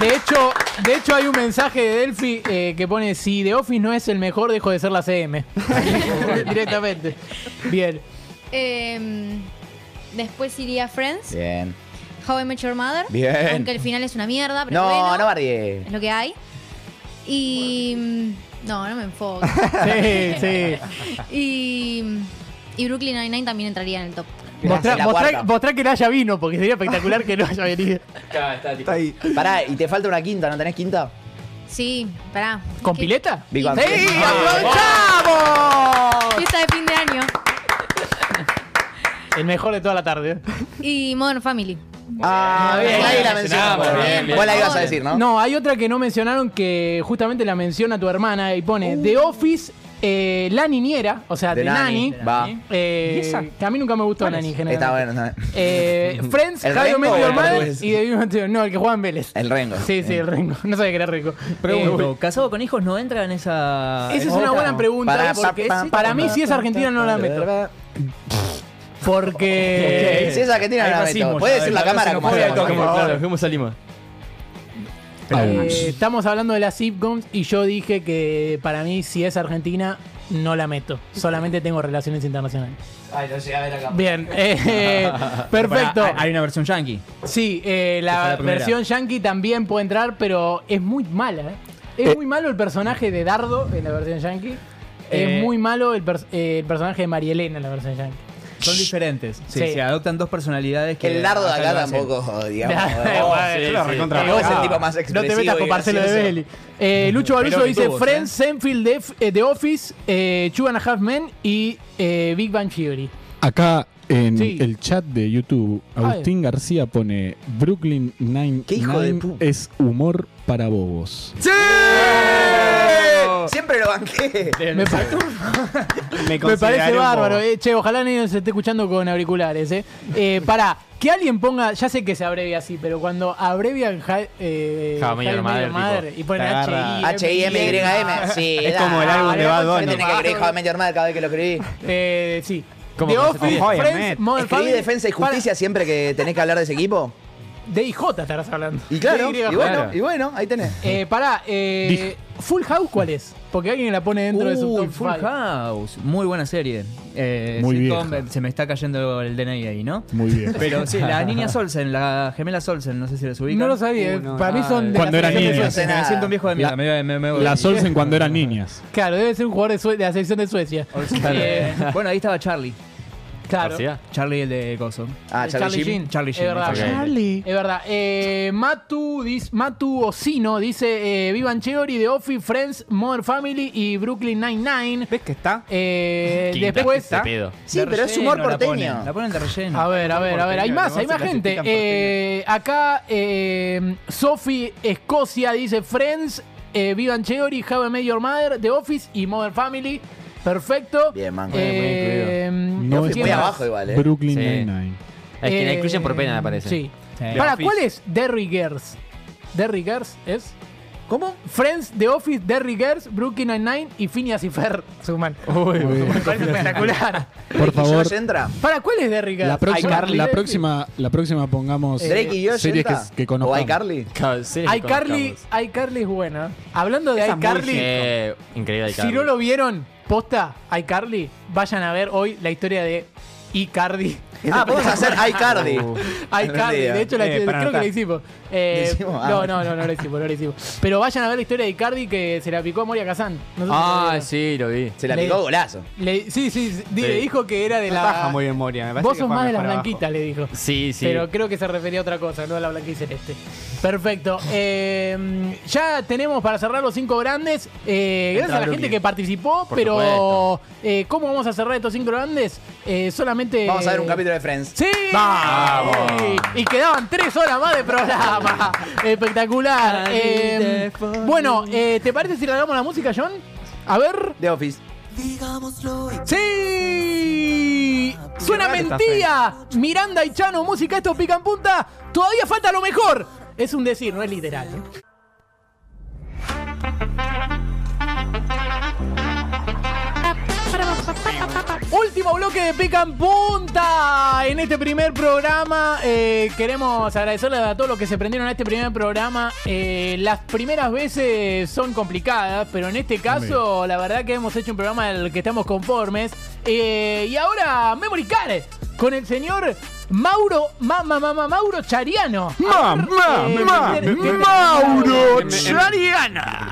G: De hecho, de hecho hay un mensaje de Delphi eh, que pone si The Office no es el mejor, dejo de ser la CM. Directamente. Bien.
H: Em, después iría Friends.
E: Bien.
H: How I Met Your Mother.
E: Bien.
H: Aunque el final es una mierda, Ah, pero
E: No,
H: bueno,
E: no bardie.
H: es lo que hay. Y... mm, No, no me enfoco.
G: Sí, sí.
H: y, y Brooklyn Nine-Nine también entraría en el top.
G: Mostrá,
E: la
G: mostrá-
E: cuarta.
G: mostrá que no haya vino, porque sería espectacular que no haya venido.
C: Está, está, tipo,
E: Pará, y te falta una quinta, ¿no tenés quinta?
H: Sí, pará.
G: ¿Con pileta?
E: Big
G: ¡Sí!
E: Bang Theory.
G: ¡Aprovechamos!
H: Fiesta de fin de año.
G: El mejor de toda la tarde. eh.
H: Y Modern Family.
E: Ah, bien,
G: Bien,
E: ahí la
G: la
E: mencionamos.
G: mencionamos,
E: Bien, Vos la ibas a decir, ¿no?
G: No, hay otra que no mencionaron que justamente la menciona tu hermana y pone The Office, eh, La Niñera, o sea,
E: Uh. De
G: The,
E: Nanny,
G: Nanny.
E: va.
G: eh,
E: ¿Y esa?
G: que a mí nunca me gustó Nanny en general.
E: Está bueno, está bien.
G: Eh, Friends,
E: ¿El
G: How I
E: Rengo
G: Met
E: o
G: Your
E: el
G: Mother
E: portugués?
G: y The Big Bang Theory. No, el que juega en Vélez.
E: El rengo. Eh.
G: Sí, sí, el Rengo. No sabía que era Rengo.
A: Pregunto,
G: Eh,
A: ¿casado con hijos no entra en esa.?
G: esa es una buena pregunta. ¿eh?
A: Para,
G: porque para mí, si es Argentina, no la meto. Porque.
E: Ok, si es argentina, no la meto. Puede decir la cámara como sea, por favor.
C: Claro, fuimos a Lima.
G: Eh, estamos hablando de las sitcoms y yo dije que para mí, si es Argentina, no la meto. Solamente tengo relaciones internacionales.
N: Ay, no llegué a ver acá.
G: Bien, eh, perfecto.
F: Bueno, hay una versión yankee.
G: Sí,
F: Esa
G: eh,
F: fue
G: la
F: la primera.
G: versión yankee también puede entrar, pero es muy mala. ¿eh? Es muy malo el personaje de Dardo en la versión yankee.
F: Eh,
G: es muy malo el, pers- eh, el personaje de Marielena en la versión yankee.
F: Son diferentes. Sí,
G: Sí.
F: se adoptan dos personalidades que.
E: El dardo de acá
F: lo hacen.
E: tampoco, digamos.
G: Bueno, sí, sí.
E: Porque vos es el tipo más
G: No
E: expresivo.
G: te metas con
E: y
G: Marcelo de
E: gracioso.
G: Belli. Eh, Lucho Baruso
E: Pero
G: dice
E: pitubos,
G: Friends, Seinfeld, The, F- eh, The Office, eh, Two and a Half Men y eh, Big Bang Theory.
B: Acá en
G: Sí. Ah,
B: el chat de YouTube, Agustín García pone Brooklyn Nine
E: hijo de
B: es humor para bobos.
E: ¡Sí! Siempre lo banqué.
G: Me, pa- me parece bárbaro. eh. Che, ojalá nadie nos esté escuchando con auriculares. Eh. Eh, pará, que alguien ponga, ya sé que se abrevia así, pero cuando abrevian ja- eh,
C: How I Met Your
G: How I Met Your
C: Mother,
G: Mother
C: tipo,
G: y ponen
C: te agarra.
E: H-I-M-Y-M. Sí,
C: Es como el álbum de Bad Bunny.
E: Tiene que escribir Joven Medio Armada cada vez que lo escribí.
G: Eh, sí.
C: ¿Cómo
G: The
C: que no se
G: Office,
C: entiende?
G: Friends, Modern
E: ¿Escribí
G: Family.
E: Defensa y Justicia siempre que tenés que hablar de ese equipo?
G: De IJ estarás hablando.
E: Y claro,
G: De
E: y bueno,
G: claro.
E: y bueno, ahí tenés.
G: Eh, pará, eh, Full House, ¿cuál es? Porque alguien la pone dentro de su
A: Uy,
G: top
A: Full
G: five.
A: House, muy buena serie. Eh,
B: Muy
A: sitcom, eh, Se me está cayendo el DNI ahí, ¿no?
B: Muy bien.
A: Pero sí, la niña Solsen, la gemela Solsen, no sé si la ubican.
G: No lo sabía, para mí son de
B: Cuando
G: la selección
B: eran
G: de
B: niñas.
G: Suecia.
A: Me siento un viejo de mierda. me- me- me voy.
B: Las Olsen cuando eran niñas.
G: Claro, debe ser un jugador de, Sue- de la selección de Suecia. Eh,
A: Eh, bueno, ahí estaba Charlie.
G: claro.
A: Charlie el de Coso.
E: Ah,
G: Charlie Sheen.
A: Charlie Sheen.
G: Es verdad.
A: exactamente.
G: Es verdad. Eh, Matu, dis- Matu Osino dice: eh, Vivan Cheori, The Office, Friends, Modern Family y Brooklyn Nine-Nine. ¿Ves que está?
C: Quinta,
G: después.
C: te pedo.
E: Sí,
A: De
E: pero es
A: relleno
E: humor
A: la
E: porteño.
A: ponen, La ponen de relleno.
G: A ver, a ver, a ver, hay
A: Porteño,
G: más,
A: ¿no?
G: hay
A: Se
G: más gente.
A: clasifican
G: Eh, acá, eh, Sophie Escocia dice Friends, eh, Vivan Cheori, Have a Major Mother, The Office y Modern Family. Perfecto.
E: Bien, man.
G: Eh,
B: No
E: Yo fui
B: está
E: muy abajo igual, eh.
B: Brooklyn
C: Sí.
B: Nine-Nine.
C: Es que la
G: eh,
C: incluyen por pena, me parece.
G: Sí.
I: Eh,
C: The
G: Para,
C: Office.
G: ¿cuál es Derry Girls? Derry Girls es. ¿Cómo? Friends, The Office, Derry Girls, Brooklyn Nine-Nine y Phineas y Fer suman.
B: Oh,
G: Me parece espectacular.
B: Por favor,
E: entra?
G: Para, ¿cuál es Derry Girls?
B: la próxima,
G: iCarly.
B: la próxima, la próxima pongamos
G: Eh, Drake
E: y Josh
B: series que,
E: entra.
B: que
E: ¿O
B: conozcamos.
E: iCarly?
G: iCarly, iCarly es buena. Hablando de iCarly,
C: Eh, increíble
G: si no lo vieron, posta, iCarly, vayan a ver hoy la historia de iCardi.
E: Ah, podemos hacer iCardy.
D: Uh.
G: iCarly, de hecho, la,
E: Eh, para
G: creo que
E: anotar.
G: la hicimos. Eh,
E: ¿La hicimos? Ah,
G: no,
E: bueno.
G: no, no, no la hicimos, no la hicimos. Pero vayan a ver la historia de Icardi que se la picó a Moria Kazan. No sé si lo
C: Ah,
G: vieron.
C: sí, lo vi.
E: Se la
G: Le-
E: picó golazo.
G: Le- sí, sí, sí, di-
C: Sí.
G: le dijo que era de la.
D: Baja muy bien Moria. Me parece
G: Vos
D: que
G: sos
D: juega
G: más de las
D: mejor abajo.
G: blanquitas, le dijo.
C: Sí, sí.
G: Pero creo que se refería a otra cosa, no a la este. blanca y celeste. Perfecto. Eh, ya tenemos para cerrar los cinco grandes. Eh,
C: Entra
G: gracias a la
C: Brooklyn.
G: gente que participó,
C: Por
G: pero eh, ¿cómo vamos a cerrar estos cinco grandes? Eh, solamente.
E: Vamos a ver un capítulo de Friends.
G: ¡Sí! ¡Vamos! Y quedaban tres horas más de programa. Espectacular. Eh, bueno, eh, ¿te parece si le damos la música, John? A ver.
E: The Office.
G: ¡Sí! ¡Suena
E: raro está
G: mentira! Miranda y Chano, música, esto pica en punta. Todavía falta lo mejor. Es un decir, no es literal. ¿eh? Último bloque de Pica en Punta. En este primer programa eh, queremos agradecerles a todos los que se prendieron a este primer programa. Eh, las primeras veces son complicadas, pero en este caso la verdad que hemos hecho un programa del que estamos conformes. Eh, y ahora Memory Card con el señor Mauro ma, ma- ma- ma- Mauro Chariano.
D: Ma- ma- ma-
G: Mauro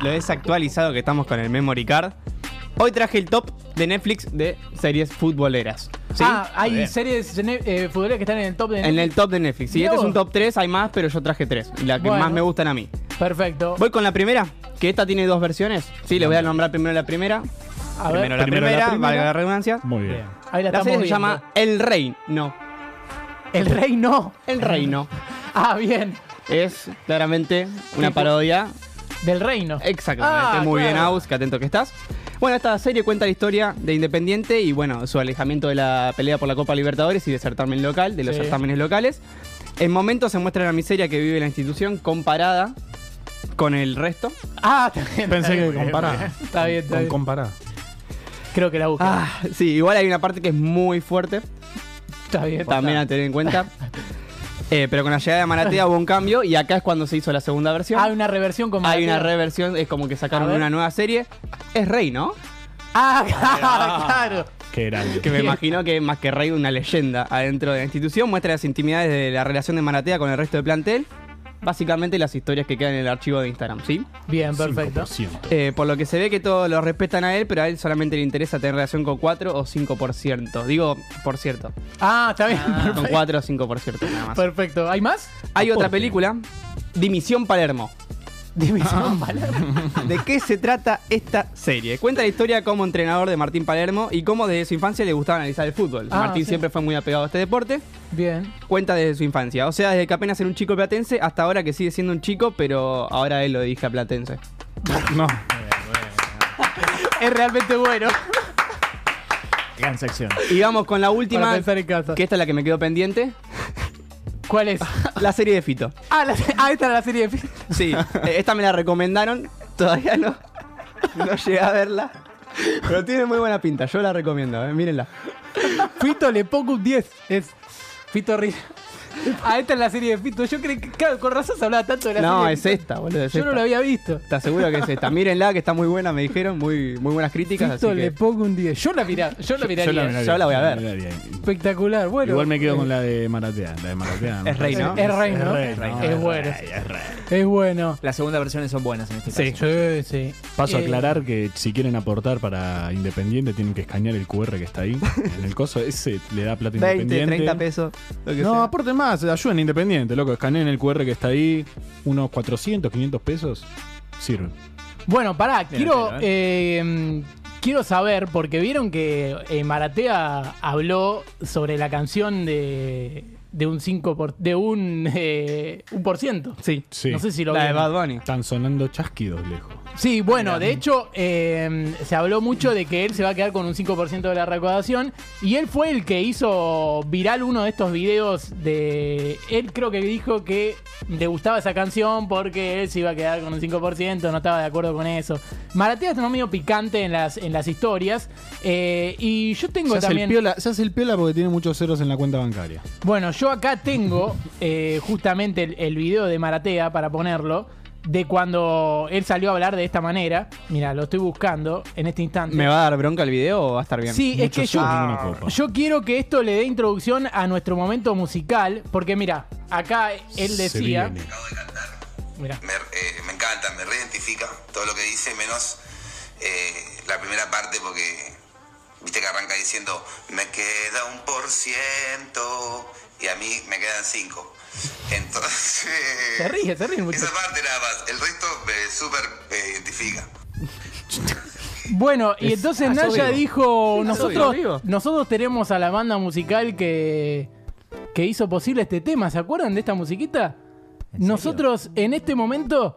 D: Lo desactualizado que estamos con el Memory Card. Hoy traje el top de Netflix de series futboleras. ¿sí?
G: Ah, hay
D: Muy bien.
G: series ne- eh, futboleras que están en el top de
D: En el top de Netflix. Y
G: Mirá
D: este es
G: vos.
D: un top 3, hay más, pero yo traje 3. La que
G: Bueno.
D: más me gustan a mí.
G: Perfecto.
D: Voy con la primera. que esta tiene dos versiones. Sí, les voy a nombrar primero la primera.
G: A ver.
D: primero
G: Primero
D: la
G: la
D: primera,
G: primera.
D: valga la redundancia.
B: Muy bien.
G: Ahí la
D: La,
G: estamos
D: serie se
G: viendo.
D: llama El Rey, no.
G: El Rey no.
D: El Reino.
G: Ah, bien.
D: Es claramente una
G: Tipo-
D: parodia.
G: Del reino.
D: Exactamente.
G: Ah,
D: Muy bien,
G: claro.
D: Aus, que atento que estás. Bueno, esta serie cuenta la historia de Independiente y bueno, su alejamiento de la pelea por la Copa Libertadores y de certamen local, de los
G: Sí.
D: certámenes locales. En momentos se muestra la miseria que vive la institución comparada con el resto.
G: Ah, está bien,
D: Pensé
G: está bien,
D: que
G: muy bien,
D: compará.
G: muy bien. Está bien, está
D: Con
G: bien.
D: compará.
G: Creo que la busqué.
D: Ah, sí, igual hay una parte que es muy fuerte.
G: Está bien.
D: También a tener en cuenta. Eh, pero con la llegada de Maratea hubo un cambio y acá es cuando se hizo la segunda versión.
G: Hay una reversión con
D: Hay
G: Maratea.
D: una reversión, es como que sacaron
G: A ver.
D: una nueva serie. Es Rey, ¿no?
G: Ah, claro.
B: Qué grande.
D: Que me imagino que más que Rey, una leyenda adentro de la institución. Muestra las intimidades de la relación de Maratea con el resto del plantel. Básicamente las historias que quedan en el archivo de Instagram, ¿sí?
G: Bien, perfecto.
D: Eh, por lo que se ve que todos lo respetan a él, pero a él solamente le interesa tener relación con 4 o 5%. Digo, por cierto.
G: Ah, está bien.
D: Con 4 o 5%, nada más.
G: Perfecto. ¿Hay más?
D: Hay otra película, Dimisión Palermo.
G: Dimisión
D: Palermo. ¿De qué se trata esta serie? Cuenta la historia como entrenador de Martín Palermo y cómo desde su infancia le gustaba analizar el fútbol.
G: Ah,
D: Martín
G: sí.
D: siempre fue muy apegado a este deporte.
G: Bien.
D: Cuenta desde su infancia, o sea, desde que apenas era un chico platense hasta ahora que sigue siendo un chico, pero ahora él lo dirige a platense.
R: No.
G: Es realmente bueno.
B: Gran sección.
D: Y vamos con la última,
G: Para pensar en casa.
D: que esta es la que me quedó pendiente,
G: ¿Cuál es?
D: la serie de Fito.
G: Ah, la- ah, esta era la serie de
D: Sí, eh, esta me la recomendaron, todavía no, no llegué a verla. Pero tiene muy buena pinta, yo la recomiendo, eh, mírenla.
G: Fito le pongo un 10. Es Fito Ri. Ah, esta es la serie de Fito. Yo creí que, claro, con razón se hablaba tanto de la
D: No,
G: serie. de
D: es
G: Fito.
D: esta, boludo. es
G: Yo no
D: esta.
G: la había visto.
D: Te aseguro que es esta. Mírenla, que está muy buena, me dijeron. Muy, muy buenas críticas.
G: Fito
D: así
G: le
D: que
G: pongo un 10. Yo la mirá, yo la miraría.
D: miraría. Yo la voy a ver.
G: Espectacular, bueno.
B: Igual me
G: eh,
B: quedo con la de Maratea. La de Maratea. me
G: Es rey,
B: parece
G: ¿no?
B: que
G: Es rey, ¿no?
B: Es rey,
G: Es
B: ¿no?
G: rey,
B: Es
G: bueno.
B: rey, es rey.
G: Es bueno.
S: Las segundas versiones son buenas en este caso.
B: Sí.
G: Sí, sí.
B: Paso a
G: Eh,
B: aclarar que si quieren aportar para Independiente tienen que escanear el QR que está ahí. En el coso ese le da plata
D: 20,
B: Independiente.
D: 30 pesos. Lo que
B: No,
D: sea.
B: aporten más, ayuden Independiente, loco. Escaneen el QR que está ahí. Unos 400, 500 pesos. Sirve.
G: Bueno, pará, quiero,
B: entero,
G: eh, quiero saber, porque vieron que eh, Maratea habló sobre la canción de, de un 5 por, de un, eh, un por ciento.
D: Sí,
B: Sí.
G: No sé si lo vieron.
D: Bunny.
B: Están sonando chasquidos lejos.
G: Sí, bueno, de hecho, eh, se habló mucho de que él se va a quedar con un 5% de la recaudación. Y él fue el que hizo viral uno de estos videos de. Él creo que dijo que le gustaba esa canción porque él se iba a quedar con un 5%, no estaba de acuerdo con eso. Maratea está medio picante en las, en las historias. eh, y yo tengo
B: Se hace, el
G: también.
B: piola, se hace el piola porque tiene muchos ceros en la cuenta bancaria.
G: Bueno, yo acá tengo eh, justamente el, el video de Maratea para ponerlo, de cuando él salió a hablar de esta manera. Mira, lo estoy buscando en este instante.
D: ¿Me va a dar bronca el video o va a estar bien?
G: Sí, es que yo, yo quiero que esto le dé introducción a nuestro momento musical, porque mira, acá él
Q: Se
G: decía...
Q: viene.
G: Mira.
Q: Me, eh, me encanta, me reidentifica todo lo que dice, menos eh, la primera parte porque viste que arranca diciendo me queda un por ciento y a mí me quedan cinco. Entonces.
G: Se ríe, se ríe mucho.
Q: Esa parte nada más, el resto me súper eh, identifica.
G: Bueno, y
Q: Es-
G: entonces
Q: Ah, sos
G: Naya
Q: vivo.
G: dijo,
Q: Sí, sos vivo.
G: nosotros, nosotros tenemos a la banda musical que, que hizo posible este tema, ¿se acuerdan de esta musiquita? Nosotros en este momento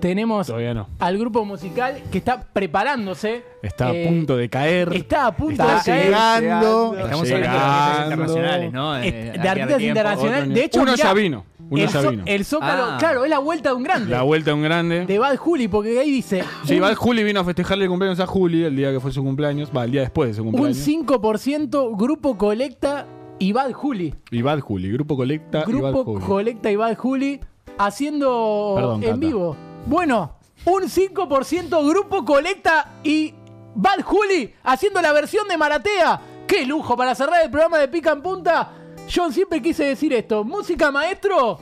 G: tenemos
B: Todavía no.
G: al grupo musical que está preparándose.
B: Está
G: eh,
B: a punto de caer.
G: Está a punto
B: Está
G: de caer.
B: llegando. Estamos
G: Llegando.
B: hablando de artistas internacionales, ¿no?
G: Es-
B: Eh,
G: De,
B: aquí a
G: artistas
B: tiempo, otro
G: internacionales. De
B: nivel.
G: hecho,
B: Uno
G: mirá,
B: ya vino, uno
G: el
B: ya
G: Zó-
B: vino.
G: El Zócalo,
B: Ah.
G: claro, es la vuelta de un grande.
B: La vuelta a un grande.
G: de Bad Juli, porque ahí dice.
B: Sí,
G: un-
B: va el Juli vino a festejarle el cumpleaños a Juli el día que fue su cumpleaños. Va, el día después de su
G: Un
B: cumpleaños.
G: 5% grupo colecta y Bad Juli.
B: Y Bad Juli, Grupo Colecta. y Bad
G: Grupo
B: Juli.
G: Colecta y Bad Juli haciendo
B: Perdón,
G: en
B: Tata.
G: vivo. Bueno, un 5% Grupo Colecta y Bad Juli haciendo la versión de Maratea. ¡Qué lujo! Para cerrar el programa de Pica en Punta, John siempre quise decir esto. Música maestro.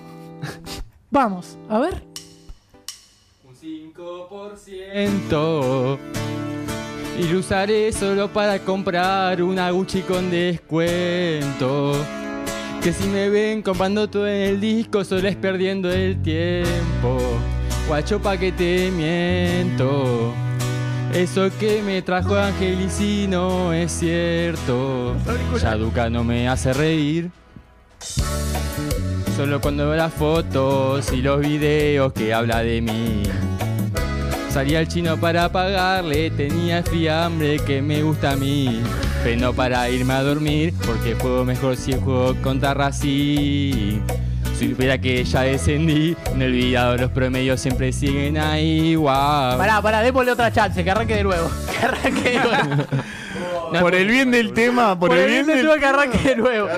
G: Vamos, a ver.
S: Siento. Y lo usaré solo para comprar una Gucci con descuento. Que si me ven comprando todo en el disco, solo es perdiendo el tiempo. Guacho pa' que te miento. Eso que me trajo Angelicino es cierto. Yaduca no me hace reír. Solo cuando veo las fotos y los videos que habla de mí. Salía al chino para pagarle, tenía fiambre que me gusta a mí. Pero no para irme a dormir, porque juego mejor si juego con Tarrasí. Si supiera que ya descendí, no he olvidado, los promedios siempre siguen ahí, wow.
G: Pará, pará, démosle otra chance, que arranque de nuevo. Que arranque de nuevo.
B: Por el bien del tema, por, el bien
G: se
B: del
G: tuvo que arranque de nuevo.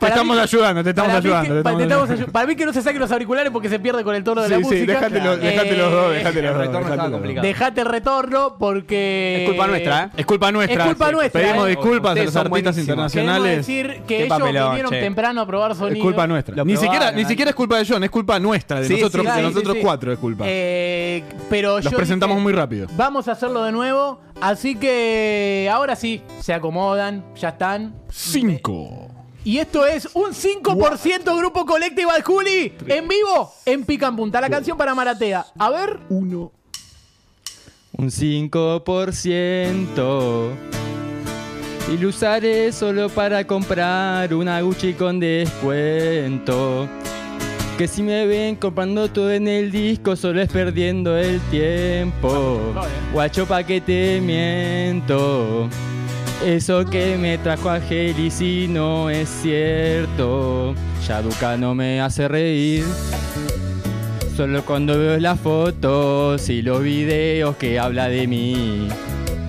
B: Te estamos ayudando, te estamos
G: para mí que-
B: ayudando.
G: pa- te estamos
B: ayudando.
G: ayu- Para mí que no se saquen los auriculares porque se pierde con el tono de la
B: Sí, sí,
G: música.
B: dejate los- dejate los dos, dejate los dos,
G: El retorno
B: dejate
G: estaba
B: los dos.
G: complicado. Dejate el retorno porque...
B: Es culpa nuestra, ¿eh? Es culpa nuestra.
G: Es culpa
B: Sí,
G: nuestra.
B: pedimos
G: ¿eh?
B: disculpas a los artistas
G: Queremos
B: internacionales.
G: decir
B: Qué
G: que ellos
B: papelón,
G: vinieron
B: che. ¿eh?
G: temprano a probar sonido.
B: Es culpa nuestra. Ni siquiera, ni siquiera es culpa de John, es culpa nuestra, de
G: Sí,
B: nosotros,
G: sí, sí,
B: de
G: sí,
B: nosotros
G: sí.
B: cuatro es culpa.
G: Eh, pero
B: Los
G: yo
B: presentamos
G: dije,
B: muy rápido.
G: Vamos a hacerlo de nuevo. Así que ahora sí, se acomodan, ya están.
E: Cinco.
G: Y esto es un 5% Grupo Colectivo al Juli. En vivo, en Pican Punta. La canción para Maratea. A ver.
E: Uno.
S: Un 5%. Y lo usaré solo para comprar una Gucci con descuento. Que si me ven comprando todo en el disco, solo es perdiendo el tiempo. Guacho pa' que te miento. Eso que me trajo a Gelici no es cierto. Yaduca no me hace reír. Solo cuando veo las fotos y los videos que habla de mí.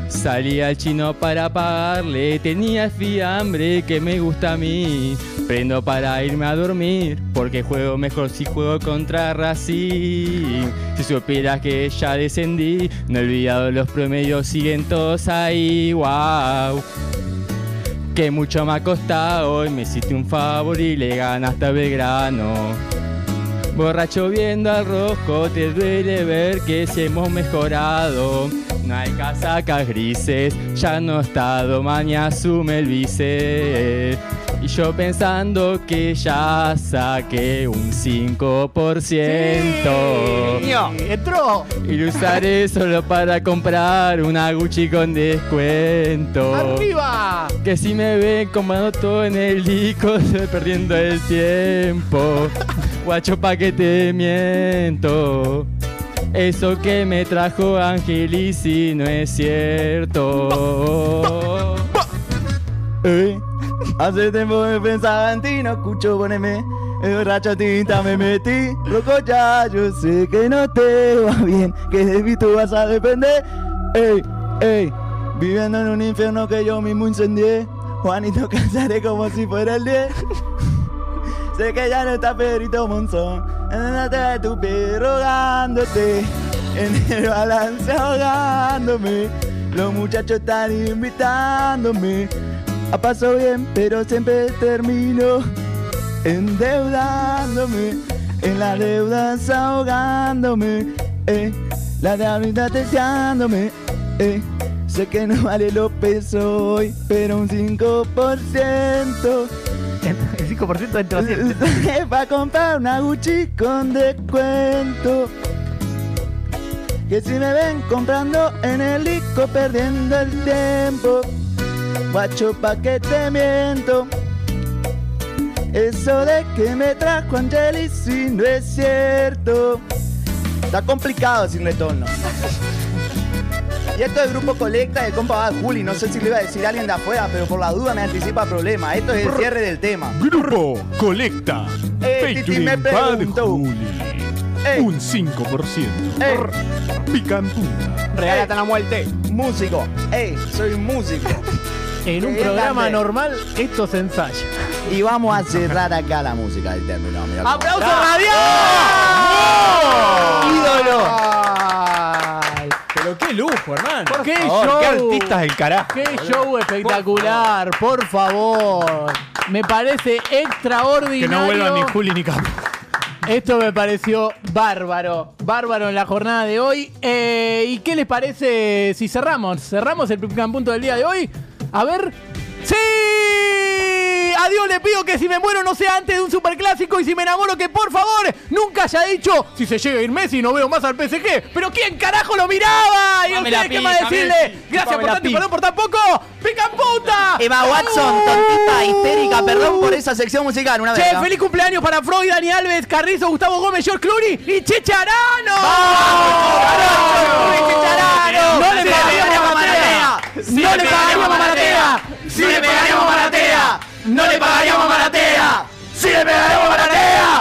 S: Salía al chino para pagarle, tenía el fiambre que me gusta a mí. Prendo para irme a dormir, porque juego mejor si juego contra Racing. Si supieras que ya descendí, no he olvidado los promedios, siguen todos ahí, wow. Que mucho me ha costado y me hiciste un favor y le ganaste a Belgrano. Borracho viendo al rojo, te duele ver que si hemos mejorado. No hay casacas grises, ya no está mañana asume el vice. Y yo pensando que ya saqué un 5%.
G: Entró.
S: Y lo usaré solo para comprar una Gucci con descuento.
G: ¡Arriba!
S: Que si me ven comprando todo en el disco, estoy perdiendo el tiempo. Guacho pa' que te miento. Eso que me trajo Angelisi no es cierto.
P: Eh, Hace tiempo me pensaba en ti, no escucho, poneme. eh, Borracha tinta me metí, loco ya, yo sé que no te va bien, que de mí tú vas a depender. Ey, ey, viviendo en un infierno que yo mismo incendié. Juanito cansaré como si fuera el 10. sé que ya no está Pedrito Monzón, andate de tu pie rogándote, en el balance ahogándome. Los muchachos están invitándome. A paso bien, pero siempre termino endeudándome. En las deudas ahogándome. Eh, la realidad deseándome. Eh, sé que no vale los pesos hoy, pero un 5%.
G: El 5% entró
P: Va a comprar una Gucci con descuento. Que si me ven comprando en el disco perdiendo el tiempo. Guacho pa' que te miento. Eso de que me trajo Angelis si no es cierto. Está complicado sin retorno. Y esto es grupo colecta de compa Bad Juli. No sé si le iba a decir a alguien de afuera, pero por la duda me anticipa problema. Esto es el cierre del tema.
E: Grupo Colecta.
P: Eh, Titi,
E: Featuring
P: me
E: Bad
P: preguntó.
E: Juli.
G: Eh.
E: Un 5%. Pican
P: Regálate la muerte. Músico. Ey, soy un músico.
G: En un
P: Qué
G: programa
P: grande.
G: normal, esto se ensaya.
P: Y vamos a cerrar acá la música del término. Mira cómo-
G: ¡Aplauso
P: ¡Ah!
G: radial!
P: ¡Ídolo!
G: Pero qué lujo, hermano.
D: Por
G: qué
D: favor,
G: show.
D: qué artistas del carajo,
G: Qué
D: boludo.
G: show espectacular, por favor. Me parece extraordinario.
E: Que no vuelvan ni Juli ni Capo.
G: Esto me pareció bárbaro, bárbaro en la jornada de hoy. Eh, ¿Y qué les parece si cerramos? ¿Cerramos el Pican Punto del día de hoy? A ver. ¡Sí! A Dios le pido que si me muero no sea antes de un superclásico y si me enamoro que por favor nunca haya dicho, si se llega a ir Messi no veo más al PSG. Pero ¿quién carajo lo miraba? Y a
P: Chupame la
G: ustedes qué
P: pija,
G: más decirle.
P: Messi.
G: Gracias
P: Chupame
G: por
P: la
G: tanto y
P: pija.
G: perdón por tan poco. ¡Pican puta! Uh.
E: Emma Watson, tontita histérica, perdón por esa sección musical. Una
G: Che,
E: vez.
G: feliz cumpleaños para Freud, Dani Alves, Carrizo, Gustavo Gómez, George Clooney y Chicharano.
P: Chicharano!
G: No le
P: ¡Sí,
G: pagaríamos a
P: le
G: Maratea.
P: ¡Sí,
G: No
P: le
G: le pagaríamos a
P: pagaríamos a
G: Maratea.
P: ¡Sí le pegaríamos a Maratea! ¡No le pagaríamos a Maratea! ¡Sí le pegaríamos a Maratea!
G: ¡Ah,